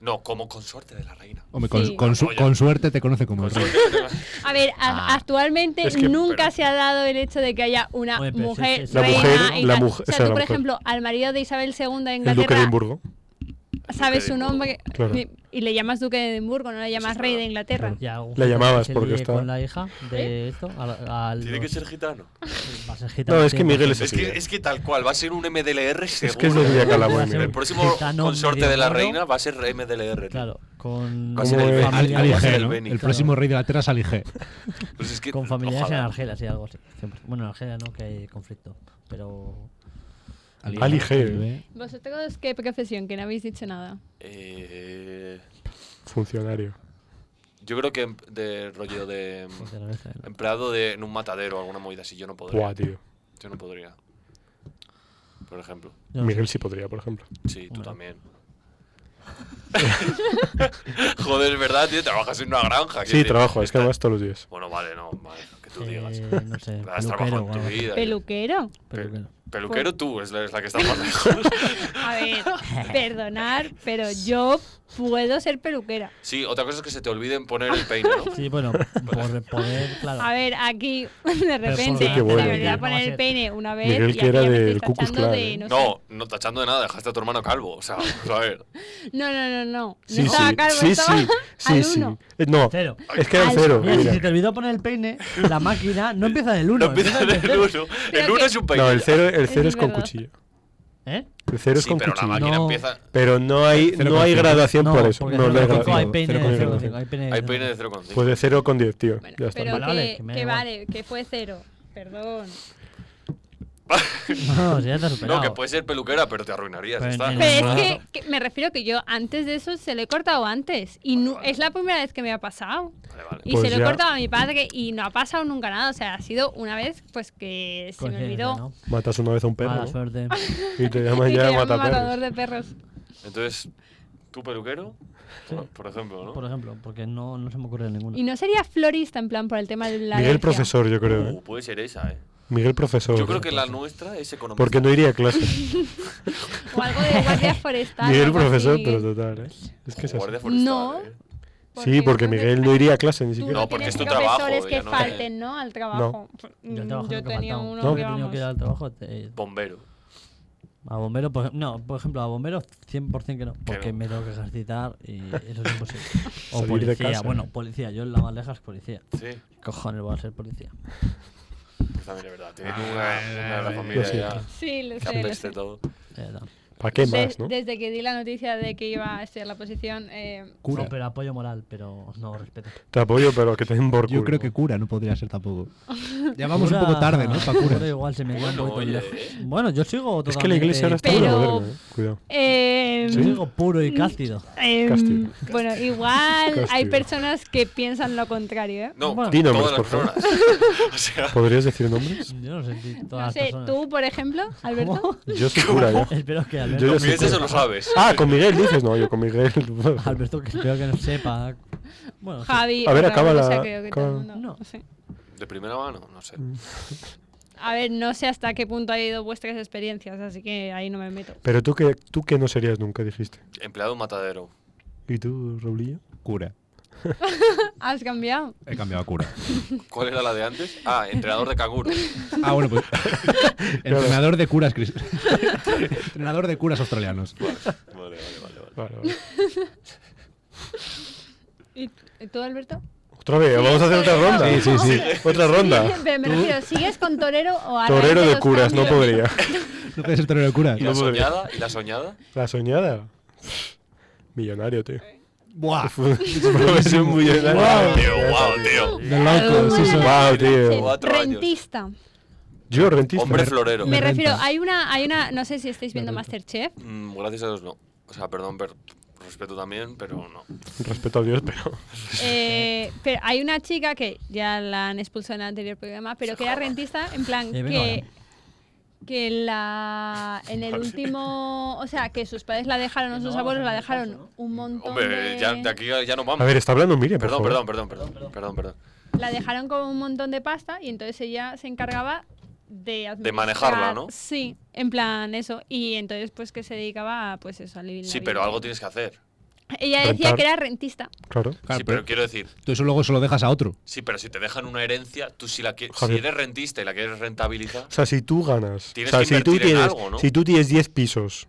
Speaker 5: No, como consorte de la reina.
Speaker 2: Hombre, con,
Speaker 6: Sí.
Speaker 2: con su-
Speaker 5: Oye.
Speaker 2: con suerte te conoce como el rey.
Speaker 5: Consorte de la-
Speaker 6: A ver, a-
Speaker 2: Ah.
Speaker 6: actualmente
Speaker 3: Es que-
Speaker 6: nunca
Speaker 5: pero-
Speaker 6: se ha dado el hecho de que haya una
Speaker 4: Oye, pero sí,
Speaker 6: mujer
Speaker 4: sí, sí.
Speaker 3: La
Speaker 6: reina.
Speaker 3: mujer-
Speaker 6: y
Speaker 3: la
Speaker 6: tal.
Speaker 3: mujer-
Speaker 6: o sea,
Speaker 3: esa
Speaker 6: tú,
Speaker 3: era
Speaker 6: por
Speaker 3: la mujer.
Speaker 6: ejemplo, al marido de Isabel II de
Speaker 3: El duque de
Speaker 6: Inglaterra,
Speaker 3: Edimburgo.
Speaker 6: sabes su
Speaker 5: Edimburgo.
Speaker 6: nombre
Speaker 3: Claro.
Speaker 6: y- y le llamas duque de Edimburgo, no le llamas
Speaker 5: es
Speaker 6: rey
Speaker 5: verdad.
Speaker 6: de Inglaterra.
Speaker 4: Ya, un
Speaker 3: La
Speaker 4: gitano
Speaker 3: llamabas
Speaker 4: que se
Speaker 3: porque
Speaker 4: líe
Speaker 3: estaba-
Speaker 4: Con la hija
Speaker 6: ¿Eh?
Speaker 4: de esto. a- a
Speaker 5: Tiene que
Speaker 4: los-
Speaker 5: ser gitano.
Speaker 4: va a ser gitano,
Speaker 3: No, es que
Speaker 4: tío,
Speaker 3: Miguel
Speaker 4: porque-
Speaker 3: es
Speaker 5: Es
Speaker 3: así.
Speaker 5: que,
Speaker 3: ¿eh?
Speaker 5: es que tal cual, va a ser un MDLR seguro.
Speaker 3: Es que es de Villa Calaboy,
Speaker 4: Seguro.
Speaker 3: mira.
Speaker 5: El próximo
Speaker 4: Gitano
Speaker 5: consorte de la
Speaker 4: medio
Speaker 5: reina va a ser MDLR. tío.
Speaker 4: Claro, con.
Speaker 5: Va a ser el
Speaker 4: con
Speaker 5: Beni.
Speaker 2: Al-
Speaker 4: familia-
Speaker 5: Al-
Speaker 2: Ali
Speaker 5: va a ser
Speaker 2: G,
Speaker 5: el
Speaker 2: ¿no?
Speaker 5: Beni,
Speaker 2: El
Speaker 5: claro.
Speaker 2: próximo rey de la tierra es Ali G.
Speaker 5: Pues es que-
Speaker 4: con familiares en
Speaker 5: ojalá.
Speaker 4: Argelia, sí, algo así. siempre. Bueno, en Argelia no, que hay conflicto. Pero.
Speaker 3: Ali G,
Speaker 2: ¿eh?
Speaker 6: ¿Vosotros qué profesión? Que no habéis dicho nada.
Speaker 5: Eh,
Speaker 3: Funcionario.
Speaker 5: yo creo que em- de rollo de em,
Speaker 4: de la vez, eh, ¿no?
Speaker 5: empleado de, en un matadero o alguna movida así, yo no podría.
Speaker 3: Buah, tío.
Speaker 5: Yo no podría. Por ejemplo.
Speaker 4: Yo no sé.
Speaker 3: Miguel sí podría, por ejemplo.
Speaker 5: Sí, tú también. Joder, es verdad, tío, trabajas en una granja. quiero
Speaker 3: Sí,
Speaker 5: decir,
Speaker 3: trabajo, es
Speaker 5: está-
Speaker 3: que además todos los días.
Speaker 5: Bueno, vale, no, vale, lo que tú digas.
Speaker 4: Eh, no sé,
Speaker 5: Has
Speaker 4: peluquero,
Speaker 5: trabajado en tu
Speaker 4: algo así,
Speaker 5: vida. y-
Speaker 6: Peluquero.
Speaker 4: peluquero.
Speaker 5: Peluquero tú, es la, es la que está más lejos.
Speaker 6: A ver, perdonar, pero yo puedo ser peluquera.
Speaker 5: Sí, otra cosa es que se te olviden poner el peine, ¿no?
Speaker 4: Sí, bueno, por poder, claro.
Speaker 6: A ver, aquí, de repente,
Speaker 3: Sí, qué bueno,
Speaker 6: se me
Speaker 3: Miguel.
Speaker 6: olvidó poner el peine una vez
Speaker 3: Miguel,
Speaker 6: y
Speaker 3: que
Speaker 6: aquí
Speaker 3: era
Speaker 6: ya me
Speaker 3: del
Speaker 6: estoy
Speaker 3: Ku Klux
Speaker 6: tachando
Speaker 3: Klan,
Speaker 6: de
Speaker 3: ¿eh?
Speaker 6: no, sé.
Speaker 5: No, no tachando de nada, dejaste a tu hermano calvo. O sea, vamos a ver.
Speaker 6: no, no, no, no.
Speaker 3: Sí,
Speaker 6: no estaba
Speaker 3: sí,
Speaker 6: calvo,
Speaker 3: sí,
Speaker 6: estaba
Speaker 3: sí, sí,
Speaker 6: al
Speaker 3: sí.
Speaker 6: uno.
Speaker 3: Eh, No,
Speaker 4: Cero.
Speaker 3: es que era
Speaker 6: Al-
Speaker 3: cero.
Speaker 4: Mira, si
Speaker 3: mira.
Speaker 4: se te olvidó poner el peine, la máquina no empieza del
Speaker 5: No
Speaker 4: 1.
Speaker 5: empieza el uno.
Speaker 6: Pero
Speaker 5: El uno
Speaker 6: que-
Speaker 5: es un peine.
Speaker 3: No, el cero, el cero es
Speaker 6: Es
Speaker 3: con
Speaker 6: verdad.
Speaker 3: cuchillo.
Speaker 4: ¿Eh?
Speaker 3: El cero es
Speaker 5: sí,
Speaker 3: con
Speaker 5: pero la
Speaker 3: cuchillo.
Speaker 5: máquina
Speaker 4: No.
Speaker 5: empieza.
Speaker 3: Pero no hay,
Speaker 2: Cero
Speaker 3: no hay
Speaker 2: con cinco.
Speaker 3: graduación por eso.
Speaker 4: porque
Speaker 3: No, no hay
Speaker 4: cero con cinco, hay
Speaker 3: graduación.
Speaker 4: peine
Speaker 3: Cero con
Speaker 4: de
Speaker 3: cero con
Speaker 4: 0,5. Hay peine de
Speaker 5: Hay
Speaker 4: 0,5.
Speaker 5: peine de 0,5.
Speaker 3: Pues de cero con 10, tío.
Speaker 6: Bueno,
Speaker 3: Ya está.
Speaker 6: pero
Speaker 4: Vale, vale,
Speaker 6: que,
Speaker 4: que me da
Speaker 6: que
Speaker 4: igual.
Speaker 6: vale, que fue cero. Perdón.
Speaker 4: No, si ya te has superado.
Speaker 5: no, que puede ser peluquera, pero te arruinarías.
Speaker 4: Pero
Speaker 5: está.
Speaker 4: en el-
Speaker 6: Pero
Speaker 4: Ah.
Speaker 6: es que, que me refiero que yo antes de eso se lo he cortado antes. Y nu- es la primera vez que me ha pasado.
Speaker 5: Vale, vale.
Speaker 6: Y
Speaker 3: Pues
Speaker 6: se lo he
Speaker 3: ya.
Speaker 6: cortado a mi padre y no ha pasado nunca nada. O sea, ha sido una vez pues que se me
Speaker 4: Coincidencia,
Speaker 6: olvidó.
Speaker 4: ¿no?
Speaker 3: Matas una vez a un perro
Speaker 4: Mala
Speaker 3: ¿no?
Speaker 4: suerte.
Speaker 3: y te
Speaker 6: Y
Speaker 3: llaman
Speaker 6: que
Speaker 3: Pues ya
Speaker 6: llama matador
Speaker 3: mataperros.
Speaker 6: de perros.
Speaker 5: Entonces, ¿tú peluquero?
Speaker 4: Sí.
Speaker 5: Por, por ejemplo, ¿no? Uh,
Speaker 4: Por ejemplo, porque no, no se me ocurre ninguno.
Speaker 6: Y no sería florista en plan por el tema de la
Speaker 3: Miguel
Speaker 6: alergia.
Speaker 3: profesor, yo creo. ¿eh?
Speaker 5: Uh, puede ser esa, ¿eh?
Speaker 3: Miguel profesor.
Speaker 5: Yo creo que la nuestra es economista.
Speaker 3: Porque no iría a clase.
Speaker 6: O algo de guardia forestal.
Speaker 3: Miguel
Speaker 6: algo así,
Speaker 3: profesor,
Speaker 6: Miguel.
Speaker 3: pero total. ¿eh? Es que es así.
Speaker 5: Guardia forestal,
Speaker 6: No.
Speaker 5: ¿eh?
Speaker 3: Sí, porque
Speaker 6: no te-
Speaker 3: Miguel no iría a clase ni
Speaker 6: Tú
Speaker 3: siquiera.
Speaker 6: no,
Speaker 5: No, porque
Speaker 6: tienes
Speaker 5: es tu
Speaker 6: profesores
Speaker 5: trabajo,
Speaker 6: que
Speaker 5: ya no es-
Speaker 6: falten, ¿no? Al trabajo.
Speaker 4: Yo, al
Speaker 6: Mm,
Speaker 4: trabajo nunca he
Speaker 6: tenía
Speaker 4: faltado.
Speaker 6: uno
Speaker 4: Nunca
Speaker 6: que
Speaker 4: he tenido
Speaker 6: vamos.
Speaker 4: que ir al trabajo. te- eh,
Speaker 5: Bombero.
Speaker 4: a bomberos, por, no, por ejemplo, a bomberos 100% que no, porque
Speaker 5: no.
Speaker 4: me tengo que ejercitar y eso es imposible. O
Speaker 3: Salir de
Speaker 4: policía,
Speaker 3: casa.
Speaker 4: bueno, policía, yo en la más leja es policía.
Speaker 5: Sí,
Speaker 4: Cojones, voy a ser policía.
Speaker 5: pues también es verdad. Tiene una, una de la
Speaker 3: Ah, eh, Lo
Speaker 5: familia
Speaker 3: siento.
Speaker 5: ya este
Speaker 6: Sí, lo
Speaker 5: que
Speaker 6: sé. lo
Speaker 5: apeste
Speaker 6: sé.
Speaker 5: todo.
Speaker 4: Eh, no.
Speaker 3: ¿Para qué
Speaker 6: De-
Speaker 3: más, no?
Speaker 6: Desde que di la noticia de que iba a estudiar la posición, eh,
Speaker 2: Cura.
Speaker 4: No, pero apoyo moral, pero no respeto.
Speaker 3: Te apoyo, pero que te den por culo.
Speaker 2: Yo creo que cura no podría ser tampoco. Ya vamos un
Speaker 4: Cura-
Speaker 2: poco tarde, ¿no? Para
Speaker 4: Cura
Speaker 2: cura.
Speaker 4: igual se me queda un
Speaker 5: Bueno,
Speaker 4: poquito
Speaker 5: oye,
Speaker 4: lejos.
Speaker 5: ¿eh?
Speaker 4: Bueno, yo sigo
Speaker 3: Es que la iglesia ahora está muy
Speaker 6: Pero-
Speaker 3: moderna, ¿eh? Cuidado.
Speaker 6: eh,
Speaker 4: Yo sigo puro y cástido.
Speaker 6: em,
Speaker 3: Castigo.
Speaker 6: bueno, igual hay
Speaker 3: Castigo.
Speaker 6: personas que piensan lo contrario, ¿eh?
Speaker 5: No,
Speaker 4: Bueno.
Speaker 5: con
Speaker 3: Di
Speaker 5: todas
Speaker 3: nombres,
Speaker 5: las
Speaker 3: por favor.
Speaker 5: personas. O sea,
Speaker 3: ¿Podrías decir nombres?
Speaker 4: Yo no sé si todas
Speaker 6: No
Speaker 4: las
Speaker 6: sé,
Speaker 4: personas.
Speaker 6: tú, por ejemplo, Alberto.
Speaker 3: Yo soy cura, ¿eh?
Speaker 4: Espero que Alberto.
Speaker 3: Yo ya
Speaker 5: lo
Speaker 3: soy
Speaker 5: pienses
Speaker 3: cura.
Speaker 5: o lo sabes.
Speaker 3: Ah, con Miguel dices. No, yo con Miguel.
Speaker 4: Alberto, que espero que no sepa. Bueno, sí.
Speaker 6: Javi,
Speaker 3: A ver,
Speaker 6: otra
Speaker 3: acaba la-
Speaker 6: cosa, creo que todo el
Speaker 3: acaba-
Speaker 6: mundo-
Speaker 4: No.
Speaker 6: no sé.
Speaker 5: De primera mano, no sé.
Speaker 6: A ver, no sé hasta qué punto han ido vuestras experiencias, así que ahí no me meto.
Speaker 3: Pero tú que, tú que no serías nunca, dijiste.
Speaker 5: Empleado matadero.
Speaker 3: ¿Y tú, Raulillo?
Speaker 2: Cura.
Speaker 6: ¿Has cambiado?
Speaker 2: He cambiado a cura.
Speaker 5: ¿Cuál era la de antes? Ah, entrenador de canguros.
Speaker 2: Ah, bueno, pues. Entrenador de curas, Chris. Entrenador de curas australianos.
Speaker 5: Vale, vale, vale. vale.
Speaker 3: Vale, vale.
Speaker 6: ¿Y y tú, Alberto?
Speaker 3: Otra vez, vamos a hacer otra ronda.
Speaker 2: Sí, sí, sí.
Speaker 3: Otra
Speaker 6: Sí,
Speaker 3: ronda.
Speaker 6: pero me refiero, ¿sigues con torero o a raíz
Speaker 3: Torero de
Speaker 6: los
Speaker 3: curas, no
Speaker 6: cambios?
Speaker 3: podría.
Speaker 2: No puedes ser torero de curas.
Speaker 5: ¿Y la
Speaker 3: No podría.
Speaker 5: soñada? ¿Y la soñada?
Speaker 3: La soñada. Millonario, tío.
Speaker 2: Buah.
Speaker 3: Profesión millonario.
Speaker 2: Guau.
Speaker 5: Tío, guau, tío.
Speaker 2: De locos, eso.
Speaker 3: Guau, tío.
Speaker 5: Cuatro años.
Speaker 6: Rentista.
Speaker 3: Yo, rentista.
Speaker 5: Hombre florero.
Speaker 6: Me
Speaker 2: renta.
Speaker 6: refiero, hay una, hay una, no sé si estáis viendo Masterchef.
Speaker 5: Mm, gracias a Dios no. O sea, perdón, pero respeto también, pero no.
Speaker 3: Respeto a Dios, pero.
Speaker 6: eh, pero hay una chica que ya la han expulsado en el anterior programa, pero que era rentista, en plan
Speaker 4: Eh, venga,
Speaker 6: que,
Speaker 4: ahora.
Speaker 6: que la en el último, o sea, que sus padres la dejaron, o sus abuelos la dejaron un montón
Speaker 5: Hombre,
Speaker 6: de,
Speaker 5: ya, de aquí ya no vamos.
Speaker 3: A ver, está hablando Miriam. por
Speaker 5: Perdón,
Speaker 3: favor.
Speaker 5: perdón, perdón, perdón, perdón, perdón.
Speaker 6: la dejaron con un montón de pasta y entonces ella se encargaba de administrar-
Speaker 5: manejarla, ¿no?
Speaker 6: Sí, en plan eso y entonces pues que se dedicaba a, pues eso, a vivir la
Speaker 5: Sí,
Speaker 6: vida.
Speaker 5: pero algo tienes que hacer.
Speaker 6: Ella decía
Speaker 3: Rentar. ¿Eh?
Speaker 6: que era rentista.
Speaker 3: Claro.
Speaker 2: Claro,
Speaker 5: Sí, pero quiero decir,
Speaker 2: tú eso luego se lo dejas a otro.
Speaker 5: sí, pero si te dejan una herencia, tú si la quieres, si
Speaker 3: Javier.
Speaker 5: eres rentista y la quieres rentabilizar,
Speaker 3: O sea, si tú ganas.
Speaker 5: Tienes
Speaker 3: o sea,
Speaker 5: que
Speaker 3: si tú
Speaker 5: invertir en
Speaker 3: tienes,
Speaker 5: algo, ¿no?
Speaker 3: si tú tienes 10 pisos.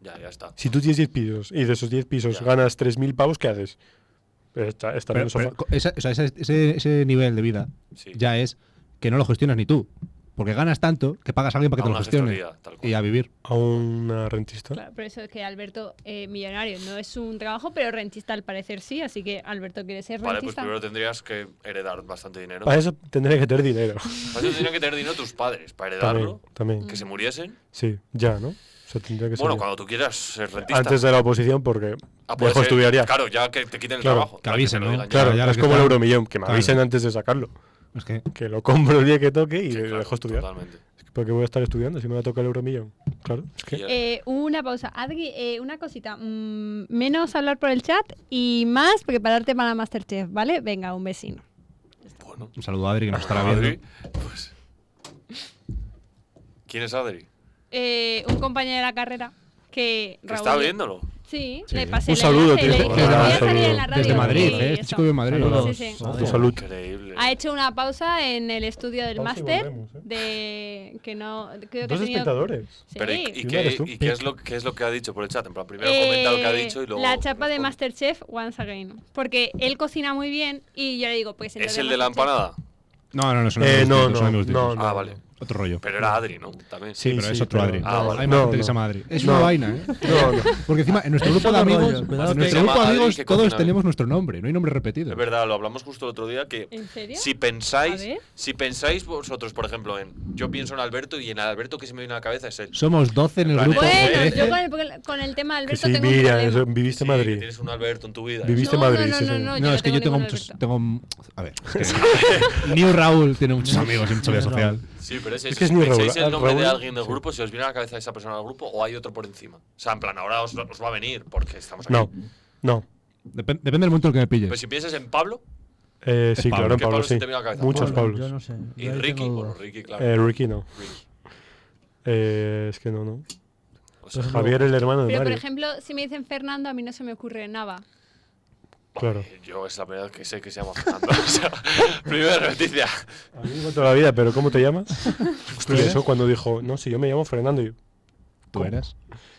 Speaker 5: ya, ya está.
Speaker 3: Si tú tienes 10 pisos y de esos 10 pisos
Speaker 5: Ya.
Speaker 3: ganas 3.000 pavos, ¿qué haces? Pues Está, estar en
Speaker 2: Pero-
Speaker 3: el sofá.
Speaker 2: pero co- esa- o sea, ese, ese- ese nivel de vida
Speaker 5: Sí.
Speaker 2: ya es que no lo gestionas ni tú. Porque ganas tanto que pagas a alguien para
Speaker 5: A
Speaker 2: que te lo
Speaker 5: una
Speaker 2: gestione.
Speaker 5: gestoría, tal cual.
Speaker 2: Y a vivir.
Speaker 3: a una rentista.
Speaker 6: Claro, por eso es que Alberto eh, millonario no es un trabajo, pero rentista al parecer sí, así que Alberto quiere ser
Speaker 5: Vale, pues
Speaker 6: rentista.
Speaker 5: primero tendrías que heredar bastante dinero.
Speaker 3: Para eso tendría que tener dinero.
Speaker 5: Para eso tendrían que tener dinero tus padres, para
Speaker 3: también,
Speaker 5: heredarlo,
Speaker 6: Mm.
Speaker 3: también.
Speaker 5: que se muriesen.
Speaker 3: Sí, ya, ¿no? O sea, tendría que ser
Speaker 5: Bueno,
Speaker 3: ya.
Speaker 5: cuando tú quieras ser rentista.
Speaker 3: antes de la oposición porque
Speaker 5: Ah, puede
Speaker 3: dejo
Speaker 5: ser.
Speaker 3: estudiar ya. Claro,
Speaker 5: Claro, ya que te quiten el
Speaker 3: Claro,
Speaker 5: trabajo.
Speaker 2: que
Speaker 5: Claro,
Speaker 2: avisen,
Speaker 5: te lo
Speaker 2: ¿no?
Speaker 5: digan ya.
Speaker 2: Claro, ya
Speaker 3: es
Speaker 2: que
Speaker 3: como el
Speaker 2: está-
Speaker 3: euromillón, que me
Speaker 2: Claro.
Speaker 3: avisen antes de sacarlo.
Speaker 2: Es que
Speaker 3: Que lo compro el día que toque y
Speaker 5: Sí,
Speaker 3: lo
Speaker 5: claro,
Speaker 3: dejo estudiar.
Speaker 5: Totalmente.
Speaker 3: Porque voy a estar estudiando si me va a tocar el euromillón. Claro, es que
Speaker 5: Y ya-
Speaker 6: Eh, una pausa. Adri, eh, una cosita. Mm, menos hablar por el chat y más prepararte para Masterchef, ¿vale? Venga, un vecino.
Speaker 5: Bueno.
Speaker 2: un saludo a Adri que nos estará
Speaker 5: Adri,
Speaker 2: viendo.
Speaker 5: pues- ¿Quién es Adri?
Speaker 6: eh, un compañero de la carrera que
Speaker 5: Que
Speaker 6: Raúl,
Speaker 5: Está viéndolo.
Speaker 6: Sí,
Speaker 2: Sí.
Speaker 6: le pasé
Speaker 3: Un
Speaker 6: el
Speaker 3: saludo,
Speaker 6: enlace,
Speaker 3: tío.
Speaker 6: le dije,
Speaker 3: Desde
Speaker 6: "Voy a
Speaker 3: Madrid,
Speaker 6: salir en la
Speaker 2: Desde
Speaker 6: radio",
Speaker 2: Madrid,
Speaker 6: y
Speaker 2: ¿eh? Este
Speaker 6: eso.
Speaker 2: chico vive en Madrid.
Speaker 4: Saludos.
Speaker 6: Sí, sí.
Speaker 3: Tu salud.
Speaker 5: Increíble.
Speaker 6: Ha hecho una pausa en el estudio del
Speaker 3: Pausa y
Speaker 6: máster
Speaker 3: volvemos, ¿eh?
Speaker 6: de que no creo que ha
Speaker 3: Dos
Speaker 6: tenido
Speaker 3: espectadores.
Speaker 6: Sí. Eh,
Speaker 5: Pero ¿y, y
Speaker 3: Sí,
Speaker 5: qué,
Speaker 3: eres tú.
Speaker 5: y qué es lo, qué es lo que ha dicho por el chat? En plan, primero comenta lo que ha
Speaker 6: Eh,
Speaker 5: dicho y luego.
Speaker 6: La chapa de
Speaker 5: responde.
Speaker 6: Masterchef Once Again. Porque él cocina muy bien y yo le digo, pues
Speaker 5: ¿Es
Speaker 6: entonces
Speaker 5: el de la
Speaker 6: Masterchef.
Speaker 5: empanada?
Speaker 2: No, no, no, son
Speaker 3: Eh,
Speaker 2: amigos
Speaker 3: no,
Speaker 2: distintos, son
Speaker 3: no,
Speaker 2: amigos
Speaker 3: no,
Speaker 2: distintos.
Speaker 5: Ah,
Speaker 3: no,
Speaker 5: vale.
Speaker 3: no.
Speaker 2: Otro rollo.
Speaker 5: Pero era Adri, ¿no? También.
Speaker 2: Sí, pero es otro
Speaker 3: pero-
Speaker 2: Adri.
Speaker 5: Ah, vale.
Speaker 2: Hay
Speaker 3: No,
Speaker 2: más gente que
Speaker 3: no.
Speaker 2: se llama Adri. Es
Speaker 3: No.
Speaker 2: una vaina, ¿eh?
Speaker 3: No, no.
Speaker 2: Porque encima, en nuestro grupo de
Speaker 4: otro
Speaker 2: amigos,
Speaker 4: rollo, cuidado
Speaker 2: en
Speaker 4: que-
Speaker 2: nuestro
Speaker 4: Se
Speaker 2: grupo
Speaker 5: llama
Speaker 2: de
Speaker 5: Adri,
Speaker 2: amigos,
Speaker 5: que
Speaker 2: todos
Speaker 5: cocina bien.
Speaker 2: tenemos nuestro nombre, no hay nombre repetido.
Speaker 5: Es verdad, lo hablamos justo el otro día que
Speaker 6: ¿En serio?
Speaker 5: si
Speaker 6: A
Speaker 5: pensáis,
Speaker 6: ver.
Speaker 5: si pensáis vosotros, por ejemplo, en yo pienso en Alberto y en Alberto que se me viene a la cabeza es él.
Speaker 2: Somos 12 en el
Speaker 5: Vale.
Speaker 2: grupo.
Speaker 5: Bueno,
Speaker 2: o
Speaker 6: Bueno,
Speaker 2: 13.
Speaker 6: yo con el, porque- con el tema de
Speaker 3: ¿Eh? Que
Speaker 6: Alberto
Speaker 3: sí,
Speaker 6: tengo un
Speaker 3: mira,
Speaker 6: problema.
Speaker 3: eso,
Speaker 5: Sí,
Speaker 3: viviste en
Speaker 5: que
Speaker 3: Madrid.
Speaker 5: tienes un Alberto en tu vida.
Speaker 3: Vivís-
Speaker 5: eso.
Speaker 3: viviste
Speaker 6: no,
Speaker 3: en Madrid,
Speaker 6: no,
Speaker 3: sí,
Speaker 6: no,
Speaker 3: sí.
Speaker 6: no, yo
Speaker 2: No, es que yo tengo
Speaker 6: ningún
Speaker 2: muchos.
Speaker 6: Alberto.
Speaker 2: Tengo. A ver. es que- New Raúl tiene muchos amigos en vida social.
Speaker 5: Sí, pero es,
Speaker 3: Es
Speaker 5: eso,
Speaker 3: que es
Speaker 5: si
Speaker 3: muy
Speaker 5: pensáis
Speaker 3: Raúl,
Speaker 5: el nombre de
Speaker 3: Raúl,
Speaker 5: alguien del
Speaker 3: sí.
Speaker 5: grupo, si os viene a la cabeza esa persona del grupo o hay otro por encima. O sea, en plan, ahora os, os va a venir porque estamos aquí.
Speaker 3: No, no.
Speaker 2: Depen- depende del momento en el que me pilles.
Speaker 5: Pero si piensas en Pablo
Speaker 3: Eh, sí,
Speaker 2: Pablo.
Speaker 3: claro, en
Speaker 5: ¿Qué Pablo
Speaker 3: Pablo
Speaker 5: se
Speaker 3: sí.
Speaker 5: te viene a la cabeza?
Speaker 3: Muchos
Speaker 4: Pablo,
Speaker 3: Pablos.
Speaker 4: Yo no sé.
Speaker 5: y
Speaker 4: yo ahí
Speaker 5: Ricky,
Speaker 4: tengo
Speaker 5: bueno,
Speaker 4: dudas.
Speaker 5: Ricky, claro.
Speaker 3: Eh, Ricky no.
Speaker 5: Ricky.
Speaker 3: Eh, es que no, no.
Speaker 5: O sea,
Speaker 3: Javier, el hermano de
Speaker 6: Pero por
Speaker 3: Mario.
Speaker 6: ejemplo, si me dicen Fernando, a mí no se me ocurre nada.
Speaker 3: Claro.
Speaker 5: Yo es la primera vez que sé que se llama Fernando. o sea, primera noticia.
Speaker 3: A mí me contó la vida, pero ¿cómo te llamas? Y eso cuando dijo, no, si yo me llamo Fernando. y yo,
Speaker 2: Tú eras.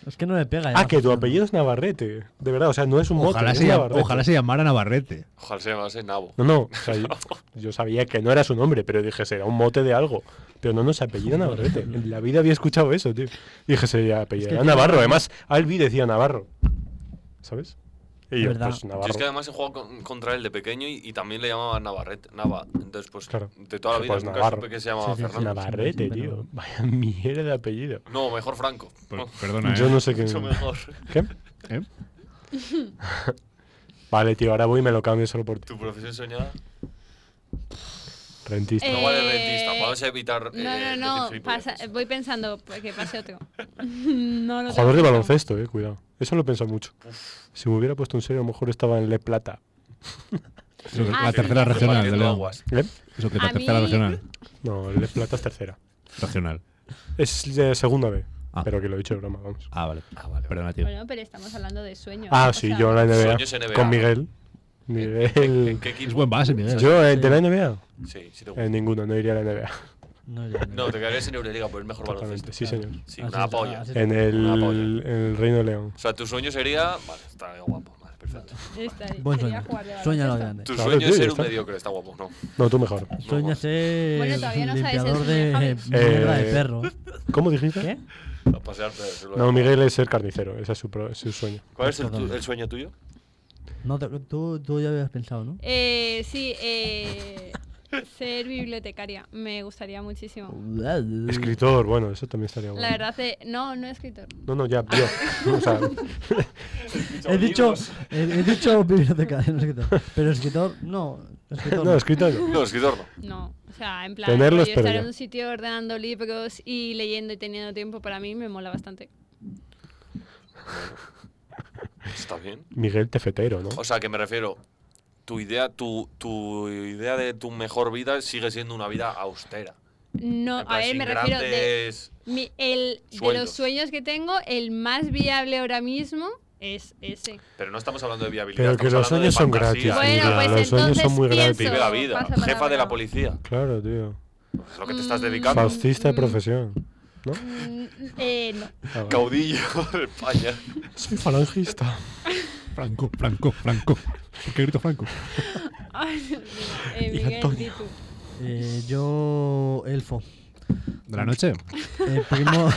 Speaker 4: Es que no le pega.
Speaker 3: ah,
Speaker 4: ya,
Speaker 3: que tu
Speaker 4: Fernando.
Speaker 3: apellido es Navarrete. De verdad, o sea, no es un mote,
Speaker 2: Ojalá,
Speaker 3: es
Speaker 2: se llam-
Speaker 3: Navarrete.
Speaker 2: ojalá se llamara Navarrete.
Speaker 5: Ojalá se llamase Nabo.
Speaker 3: No, no. o sea, yo, yo sabía que no era su nombre, pero dije, será un mote de algo. Pero no, no, se apellida Navarrete. En la vida había escuchado eso, tío. Dije, se apellida
Speaker 4: Es que-
Speaker 3: Navarro. Además, Albi decía Navarro. ¿Sabes? Y yo,
Speaker 4: Verdad.
Speaker 3: pues
Speaker 5: Yo
Speaker 3: Navarro.
Speaker 5: es que además he jugado con- contra él de pequeño y, y también le llamaban Navarrete. Nava. Entonces, pues,
Speaker 3: Claro.
Speaker 5: de toda la vida
Speaker 3: Pues
Speaker 5: nunca
Speaker 3: Navarro.
Speaker 5: supe que se llamaba
Speaker 4: Sí, sí, sí.
Speaker 5: Fernando.
Speaker 3: Navarrete,
Speaker 4: Siempre
Speaker 3: tío.
Speaker 4: Navarro.
Speaker 3: Vaya mierda de apellido.
Speaker 5: No, mejor Franco.
Speaker 2: Per-
Speaker 5: No,
Speaker 2: Perdona, ¿eh?
Speaker 3: Yo no sé qué.
Speaker 5: mucho mejor.
Speaker 3: ¿Qué?
Speaker 2: ¿Eh?
Speaker 3: Vale, tío, ahora voy y me lo cambio solo por ti.
Speaker 5: ¿Tu profesión soñada?
Speaker 3: Rentista.
Speaker 5: No vale
Speaker 6: Eh,
Speaker 5: rentista. Vamos a evitar.
Speaker 6: No,
Speaker 5: eh,
Speaker 6: no,
Speaker 5: decir
Speaker 6: no, pasa-
Speaker 5: gilipolleces.
Speaker 6: voy pensando pues, que pase otro. no lo
Speaker 3: Jugador de
Speaker 6: tengo.
Speaker 3: baloncesto, eh, cuidado. Eso lo he pensado mucho. Si me hubiera puesto en serio, a lo mejor estaba en Le Plata.
Speaker 2: Eso que-
Speaker 6: Ah,
Speaker 2: la
Speaker 6: sí.
Speaker 2: tercera regional de
Speaker 5: Repartiendo
Speaker 2: León.
Speaker 5: aguas.
Speaker 3: ¿Eh?
Speaker 2: Eso que es la
Speaker 6: A
Speaker 2: tercera
Speaker 6: mí-
Speaker 2: regional.
Speaker 3: No, Le Plata es tercera.
Speaker 2: Regional.
Speaker 3: Es de segunda B.
Speaker 2: Ah.
Speaker 3: Pero que lo he dicho de broma, vamos.
Speaker 2: Ah, vale.
Speaker 5: Ah, vale. vale.
Speaker 2: Perdona, tío.
Speaker 6: Bueno, pero estamos hablando de sueños.
Speaker 3: Ah,
Speaker 6: o
Speaker 3: sí,
Speaker 6: sea,
Speaker 3: yo en la NBA.
Speaker 5: Sueños NBA.
Speaker 3: Con Miguel.
Speaker 5: ¿En
Speaker 3: Miguel.
Speaker 5: qué
Speaker 2: Es
Speaker 5: equipo?
Speaker 2: buen base, Miguel.
Speaker 3: ¿Yo eh, de la NBA?
Speaker 5: Sí, sí te gusta.
Speaker 3: En Eh, ninguno, no iría a la NBA.
Speaker 4: No, ya,
Speaker 5: No, te quedarías en Euroliga por el mejor
Speaker 3: Totalmente.
Speaker 5: baloncesto.
Speaker 3: Sí, señor.
Speaker 5: Sí, Ah, pues
Speaker 4: Así
Speaker 5: una
Speaker 4: es,
Speaker 5: polla.
Speaker 4: así es.
Speaker 3: En el,
Speaker 5: Una polla.
Speaker 3: en el Reino de León.
Speaker 5: O sea, tu sueño sería. Vale, está guapo. Vale, perfecto.
Speaker 6: esta-
Speaker 4: Buen
Speaker 6: sería
Speaker 4: sueño.
Speaker 6: jugar de
Speaker 4: Sueña lo
Speaker 6: baloncesto.
Speaker 4: grande.
Speaker 5: Tu
Speaker 3: Claro,
Speaker 5: sueño
Speaker 3: tío,
Speaker 5: es
Speaker 3: ya
Speaker 5: ser un
Speaker 3: está.
Speaker 5: mediocre, está guapo, no.
Speaker 3: No, tú mejor.
Speaker 4: Sueña ser
Speaker 6: Bueno, todavía no sabes
Speaker 4: limpiador
Speaker 6: eso,
Speaker 4: de
Speaker 6: Javi.
Speaker 4: mierda
Speaker 3: Eh,
Speaker 4: de perro.
Speaker 3: ¿Cómo dijiste?
Speaker 4: ¿Qué?
Speaker 5: A pasearte. desde luego.
Speaker 3: No, Miguel es ser carnicero. Ese es su, pro- su sueño.
Speaker 5: ¿Cuál es el, tu- el sueño tuyo?
Speaker 4: No, te- tú, tú ya habías pensado, ¿no?
Speaker 6: Eh, sí, eh, ser bibliotecaria me gustaría
Speaker 3: Oh,
Speaker 6: muchísimo.
Speaker 3: Escritor, bueno, eso también estaría bueno.
Speaker 6: La verdad, eh, no, no escritor.
Speaker 3: No, no, ya, yo. o sea,
Speaker 4: He dicho, he, he dicho bibliotecario, no escritor. Pero escritor, no. Escritor,
Speaker 3: no, escritor no.
Speaker 5: No, escritor no.
Speaker 6: No, o sea, en plan,
Speaker 3: Tenerlos,
Speaker 6: yo
Speaker 3: pero
Speaker 6: estar en
Speaker 3: ya.
Speaker 6: un sitio ordenando libros y leyendo y teniendo tiempo para mí me mola bastante.
Speaker 5: Está bien.
Speaker 3: Miguel Tefetero, ¿no?
Speaker 5: O sea, que me refiero. Tu idea, tu, tu idea de tu mejor vida sigue siendo una vida austera.
Speaker 6: No,
Speaker 5: En plan,
Speaker 6: a ver,
Speaker 5: sin
Speaker 6: me refiero de,
Speaker 5: grandes-
Speaker 6: mi- el, de
Speaker 5: sueldos.
Speaker 6: los sueños que tengo, el más viable ahora mismo es ese.
Speaker 5: Pero no estamos hablando de viabilidad.
Speaker 3: Pero que
Speaker 5: estamos
Speaker 3: los
Speaker 5: hablando de
Speaker 3: sueños son
Speaker 5: fantasía.
Speaker 3: gratis.
Speaker 6: Bueno,
Speaker 3: Miguel,
Speaker 6: pues
Speaker 3: los sueños son
Speaker 6: entonces
Speaker 3: muy gratis.
Speaker 6: pienso-
Speaker 5: Vive la vida.
Speaker 6: Paso palabra.
Speaker 5: Jefa de la policía.
Speaker 3: Claro, tío.
Speaker 5: Es lo que te estás
Speaker 6: Mm.
Speaker 5: dedicando.
Speaker 3: Faustista de
Speaker 6: Mm.
Speaker 3: profesión. ¿No?
Speaker 6: Mm, eh, no.
Speaker 3: Ah, vale.
Speaker 5: Caudillo de España.
Speaker 3: Soy falangista.
Speaker 2: Franco, Franco, Franco. ¿Por qué grito Franco?
Speaker 6: Ay, Dios mío. Eh,
Speaker 3: Y
Speaker 6: Miguel, di
Speaker 3: Antonio.
Speaker 6: tú.
Speaker 4: Eh, yo, elfo.
Speaker 2: ¿De la noche?
Speaker 4: Eh, primo.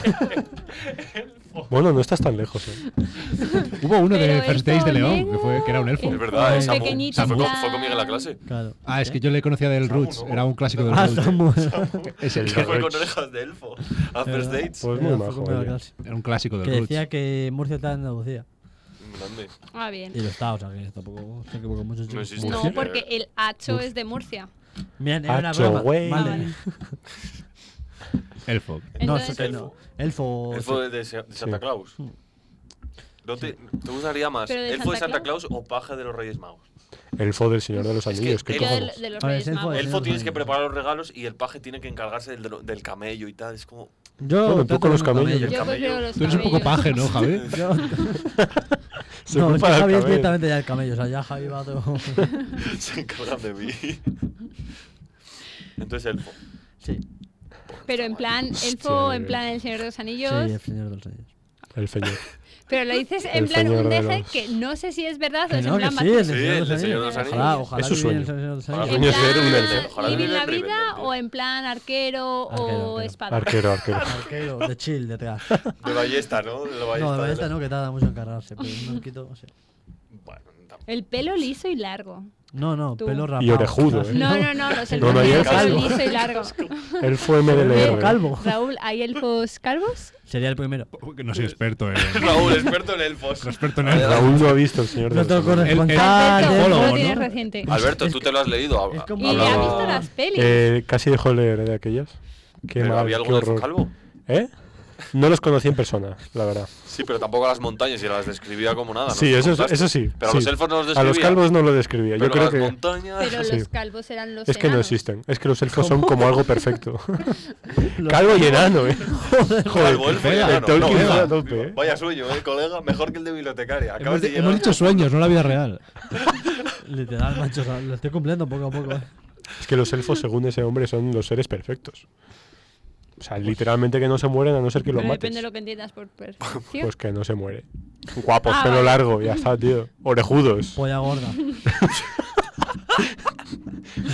Speaker 3: Bueno, no estás tan lejos, ¿eh?
Speaker 2: Hubo uno de
Speaker 6: Pero
Speaker 2: First Days de
Speaker 6: elfo
Speaker 2: León,
Speaker 6: negro,
Speaker 2: que, fue, que era un elfo.
Speaker 5: Es
Speaker 6: elfo
Speaker 5: verdad, es Samu.
Speaker 6: pequeñito,
Speaker 5: Fue con,
Speaker 6: plan.
Speaker 5: fue conmigo en la clase.
Speaker 4: claro.
Speaker 2: Ah, es que yo le conocía del
Speaker 5: Samu,
Speaker 2: Roots,
Speaker 5: ¿no?
Speaker 2: era un clásico del
Speaker 4: Ah,
Speaker 2: Roots.
Speaker 4: Samu.
Speaker 2: Es el
Speaker 5: Que fue
Speaker 2: Roots.
Speaker 5: con orejas de elfo. A first dates.
Speaker 3: Pues muy
Speaker 4: Era-
Speaker 3: majo,
Speaker 4: fue conmigo a
Speaker 3: oye.
Speaker 4: clase.
Speaker 2: Era un clásico del
Speaker 4: Que decía
Speaker 2: Roots.
Speaker 4: que Murcia está en Andalucía.
Speaker 3: pues-
Speaker 5: Grande.
Speaker 6: Ah, bien.
Speaker 4: Y lo está, o sea, que tampoco se equivocó mucho.
Speaker 5: No
Speaker 4: chicos.
Speaker 5: existe.
Speaker 6: No,
Speaker 5: Murcia.
Speaker 6: porque el hacho es de Murcia.
Speaker 4: Bien, era una
Speaker 3: Hacho,
Speaker 4: broma.
Speaker 3: güey.
Speaker 4: Vale.
Speaker 2: Elfo.
Speaker 4: No,
Speaker 6: Entonces- Mm.
Speaker 4: eso que no. Elfo.
Speaker 5: Elfo de, de Sa- de Santa
Speaker 3: Sí.
Speaker 5: Claus. ¿No te, ¿Te gustaría más
Speaker 6: Pero de
Speaker 5: elfo de
Speaker 6: Santa
Speaker 5: Santa Claus o paja de los Reyes Magos?
Speaker 3: Elfo del Señor de los
Speaker 5: Es que
Speaker 3: Anillos. ¿Qué
Speaker 5: el-
Speaker 6: Yo de,
Speaker 3: cojones?
Speaker 6: de los
Speaker 4: A ver,
Speaker 6: Reyes
Speaker 4: ese fue-
Speaker 6: Magos.
Speaker 4: Elfo
Speaker 5: Elfo tienes
Speaker 4: Reyes.
Speaker 5: que preparar los regalos y el paje tiene que encargarse del, del camello y tal. Es como.
Speaker 4: Yo
Speaker 3: Bueno, tú
Speaker 4: trato
Speaker 3: con los
Speaker 4: con
Speaker 3: camellos.
Speaker 4: camellos.
Speaker 6: Yo prefiero los
Speaker 2: Tú eres un poco
Speaker 6: cabellos.
Speaker 2: paje, ¿no, Javi?
Speaker 4: Yo-
Speaker 3: Se
Speaker 4: no, es que
Speaker 3: ocupa del
Speaker 4: Javi es
Speaker 3: cabello.
Speaker 4: directamente ya el camello. O sea, ya Javi va todo.
Speaker 5: Se encabran de mí. Entonces, elfo.
Speaker 4: sí,
Speaker 6: Pero en plan, elfo, en plan el Señor de los
Speaker 4: sí,
Speaker 6: Anillos.
Speaker 4: el señor de los anillos.
Speaker 3: El señor.
Speaker 6: pero lo dices en
Speaker 3: El
Speaker 6: plan
Speaker 3: Señor
Speaker 6: un
Speaker 3: de
Speaker 6: deje
Speaker 3: los-
Speaker 6: que no sé si es verdad o
Speaker 4: Que
Speaker 6: es
Speaker 4: no,
Speaker 6: en
Speaker 4: que
Speaker 6: plan
Speaker 4: sí, el
Speaker 6: vacío.
Speaker 5: Sí,
Speaker 4: señor de los
Speaker 5: el Señor
Speaker 4: anillos.
Speaker 5: de los
Speaker 4: Ojalá,
Speaker 5: Anillos.
Speaker 4: ojalá
Speaker 3: Es su
Speaker 4: viviera
Speaker 3: sueño.
Speaker 4: el señor de los
Speaker 5: Ojalá
Speaker 4: anillos.
Speaker 6: En
Speaker 3: Coño, ser un
Speaker 6: plan,
Speaker 5: elfo, ojalá
Speaker 6: living la
Speaker 5: vivir en
Speaker 6: vida
Speaker 5: Rivendell.
Speaker 6: o en plan arquero
Speaker 4: Arquero,
Speaker 6: o
Speaker 4: arquero.
Speaker 6: espada.
Speaker 3: Arquero, arquero.
Speaker 4: Arquero, de chill, detrás.
Speaker 5: De ballesta, ¿no? De la ballesta.
Speaker 4: No, de
Speaker 5: de
Speaker 4: esta
Speaker 5: la-
Speaker 4: no, que tarda mucho en cargarse. Pero un arquito, sí.
Speaker 5: Bueno, tampoco.
Speaker 6: El pelo liso y largo.
Speaker 4: No, no,
Speaker 6: Tú.
Speaker 4: pelo rapado.
Speaker 3: orejudo, ¿eh?
Speaker 6: No, no, no, los
Speaker 4: El
Speaker 6: elfos
Speaker 3: no,
Speaker 6: tienen
Speaker 3: y el
Speaker 6: el pelo
Speaker 5: calvo.
Speaker 6: liso y largo.
Speaker 3: Él fue
Speaker 4: Pelo
Speaker 3: MDLR.
Speaker 4: calvo.
Speaker 6: Raúl, ¿hay elfos calvos?
Speaker 4: Sería el primero.
Speaker 2: Porque No soy experto en.
Speaker 5: Raúl, experto en elfos.
Speaker 2: no experto en
Speaker 5: Vale,
Speaker 2: elfos.
Speaker 3: Raúl no ha visto el señor de
Speaker 4: Nuestro
Speaker 3: los Anillos.
Speaker 2: Ah,
Speaker 4: corresponsal.
Speaker 6: Alberto,
Speaker 2: el
Speaker 6: no
Speaker 2: ufólogo,
Speaker 6: lo
Speaker 2: ¿no?
Speaker 6: tienes reciente.
Speaker 5: Alberto,
Speaker 4: es
Speaker 5: tú
Speaker 4: que-
Speaker 5: te lo has leído. hab-
Speaker 4: es como-
Speaker 6: Y ya ha
Speaker 5: hablaba-
Speaker 6: visto las pelis.
Speaker 3: Eh, casi dejó de leer de aquellas. Qué
Speaker 5: ¿Pero
Speaker 3: mal,
Speaker 5: había
Speaker 3: qué
Speaker 5: algo de
Speaker 3: horror.
Speaker 5: Calvo?
Speaker 3: ¿Eh? No los conocí en persona, la verdad.
Speaker 5: Sí, pero tampoco a las montañas y las describía como nada. Ah, ¿no?
Speaker 3: sí, eso, es-
Speaker 5: Contaste.
Speaker 3: eso sí.
Speaker 5: Pero a
Speaker 3: sí.
Speaker 5: los elfos no los
Speaker 3: A
Speaker 5: describía.
Speaker 3: los calvos no lo describía.
Speaker 5: pero
Speaker 3: Yo creo
Speaker 5: las
Speaker 3: que.
Speaker 5: montañas.
Speaker 6: Pero
Speaker 3: Sí.
Speaker 6: los calvos eran los
Speaker 3: Es que no
Speaker 6: enanos.
Speaker 3: existen. Es que los elfos son como algo perfecto. Calvo y enano, ¿eh.
Speaker 5: Calvo, elfo y
Speaker 3: el
Speaker 5: enano.
Speaker 3: Tolkien
Speaker 5: No,
Speaker 3: fue a
Speaker 5: venga.
Speaker 3: tope, ¿eh?
Speaker 5: Vaya sueño, ¿eh, colega? Mejor que el de bibliotecaria. Acabas
Speaker 2: Hemos,
Speaker 5: de
Speaker 2: di-
Speaker 5: llegar.
Speaker 2: hemos dicho sueños, no la vida real.
Speaker 4: Literal, macho. o sea, lo estoy cumpliendo poco a poco. eh.
Speaker 3: Es que los elfos, según ese hombre, son los seres perfectos. O sea, literalmente que no se mueren a no ser que los
Speaker 6: Pero
Speaker 3: mates.
Speaker 6: depende de lo que entiendas por perfección.
Speaker 3: Pues que no se muere. Guapos,
Speaker 6: Ah,
Speaker 3: pelo
Speaker 6: vale.
Speaker 3: largo, ya está, tío. Orejudos.
Speaker 4: Polla gorda.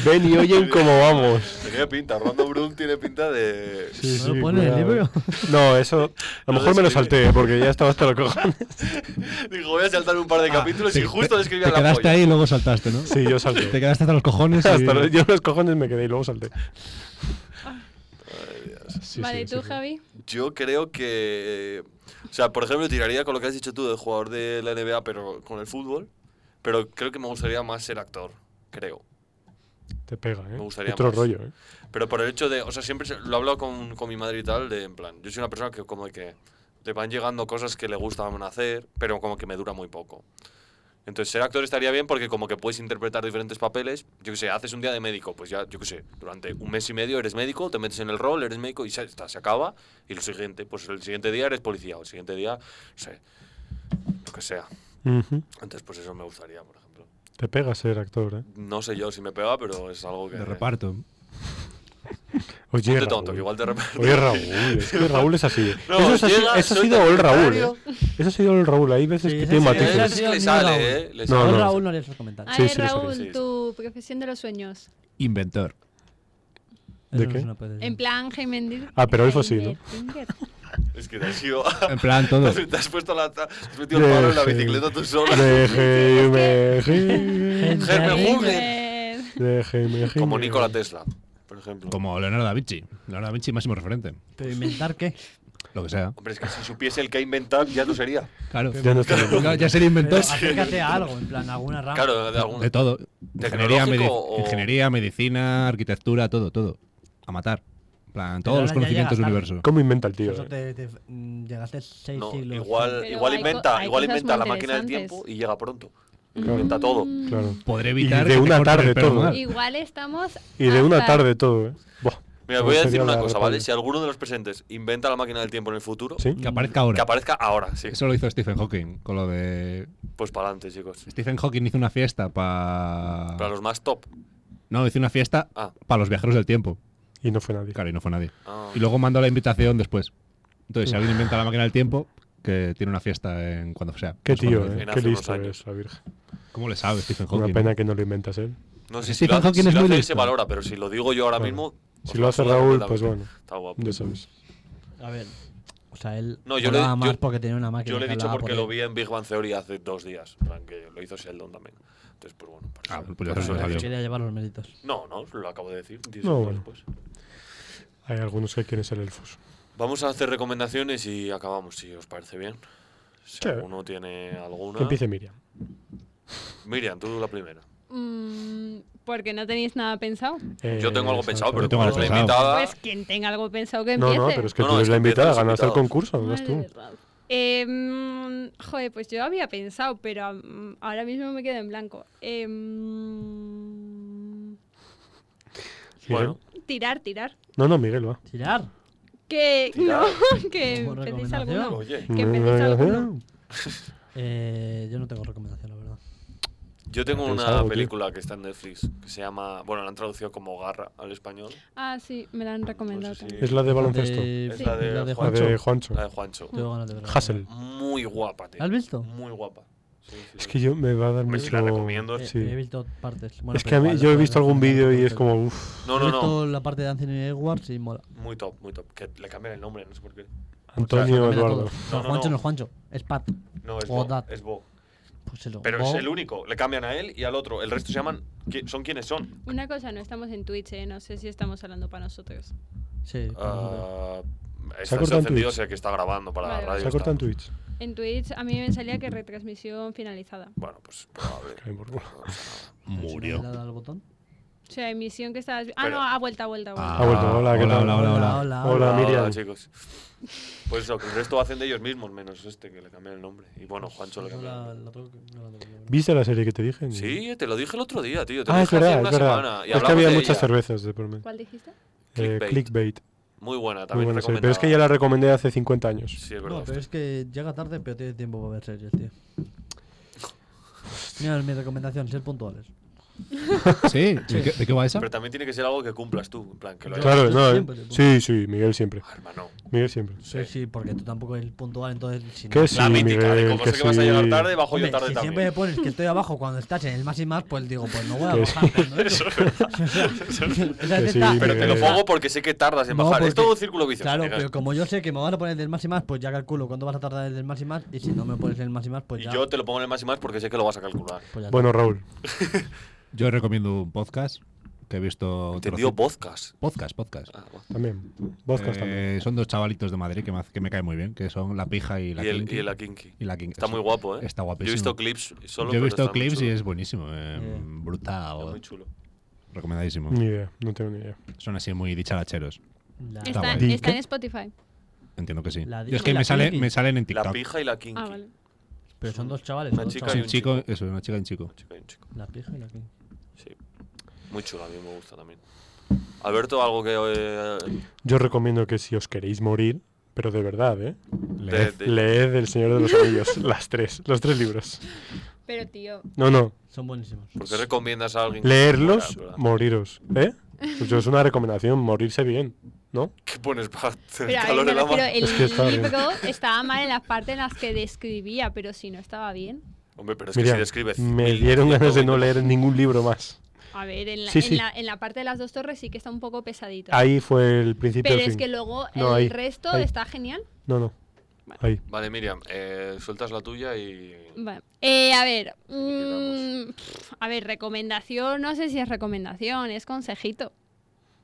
Speaker 3: Ven y oyen cómo vamos.
Speaker 5: Tenía pinta. Rondo Broom tiene pinta de.
Speaker 4: ¿No lo pone en el
Speaker 3: cuidado. eh.
Speaker 4: libro?
Speaker 3: No, eso. A lo
Speaker 5: Lo
Speaker 3: mejor me lo
Speaker 5: describe.
Speaker 3: salté, eh, porque ya estaba hasta los cojones.
Speaker 5: Digo, voy a saltar un par de capítulos y
Speaker 2: Te-
Speaker 5: justo
Speaker 2: te-
Speaker 5: describía
Speaker 2: Ah, Te
Speaker 5: la
Speaker 2: quedaste
Speaker 5: polla.
Speaker 2: ahí y luego saltaste, ¿no?
Speaker 3: Sí, yo
Speaker 2: Te
Speaker 3: salté.
Speaker 2: quedaste hasta los cojones. y-
Speaker 3: Hasta los, yo los cojones me quedé y luego salté. Sí,
Speaker 6: vale,
Speaker 3: sí,
Speaker 6: tú,
Speaker 3: sí.
Speaker 6: Javi.
Speaker 5: Yo creo que. O sea, por ejemplo, tiraría con lo que has dicho tú de jugador de la NBA, pero con el fútbol. Pero creo que me gustaría más ser actor, creo.
Speaker 3: Te pega, ¿eh?
Speaker 5: Me gustaría
Speaker 3: Otro
Speaker 5: más.
Speaker 3: rollo, ¿eh?
Speaker 5: Pero por el hecho de. O sea, siempre se- lo he hablado con, con mi madre y tal, de en plan. Yo soy una persona que, como que. Te van llegando cosas que le gustan hacer, pero como que me dura muy poco. Entonces, ser actor estaría bien porque, como que puedes interpretar diferentes papeles. Yo qué sé, haces un día de médico, pues ya, yo qué sé, durante un mes y medio eres médico, te metes en el rol, eres médico y ya está, se acaba. Y el siguiente, pues el siguiente día eres policía, o el siguiente día, no sé, lo que sea.
Speaker 3: Ujú.
Speaker 5: Entonces, pues eso me gustaría, por ejemplo.
Speaker 3: Te pega ser actor, ¿eh?
Speaker 5: No sé yo si me pega, pero es algo que.
Speaker 2: De reparto.
Speaker 3: Oye,
Speaker 5: Ponte
Speaker 3: Raúl.
Speaker 5: tonto, que igual de reparto.
Speaker 3: Oye, Raúl, es que Raúl es así.
Speaker 5: No,
Speaker 3: eso es así-
Speaker 5: llega,
Speaker 3: eso ha
Speaker 5: soy
Speaker 3: sido el Raúl.
Speaker 5: secretario.
Speaker 3: ¿eh? Eso ha sido el Raúl. Hay veces
Speaker 4: Sí,
Speaker 3: que
Speaker 4: ese
Speaker 3: tiene
Speaker 4: sí,
Speaker 5: Hay
Speaker 4: ese
Speaker 3: matices.
Speaker 5: veces
Speaker 4: sí.
Speaker 5: que le sale,
Speaker 4: Raúl.
Speaker 5: ¿eh? Le
Speaker 3: No,
Speaker 5: sale.
Speaker 4: Con
Speaker 3: no.
Speaker 4: Raúl no haría esos comentarios.
Speaker 6: A
Speaker 3: Sí,
Speaker 6: ver,
Speaker 3: sí, lo sé,
Speaker 6: Raúl,
Speaker 5: sí, sí.
Speaker 6: tu profesión de los sueños.
Speaker 2: Inventor.
Speaker 4: Eso
Speaker 3: ¿De
Speaker 4: no
Speaker 3: qué?
Speaker 4: se lo puede decir.
Speaker 6: En plan, Jaime Mendir-
Speaker 3: Mm. Ah, pero elfo sí, ¿no?
Speaker 6: Heimerdinger.
Speaker 5: Es que te has ido.
Speaker 2: En plan, todo.
Speaker 5: Te has puesto la. Te has metido el palo en la
Speaker 3: Deje-
Speaker 5: bicicleta tú solo.
Speaker 3: Déjeme, gi-
Speaker 5: Germen Hugel.
Speaker 6: Eh,
Speaker 3: déjeme, gi-
Speaker 5: Como Nikola Tesla, por ejemplo.
Speaker 2: Como Leonardo da Vinci. Leonardo da Vinci, máximo referente.
Speaker 4: Pero inventar qué?
Speaker 2: Lo que sea.
Speaker 5: Hombre, es que si supiese el que ha inventado, ya no sería.
Speaker 2: Claro.
Speaker 3: Ya no está.
Speaker 2: Claro, ya ser inventor.
Speaker 4: Pero acércate a algo, en plan, alguna rama.
Speaker 5: Claro, de algún.
Speaker 2: De todo. Ingeniería, medi-
Speaker 5: ¿Tecnológico o-
Speaker 2: ingeniería, medicina, arquitectura, todo, todo. A matar. En plan, todos
Speaker 4: Pero
Speaker 2: los
Speaker 4: ahora ya llega
Speaker 2: conocimientos del
Speaker 4: tarde.
Speaker 2: universo.
Speaker 3: ¿Cómo inventa el tío?
Speaker 4: Eso
Speaker 3: eh?
Speaker 4: te, te- mm, llegaste seis
Speaker 5: No,
Speaker 4: siglos.
Speaker 5: igual,
Speaker 6: Pero
Speaker 5: igual
Speaker 6: hay co-
Speaker 5: inventa,
Speaker 6: hay
Speaker 5: igual
Speaker 6: cosas
Speaker 5: inventa
Speaker 6: muy
Speaker 5: la máquina del
Speaker 6: interesantes.
Speaker 5: tiempo y llega pronto.
Speaker 3: Claro.
Speaker 5: Inventa todo.
Speaker 4: Mm.
Speaker 3: Claro.
Speaker 2: Podré
Speaker 3: Y de
Speaker 2: evitar. que te
Speaker 3: una
Speaker 2: corten el
Speaker 3: tarde
Speaker 2: pelo
Speaker 3: todo.
Speaker 2: mal.
Speaker 6: Mm, Igual estamos.
Speaker 3: Y
Speaker 4: Ah,
Speaker 3: de una
Speaker 6: hasta-
Speaker 3: tarde todo, ¿eh? Buah.
Speaker 5: Mira,
Speaker 3: No
Speaker 5: voy a
Speaker 3: sería
Speaker 5: decir una
Speaker 3: la
Speaker 5: cosa,
Speaker 3: repollo.
Speaker 5: ¿vale? Si alguno de los presentes inventa la máquina del tiempo en el futuro,
Speaker 3: ¿Sí?
Speaker 2: Que aparezca ahora.
Speaker 5: que aparezca ahora, sí.
Speaker 2: Eso lo hizo Stephen Hawking. Con lo de.
Speaker 5: Pues para adelante, chicos.
Speaker 2: Stephen Hawking hizo una fiesta para.
Speaker 5: Para los más top.
Speaker 2: No, hizo una fiesta
Speaker 5: Ah.
Speaker 2: para los viajeros del tiempo.
Speaker 3: Y no fue nadie.
Speaker 2: Claro, y no fue nadie.
Speaker 5: Ah.
Speaker 2: Y luego mandó la invitación después. Entonces, si alguien inventa la máquina del tiempo, que tiene una fiesta en pues cuando sea.
Speaker 3: Qué
Speaker 2: No sé
Speaker 3: tío, ¿eh?
Speaker 2: cuándo dice.
Speaker 5: Hace
Speaker 3: Qué
Speaker 5: unos
Speaker 3: listo
Speaker 5: años.
Speaker 3: es la Virgen.
Speaker 2: ¿Cómo le sabe Stephen
Speaker 3: Una
Speaker 2: Hawking?
Speaker 3: pena que no lo inventas ¿eh? él.
Speaker 5: No
Speaker 2: Sí,
Speaker 5: sé si
Speaker 2: Stephen
Speaker 5: lo hace,
Speaker 2: Hawking
Speaker 5: si
Speaker 2: es
Speaker 5: lo
Speaker 2: muy
Speaker 5: hace él
Speaker 2: listo.
Speaker 5: se valora, pero si lo digo yo ahora
Speaker 3: Claro.
Speaker 5: mismo.
Speaker 3: Si
Speaker 5: os
Speaker 3: lo hace
Speaker 5: suda
Speaker 3: Raúl, pues
Speaker 5: completamente.
Speaker 3: bueno.
Speaker 5: Está guapo.
Speaker 3: Ya sabes.
Speaker 4: A ver. O sea, él.
Speaker 5: No, yo le-
Speaker 4: volaba más
Speaker 5: yo-
Speaker 4: porque tenía una máquina.
Speaker 5: Yo le he
Speaker 4: que
Speaker 5: dicho
Speaker 4: hablaba
Speaker 5: porque
Speaker 4: por
Speaker 5: lo
Speaker 4: él.
Speaker 5: vi en Big Bang Theory hace dos días. en plan, que lo hizo Sheldon también. Entonces, pues bueno. por
Speaker 2: Ah,
Speaker 5: eso-
Speaker 2: pues ya
Speaker 5: por
Speaker 2: se
Speaker 5: eso
Speaker 2: lo
Speaker 5: he
Speaker 2: salió.
Speaker 5: dicho.
Speaker 4: Quería llevar los méritos.
Speaker 5: No, no, lo acabo de decir. diez
Speaker 3: No,
Speaker 5: segundos después.
Speaker 3: Hay algunos que quieren ser elfos.
Speaker 5: Vamos a hacer recomendaciones y acabamos, si os parece bien. Si
Speaker 3: Sí.
Speaker 5: alguno tiene alguna.
Speaker 3: Que empiece Miriam.
Speaker 5: Miriam, tú la primera.
Speaker 6: Mm, porque no tenéis nada pensado.
Speaker 3: Eh,
Speaker 5: Yo tengo algo
Speaker 3: esa-
Speaker 5: pensado,
Speaker 3: esa-
Speaker 5: pero
Speaker 2: tengo
Speaker 5: como
Speaker 2: algo
Speaker 5: es la
Speaker 2: pensado.
Speaker 5: invitada.
Speaker 6: Pues quien tenga algo pensado que
Speaker 3: No,
Speaker 6: empiece.
Speaker 3: no, pero es que
Speaker 5: No,
Speaker 3: tú
Speaker 5: no,
Speaker 3: eres
Speaker 5: es
Speaker 3: la
Speaker 5: que empiezan
Speaker 3: invitada,
Speaker 5: los
Speaker 3: ganaste el
Speaker 5: invitados.
Speaker 3: concurso, no
Speaker 6: Madre
Speaker 3: es tú.
Speaker 6: de Raúl. Em, joder, pues yo había pensado, pero mm, ahora mismo me quedo en blanco. Em,
Speaker 3: Miguel.
Speaker 5: Bueno,
Speaker 6: tirar, tirar.
Speaker 3: No, no, Miguel, va.
Speaker 4: Tirar.
Speaker 6: Que
Speaker 5: Tirad.
Speaker 6: no, que
Speaker 4: Como
Speaker 6: pedís
Speaker 4: recomendación.
Speaker 6: alguno.
Speaker 5: Oye,
Speaker 6: Que empecéis
Speaker 3: eh,
Speaker 6: alguno.
Speaker 4: Eh, yo no tengo recomendación, la verdad.
Speaker 5: yo tengo
Speaker 3: Pensáis
Speaker 5: una
Speaker 3: algo, tío.
Speaker 5: película que está en Netflix que se llama. Bueno, la han traducido como Garra al español.
Speaker 6: Ah, sí, me la han recomendado.
Speaker 5: No sé si-
Speaker 6: también.
Speaker 3: Es la de baloncesto.
Speaker 4: De-
Speaker 5: Es la de
Speaker 4: la de
Speaker 3: La
Speaker 5: Juancho.
Speaker 3: de
Speaker 4: Juancho.
Speaker 3: Juancho.
Speaker 5: La de Juancho.
Speaker 4: Tengo ganas de verla.
Speaker 3: Hassel.
Speaker 5: Muy guapa, tío.
Speaker 4: ¿La has visto?
Speaker 5: Muy guapa. Sí, sí,
Speaker 3: Es
Speaker 5: sí.
Speaker 3: que yo me va a dar
Speaker 5: Hombre,
Speaker 3: mucho.
Speaker 5: si la recomiendo,
Speaker 4: Eh,
Speaker 3: sí.
Speaker 4: He visto partes. Bueno,
Speaker 3: es
Speaker 4: pero
Speaker 3: que a mí,
Speaker 4: igual,
Speaker 3: yo he
Speaker 4: lo
Speaker 3: visto
Speaker 4: puedes
Speaker 3: algún
Speaker 4: ver
Speaker 3: vídeo y
Speaker 4: perfectamente.
Speaker 3: es como, uff,
Speaker 5: No,
Speaker 4: He
Speaker 5: no, no.
Speaker 4: visto la parte de Anthony Edwards y mola.
Speaker 5: Muy top, muy top. Que le cambian el nombre, no sé por qué.
Speaker 3: Antonio
Speaker 4: Mira
Speaker 3: Eduardo.
Speaker 4: todo.
Speaker 5: No,
Speaker 4: No,
Speaker 5: no,
Speaker 4: Juancho
Speaker 5: no.
Speaker 4: no es Juancho, es Pat.
Speaker 5: No, es
Speaker 4: O
Speaker 5: Bo.
Speaker 4: Dad.
Speaker 5: Es Bo.
Speaker 4: Pues eso,
Speaker 5: Pero
Speaker 4: Bob,
Speaker 5: es el único. Le cambian a él y al otro. El resto se llaman. qui- ¿Son quienes son?
Speaker 6: Una cosa, no estamos en Twitch, eh, no sé si estamos hablando para nosotros.
Speaker 4: Sí, pero-
Speaker 5: Ah,
Speaker 3: Se ha
Speaker 5: está
Speaker 3: cortado en
Speaker 5: encendido, o
Speaker 3: Twitch.
Speaker 5: sea que está grabando para
Speaker 6: Vale,
Speaker 5: la radio.
Speaker 6: vale.
Speaker 3: Se ha cortado en
Speaker 5: está-
Speaker 3: Twitch.
Speaker 6: En Twitch a mí me salía que retransmisión finalizada.
Speaker 5: Bueno, pues probable.
Speaker 3: Cae por culo.
Speaker 4: Si no
Speaker 2: Murió.
Speaker 4: le he dado al botón.
Speaker 6: O sea, emisión que estabas... Ah,
Speaker 5: Pero- Ah.
Speaker 6: no, a vuelta, a vuelta, a vuelta.
Speaker 3: Ha vuelto, hola, ¿qué
Speaker 2: hola,
Speaker 3: tal?
Speaker 2: hola, hola, hola.
Speaker 4: hola.
Speaker 3: Hola,
Speaker 5: Hola,
Speaker 3: Miriam.
Speaker 5: chicos. Pues eso, que el resto hacen de ellos mismos, menos este que le cambian el nombre. Y bueno, Juancho le
Speaker 4: Yo
Speaker 5: cambian. el
Speaker 4: la-
Speaker 5: nombre.
Speaker 4: la tengo que- no la tengo que ver.
Speaker 3: ¿Viste la serie que te dije?
Speaker 5: Sí, te lo dije el otro día, tío. Te lo
Speaker 3: Ah, es
Speaker 5: dije hace
Speaker 3: verdad,
Speaker 5: una
Speaker 3: es verdad.
Speaker 5: semana. Y
Speaker 3: Es que
Speaker 5: hablamos
Speaker 3: había
Speaker 5: de
Speaker 3: muchas
Speaker 5: ella.
Speaker 3: cervezas de por medio.
Speaker 6: ¿Cuál dijiste?
Speaker 3: Eh,
Speaker 5: Clickbait.
Speaker 3: clickbait.
Speaker 5: Muy buena,
Speaker 3: Muy
Speaker 5: también
Speaker 3: buena serie.
Speaker 5: recomendada.
Speaker 3: Pero es que ya la recomendé hace 50 años.
Speaker 5: Sí, es verdad.
Speaker 4: No, pero es que llega tarde, pero tiene tiempo para ver series, tío. Mira, mi recomendación, ser puntuales.
Speaker 2: ¿Sí? ¿De qué, de qué va esa?
Speaker 5: Pero también tiene que ser algo que cumplas tú, en plan, que lo hayas-
Speaker 3: Claro, no. eh.
Speaker 4: siempre,
Speaker 3: Sí, sí, Miguel siempre.
Speaker 5: Ah, hermano.
Speaker 3: Miguel siempre.
Speaker 4: Sí, sí, porque tú tampoco eres puntual, entonces... Si
Speaker 3: ¿Qué
Speaker 4: no-
Speaker 3: Sí,
Speaker 5: La mítica, de
Speaker 3: Miguel,
Speaker 5: cómo
Speaker 3: que
Speaker 5: sé que vas a llegar
Speaker 3: sí.
Speaker 5: tarde, bajo
Speaker 4: Hombre,
Speaker 5: yo tarde
Speaker 4: si siempre me
Speaker 5: también.
Speaker 4: pones que estoy abajo cuando estás en el más y más, pues digo, pues no voy a
Speaker 3: Que
Speaker 4: bajar cuando eso. Esa
Speaker 3: Que sí,
Speaker 4: teta-
Speaker 5: Pero te lo
Speaker 3: Eh,
Speaker 5: pongo porque sé que tardas en
Speaker 4: No,
Speaker 5: bajar. Es
Speaker 4: porque-
Speaker 5: todo un círculo vicioso.
Speaker 4: Claro,
Speaker 5: Miguel.
Speaker 4: pero como yo sé que me van a poner del más y más, pues ya calculo cuánto vas a tardar en el más y más. Y si no me pones en el más y más, pues
Speaker 5: Y
Speaker 4: ya.
Speaker 5: yo te lo pongo en el más y más porque sé que lo vas a calcular.
Speaker 4: pues ya
Speaker 3: Bueno, Raúl.
Speaker 2: Yo recomiendo un podcast que he visto.
Speaker 5: Te dio
Speaker 2: trocito-
Speaker 5: podcast.
Speaker 2: Podcast, podcast.
Speaker 5: Ah, bueno.
Speaker 3: También. Podcast
Speaker 2: Eh,
Speaker 3: también.
Speaker 2: Son dos chavalitos de Madrid que me, hace- que me caen muy bien, que son La Pija y La
Speaker 5: Y el,
Speaker 2: Kinky.
Speaker 5: y el Akinki.
Speaker 2: Y la Kinky.
Speaker 5: Está muy guapo, ¿eh?
Speaker 2: Está
Speaker 5: Yo he
Speaker 2: guapísimo.
Speaker 5: visto clips solo.
Speaker 2: Yo he
Speaker 5: pero
Speaker 2: visto
Speaker 5: está muy
Speaker 2: clips y
Speaker 5: chulo.
Speaker 2: es buenísimo. eh,
Speaker 4: Bien.
Speaker 5: Está
Speaker 2: Brutal.
Speaker 5: muy chulo.
Speaker 2: Recomendadísimo.
Speaker 3: Ni idea, no tengo ni idea.
Speaker 2: Son así muy dicharacheros.
Speaker 5: Ah,
Speaker 4: la-
Speaker 2: Está
Speaker 6: Está,
Speaker 3: guay.
Speaker 6: está en Spotify.
Speaker 2: Entiendo que sí.
Speaker 4: La di-
Speaker 2: Yo es que
Speaker 4: la
Speaker 2: me, sale,
Speaker 4: Kinky.
Speaker 2: me salen en
Speaker 5: La
Speaker 2: TikTok.
Speaker 5: pija y la Kinky.
Speaker 6: Ah, vale.
Speaker 4: Pero son dos chavales.
Speaker 5: Una
Speaker 4: dos
Speaker 5: chica
Speaker 2: Sí,
Speaker 5: y
Speaker 2: un
Speaker 4: chavales.
Speaker 2: chico, eso, una chica y un chico.
Speaker 5: Un chico y un chico.
Speaker 4: La pija y la Kinky.
Speaker 5: Sí. Muy chulo, a mí me gusta también. Alberto, algo que. eh,
Speaker 3: Yo recomiendo que si os queréis morir, pero de verdad, ¿eh?
Speaker 5: de-
Speaker 2: Leed.
Speaker 5: de-
Speaker 3: Leed El Señor de los Anillos, las tres, los tres libros.
Speaker 6: Pero tío,
Speaker 3: No, no,
Speaker 4: Son buenísimos.
Speaker 5: ¿Por qué recomiendas a alguien? que se
Speaker 3: leerlos,
Speaker 5: muera, en plan?
Speaker 3: moriros, ¿eh? Pues es una recomendación, morirse bien, ¿no?
Speaker 5: ¿Qué pones para
Speaker 6: pero
Speaker 5: el
Speaker 6: a ver,
Speaker 5: calor
Speaker 6: me
Speaker 5: en la
Speaker 6: refiero,
Speaker 5: mano?
Speaker 6: el
Speaker 3: Es que está bien.
Speaker 6: libro estaba mal en las partes en las que describía, pero si no estaba bien.
Speaker 5: Hombre, pero es que
Speaker 3: Mira,
Speaker 5: si describes.
Speaker 3: me
Speaker 5: mil,
Speaker 3: dieron
Speaker 5: ciento
Speaker 3: ganas de no
Speaker 5: veinte
Speaker 3: leer ningún libro más.
Speaker 6: A ver, en la,
Speaker 3: Sí,
Speaker 6: en
Speaker 3: sí.
Speaker 6: la, en la parte de las dos torres sí que está un poco pesadito.
Speaker 3: Ahí fue el principio
Speaker 6: pero
Speaker 3: del
Speaker 6: es
Speaker 3: fin.
Speaker 6: que luego el
Speaker 3: No, ahí,
Speaker 6: resto
Speaker 3: ahí.
Speaker 6: está genial.
Speaker 3: No, no, ahí.
Speaker 5: Vale, Miriam, eh, sueltas la tuya y.
Speaker 6: Vale. Eh, a ver,
Speaker 5: Quedamos.
Speaker 6: mm, pf, a ver, recomendación, no sé si es recomendación, es consejito.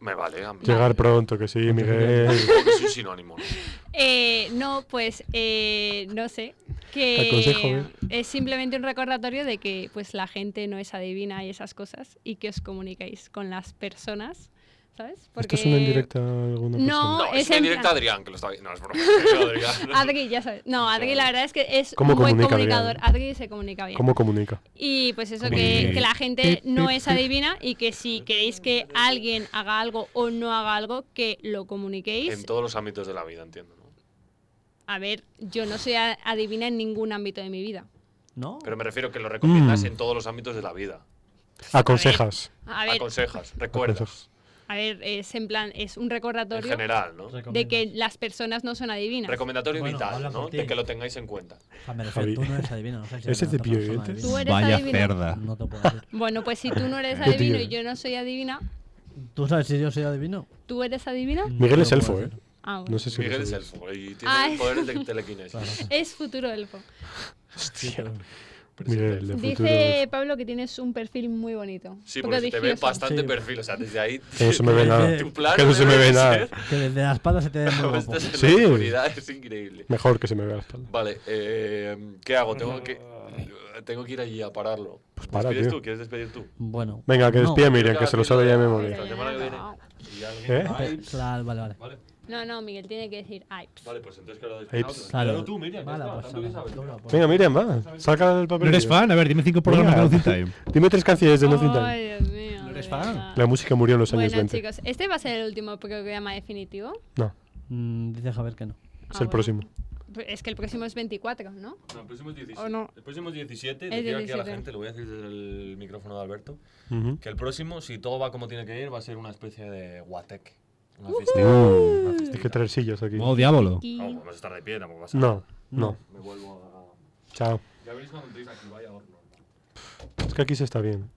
Speaker 5: Me vale. a mí.
Speaker 3: Llegar pronto, que sí, Miguel.
Speaker 5: Supongo que es un sinónimo. ¿no?
Speaker 6: Eh, no, pues eh, no sé,
Speaker 3: Te
Speaker 6: que
Speaker 3: aconsejo, ¿eh?
Speaker 6: es simplemente un recordatorio de que pues la gente no es adivina y esas cosas y que os comuniquéis con las personas, ¿sabes?
Speaker 3: Esto es una indirecta a alguna
Speaker 6: No,
Speaker 5: No,
Speaker 6: es
Speaker 5: es, una
Speaker 6: en
Speaker 5: directa
Speaker 6: plan-
Speaker 5: Adrián, que lo está viendo. No, es broma. Adrián.
Speaker 6: Adri, ya sabes. No, Adri la verdad es que es
Speaker 3: ¿Cómo
Speaker 6: un buen
Speaker 3: comunica bien?
Speaker 6: comunicador. Adri se comunica bien.
Speaker 3: ¿Cómo comunica?
Speaker 6: Y pues eso,
Speaker 2: Como
Speaker 6: que,
Speaker 2: que-
Speaker 6: que la gente
Speaker 2: pip,
Speaker 6: no
Speaker 2: pip,
Speaker 6: es adivina y que si queréis que alguien haga algo o no haga algo, que lo
Speaker 5: En
Speaker 6: comuniquéis.
Speaker 5: todos los ámbitos de la vida, entiendo. ¿no?
Speaker 6: A ver, yo no soy a- adivina en ningún ámbito de mi vida.
Speaker 4: ¿No?
Speaker 5: Pero me refiero que lo recomiendas
Speaker 3: Mm.
Speaker 5: en todos los ámbitos de la vida.
Speaker 3: Aconsejas.
Speaker 6: A ver,
Speaker 5: Aconsejas, recuerdas.
Speaker 3: aconsejas.
Speaker 6: a ver, es en plan, es un
Speaker 5: En
Speaker 6: recordatorio
Speaker 5: general, ¿no?
Speaker 6: de que las personas no son adivinas.
Speaker 5: Recomendatorio
Speaker 4: Bueno, habla
Speaker 5: vital,
Speaker 4: por
Speaker 5: ¿no?
Speaker 4: ti.
Speaker 5: De que lo tengáis en cuenta.
Speaker 4: Ah, me refiero,
Speaker 3: Javi.
Speaker 4: tú no eres adivino. No sé si
Speaker 3: ¿Ese
Speaker 4: eres
Speaker 3: te
Speaker 4: una
Speaker 3: pilló
Speaker 4: persona
Speaker 3: dientes?
Speaker 6: Tú
Speaker 4: adivina.
Speaker 6: eres
Speaker 2: Vaya
Speaker 6: adivina.
Speaker 2: cerda.
Speaker 4: No te puedo decir.
Speaker 6: Bueno, pues si tú no eres
Speaker 3: Yo te
Speaker 6: adivino y
Speaker 3: digo.
Speaker 6: yo no soy adivina,
Speaker 4: ¿Tú sabes si yo soy adivino?
Speaker 6: ¿tú eres adivina?
Speaker 4: No
Speaker 3: Miguel
Speaker 4: te
Speaker 3: es
Speaker 4: lo
Speaker 3: elfo,
Speaker 4: puedo
Speaker 3: ¿eh?
Speaker 4: decir.
Speaker 6: Ah, bueno.
Speaker 3: No sé si lo
Speaker 5: Miguel es
Speaker 3: sabías.
Speaker 5: elfo y tiene
Speaker 6: Ay.
Speaker 5: el poder de telequinesis.
Speaker 6: Es futuro elfo.
Speaker 3: Hostia.
Speaker 5: Presenta
Speaker 3: Miguel, de futuro.
Speaker 6: Dice Pablo que tienes un perfil muy bonito.
Speaker 5: Sí,
Speaker 6: Poco
Speaker 5: porque se te ve
Speaker 6: digioso.
Speaker 5: bastante
Speaker 4: Sí.
Speaker 5: perfil, o sea, desde ahí.
Speaker 3: Que no se me ve nada.
Speaker 5: Tu plano
Speaker 3: Que no se me
Speaker 5: debe
Speaker 3: ve
Speaker 5: de
Speaker 3: nada.
Speaker 5: ser-
Speaker 4: Que desde la espalda se te ve muy guapo.
Speaker 5: Estás en
Speaker 3: Sí.
Speaker 5: la oscuridad, es increíble.
Speaker 3: Mejor que se me vea la espalda.
Speaker 5: Vale, eh, ¿qué hago? Tengo que, tengo que ir allí a pararlo. Pues
Speaker 3: para,
Speaker 5: ¿Despides
Speaker 3: tío.
Speaker 5: tú? ¿Quieres despedir tú?
Speaker 4: Bueno.
Speaker 3: Venga, que
Speaker 4: No.
Speaker 3: despida a Miriam,
Speaker 5: Creo
Speaker 3: que
Speaker 5: la
Speaker 3: se lo
Speaker 5: tienda
Speaker 3: sabe ya
Speaker 5: de-
Speaker 3: de
Speaker 5: de
Speaker 3: memoria.
Speaker 5: La
Speaker 6: Pero
Speaker 5: semana
Speaker 6: ya
Speaker 5: que viene.
Speaker 6: no.
Speaker 5: Y alguien-
Speaker 3: ¿Eh?
Speaker 5: Ay,
Speaker 4: Pe- Claro, vale, vale.
Speaker 5: Vale,
Speaker 6: No, no, Miguel tiene que decir aips.
Speaker 5: vale, pues entonces que lo
Speaker 3: Ahí,
Speaker 5: despidamos.
Speaker 3: pss.
Speaker 4: Claro.
Speaker 5: Claro, tú, Miriam, ya
Speaker 4: Mala
Speaker 5: está, tanto que
Speaker 4: persona,
Speaker 5: sabes.
Speaker 4: dura por-
Speaker 3: Venga, Miriam, va. Saca el papel.
Speaker 2: ¿No eres
Speaker 3: Mira.
Speaker 2: fan? A ver, dime cinco programas de
Speaker 3: Mira.
Speaker 2: Nocin Time.
Speaker 3: Dime tres canciones de No Think Time.
Speaker 6: Ay, Dios mío.
Speaker 4: ¿No eres
Speaker 6: de
Speaker 4: fan?
Speaker 6: verdad.
Speaker 3: La música murió en los años
Speaker 6: Bueno,
Speaker 3: 20.
Speaker 6: chicos, este va a ser el último programa definitivo.
Speaker 3: No.
Speaker 4: Mm, dice Javier que no.
Speaker 6: Ah,
Speaker 3: Es el
Speaker 6: bueno.
Speaker 3: próximo. Ah,
Speaker 6: Es que el próximo es 24, ¿no?
Speaker 5: No, el próximo es 17.
Speaker 6: ¿O no?
Speaker 5: El próximo es 17.
Speaker 6: Es
Speaker 5: Decía aquí a la
Speaker 6: 17.
Speaker 5: gente, lo voy a decir desde el micrófono de Alberto,
Speaker 3: Ujú.
Speaker 5: que el próximo, si todo va como tiene que ir, va a ser una especie de guatec. Una
Speaker 3: Tienes
Speaker 6: Mm.
Speaker 3: que traer sillas aquí.
Speaker 2: ¡Oh, diablo!
Speaker 6: Y-
Speaker 5: No, vamos a estar de pie, tampoco pasa
Speaker 3: No,
Speaker 5: nada.
Speaker 3: no.
Speaker 5: Me vuelvo
Speaker 3: Chao.
Speaker 5: a... Ya veréis cuando entréis aquí, vaya horno.
Speaker 3: Es que aquí se está bien.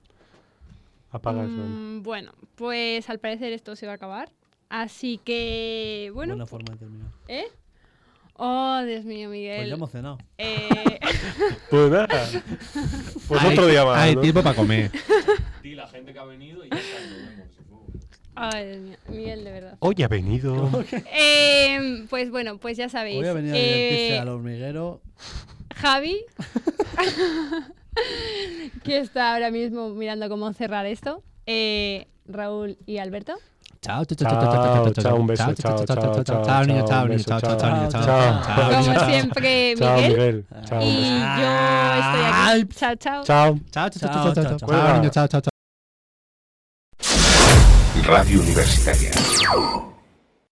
Speaker 3: Apaga eso. ¿eh? ¿no?
Speaker 6: Mm, bueno, pues al parecer esto se va a acabar. Así que, bueno,
Speaker 4: Buena forma de terminar.
Speaker 6: ¿eh? Oh, Dios mío,
Speaker 4: Pues ya
Speaker 6: Miguel.
Speaker 4: hemos cenado.
Speaker 6: Eh,
Speaker 3: Pues nada. Pues
Speaker 2: Hay-
Speaker 3: otro día más.
Speaker 2: Hay
Speaker 3: ¿no?
Speaker 2: tiempo para comer.
Speaker 5: Di la gente que ha venido y ya está, nos vemos. supongo.
Speaker 6: ay, Dios mío, Miguel, de verdad.
Speaker 3: Hoy ha venido.
Speaker 6: Eh, pues bueno, pues ya sabéis.
Speaker 4: Voy a venir a
Speaker 6: eh,
Speaker 4: divertirse al hormiguero.
Speaker 6: Javi, que está ahora mismo mirando cómo cerrar esto. eh, Raúl y Alberto.
Speaker 2: Chao, chao,
Speaker 3: Chao, chao, un beso, chao, chao, chao,
Speaker 2: Chao, niño,
Speaker 3: chao,
Speaker 2: chao,
Speaker 3: un
Speaker 2: niño,
Speaker 3: beso,
Speaker 2: chao, chao,
Speaker 3: chao.
Speaker 2: chao, niño, chao,
Speaker 3: Chao.
Speaker 2: chao,
Speaker 6: Como
Speaker 2: niao, chao.
Speaker 6: siempre,
Speaker 3: Chao,
Speaker 6: Miguel. Ah.
Speaker 3: Miguel. Chao.
Speaker 6: Y yo estoy aquí. Chao,
Speaker 3: Chao.
Speaker 6: chao.
Speaker 2: Chao, chao, chao, chao, chao.
Speaker 4: Chao,
Speaker 3: chao.
Speaker 2: Chao, niño, chao, chao, chao.
Speaker 1: Radio Universitaria.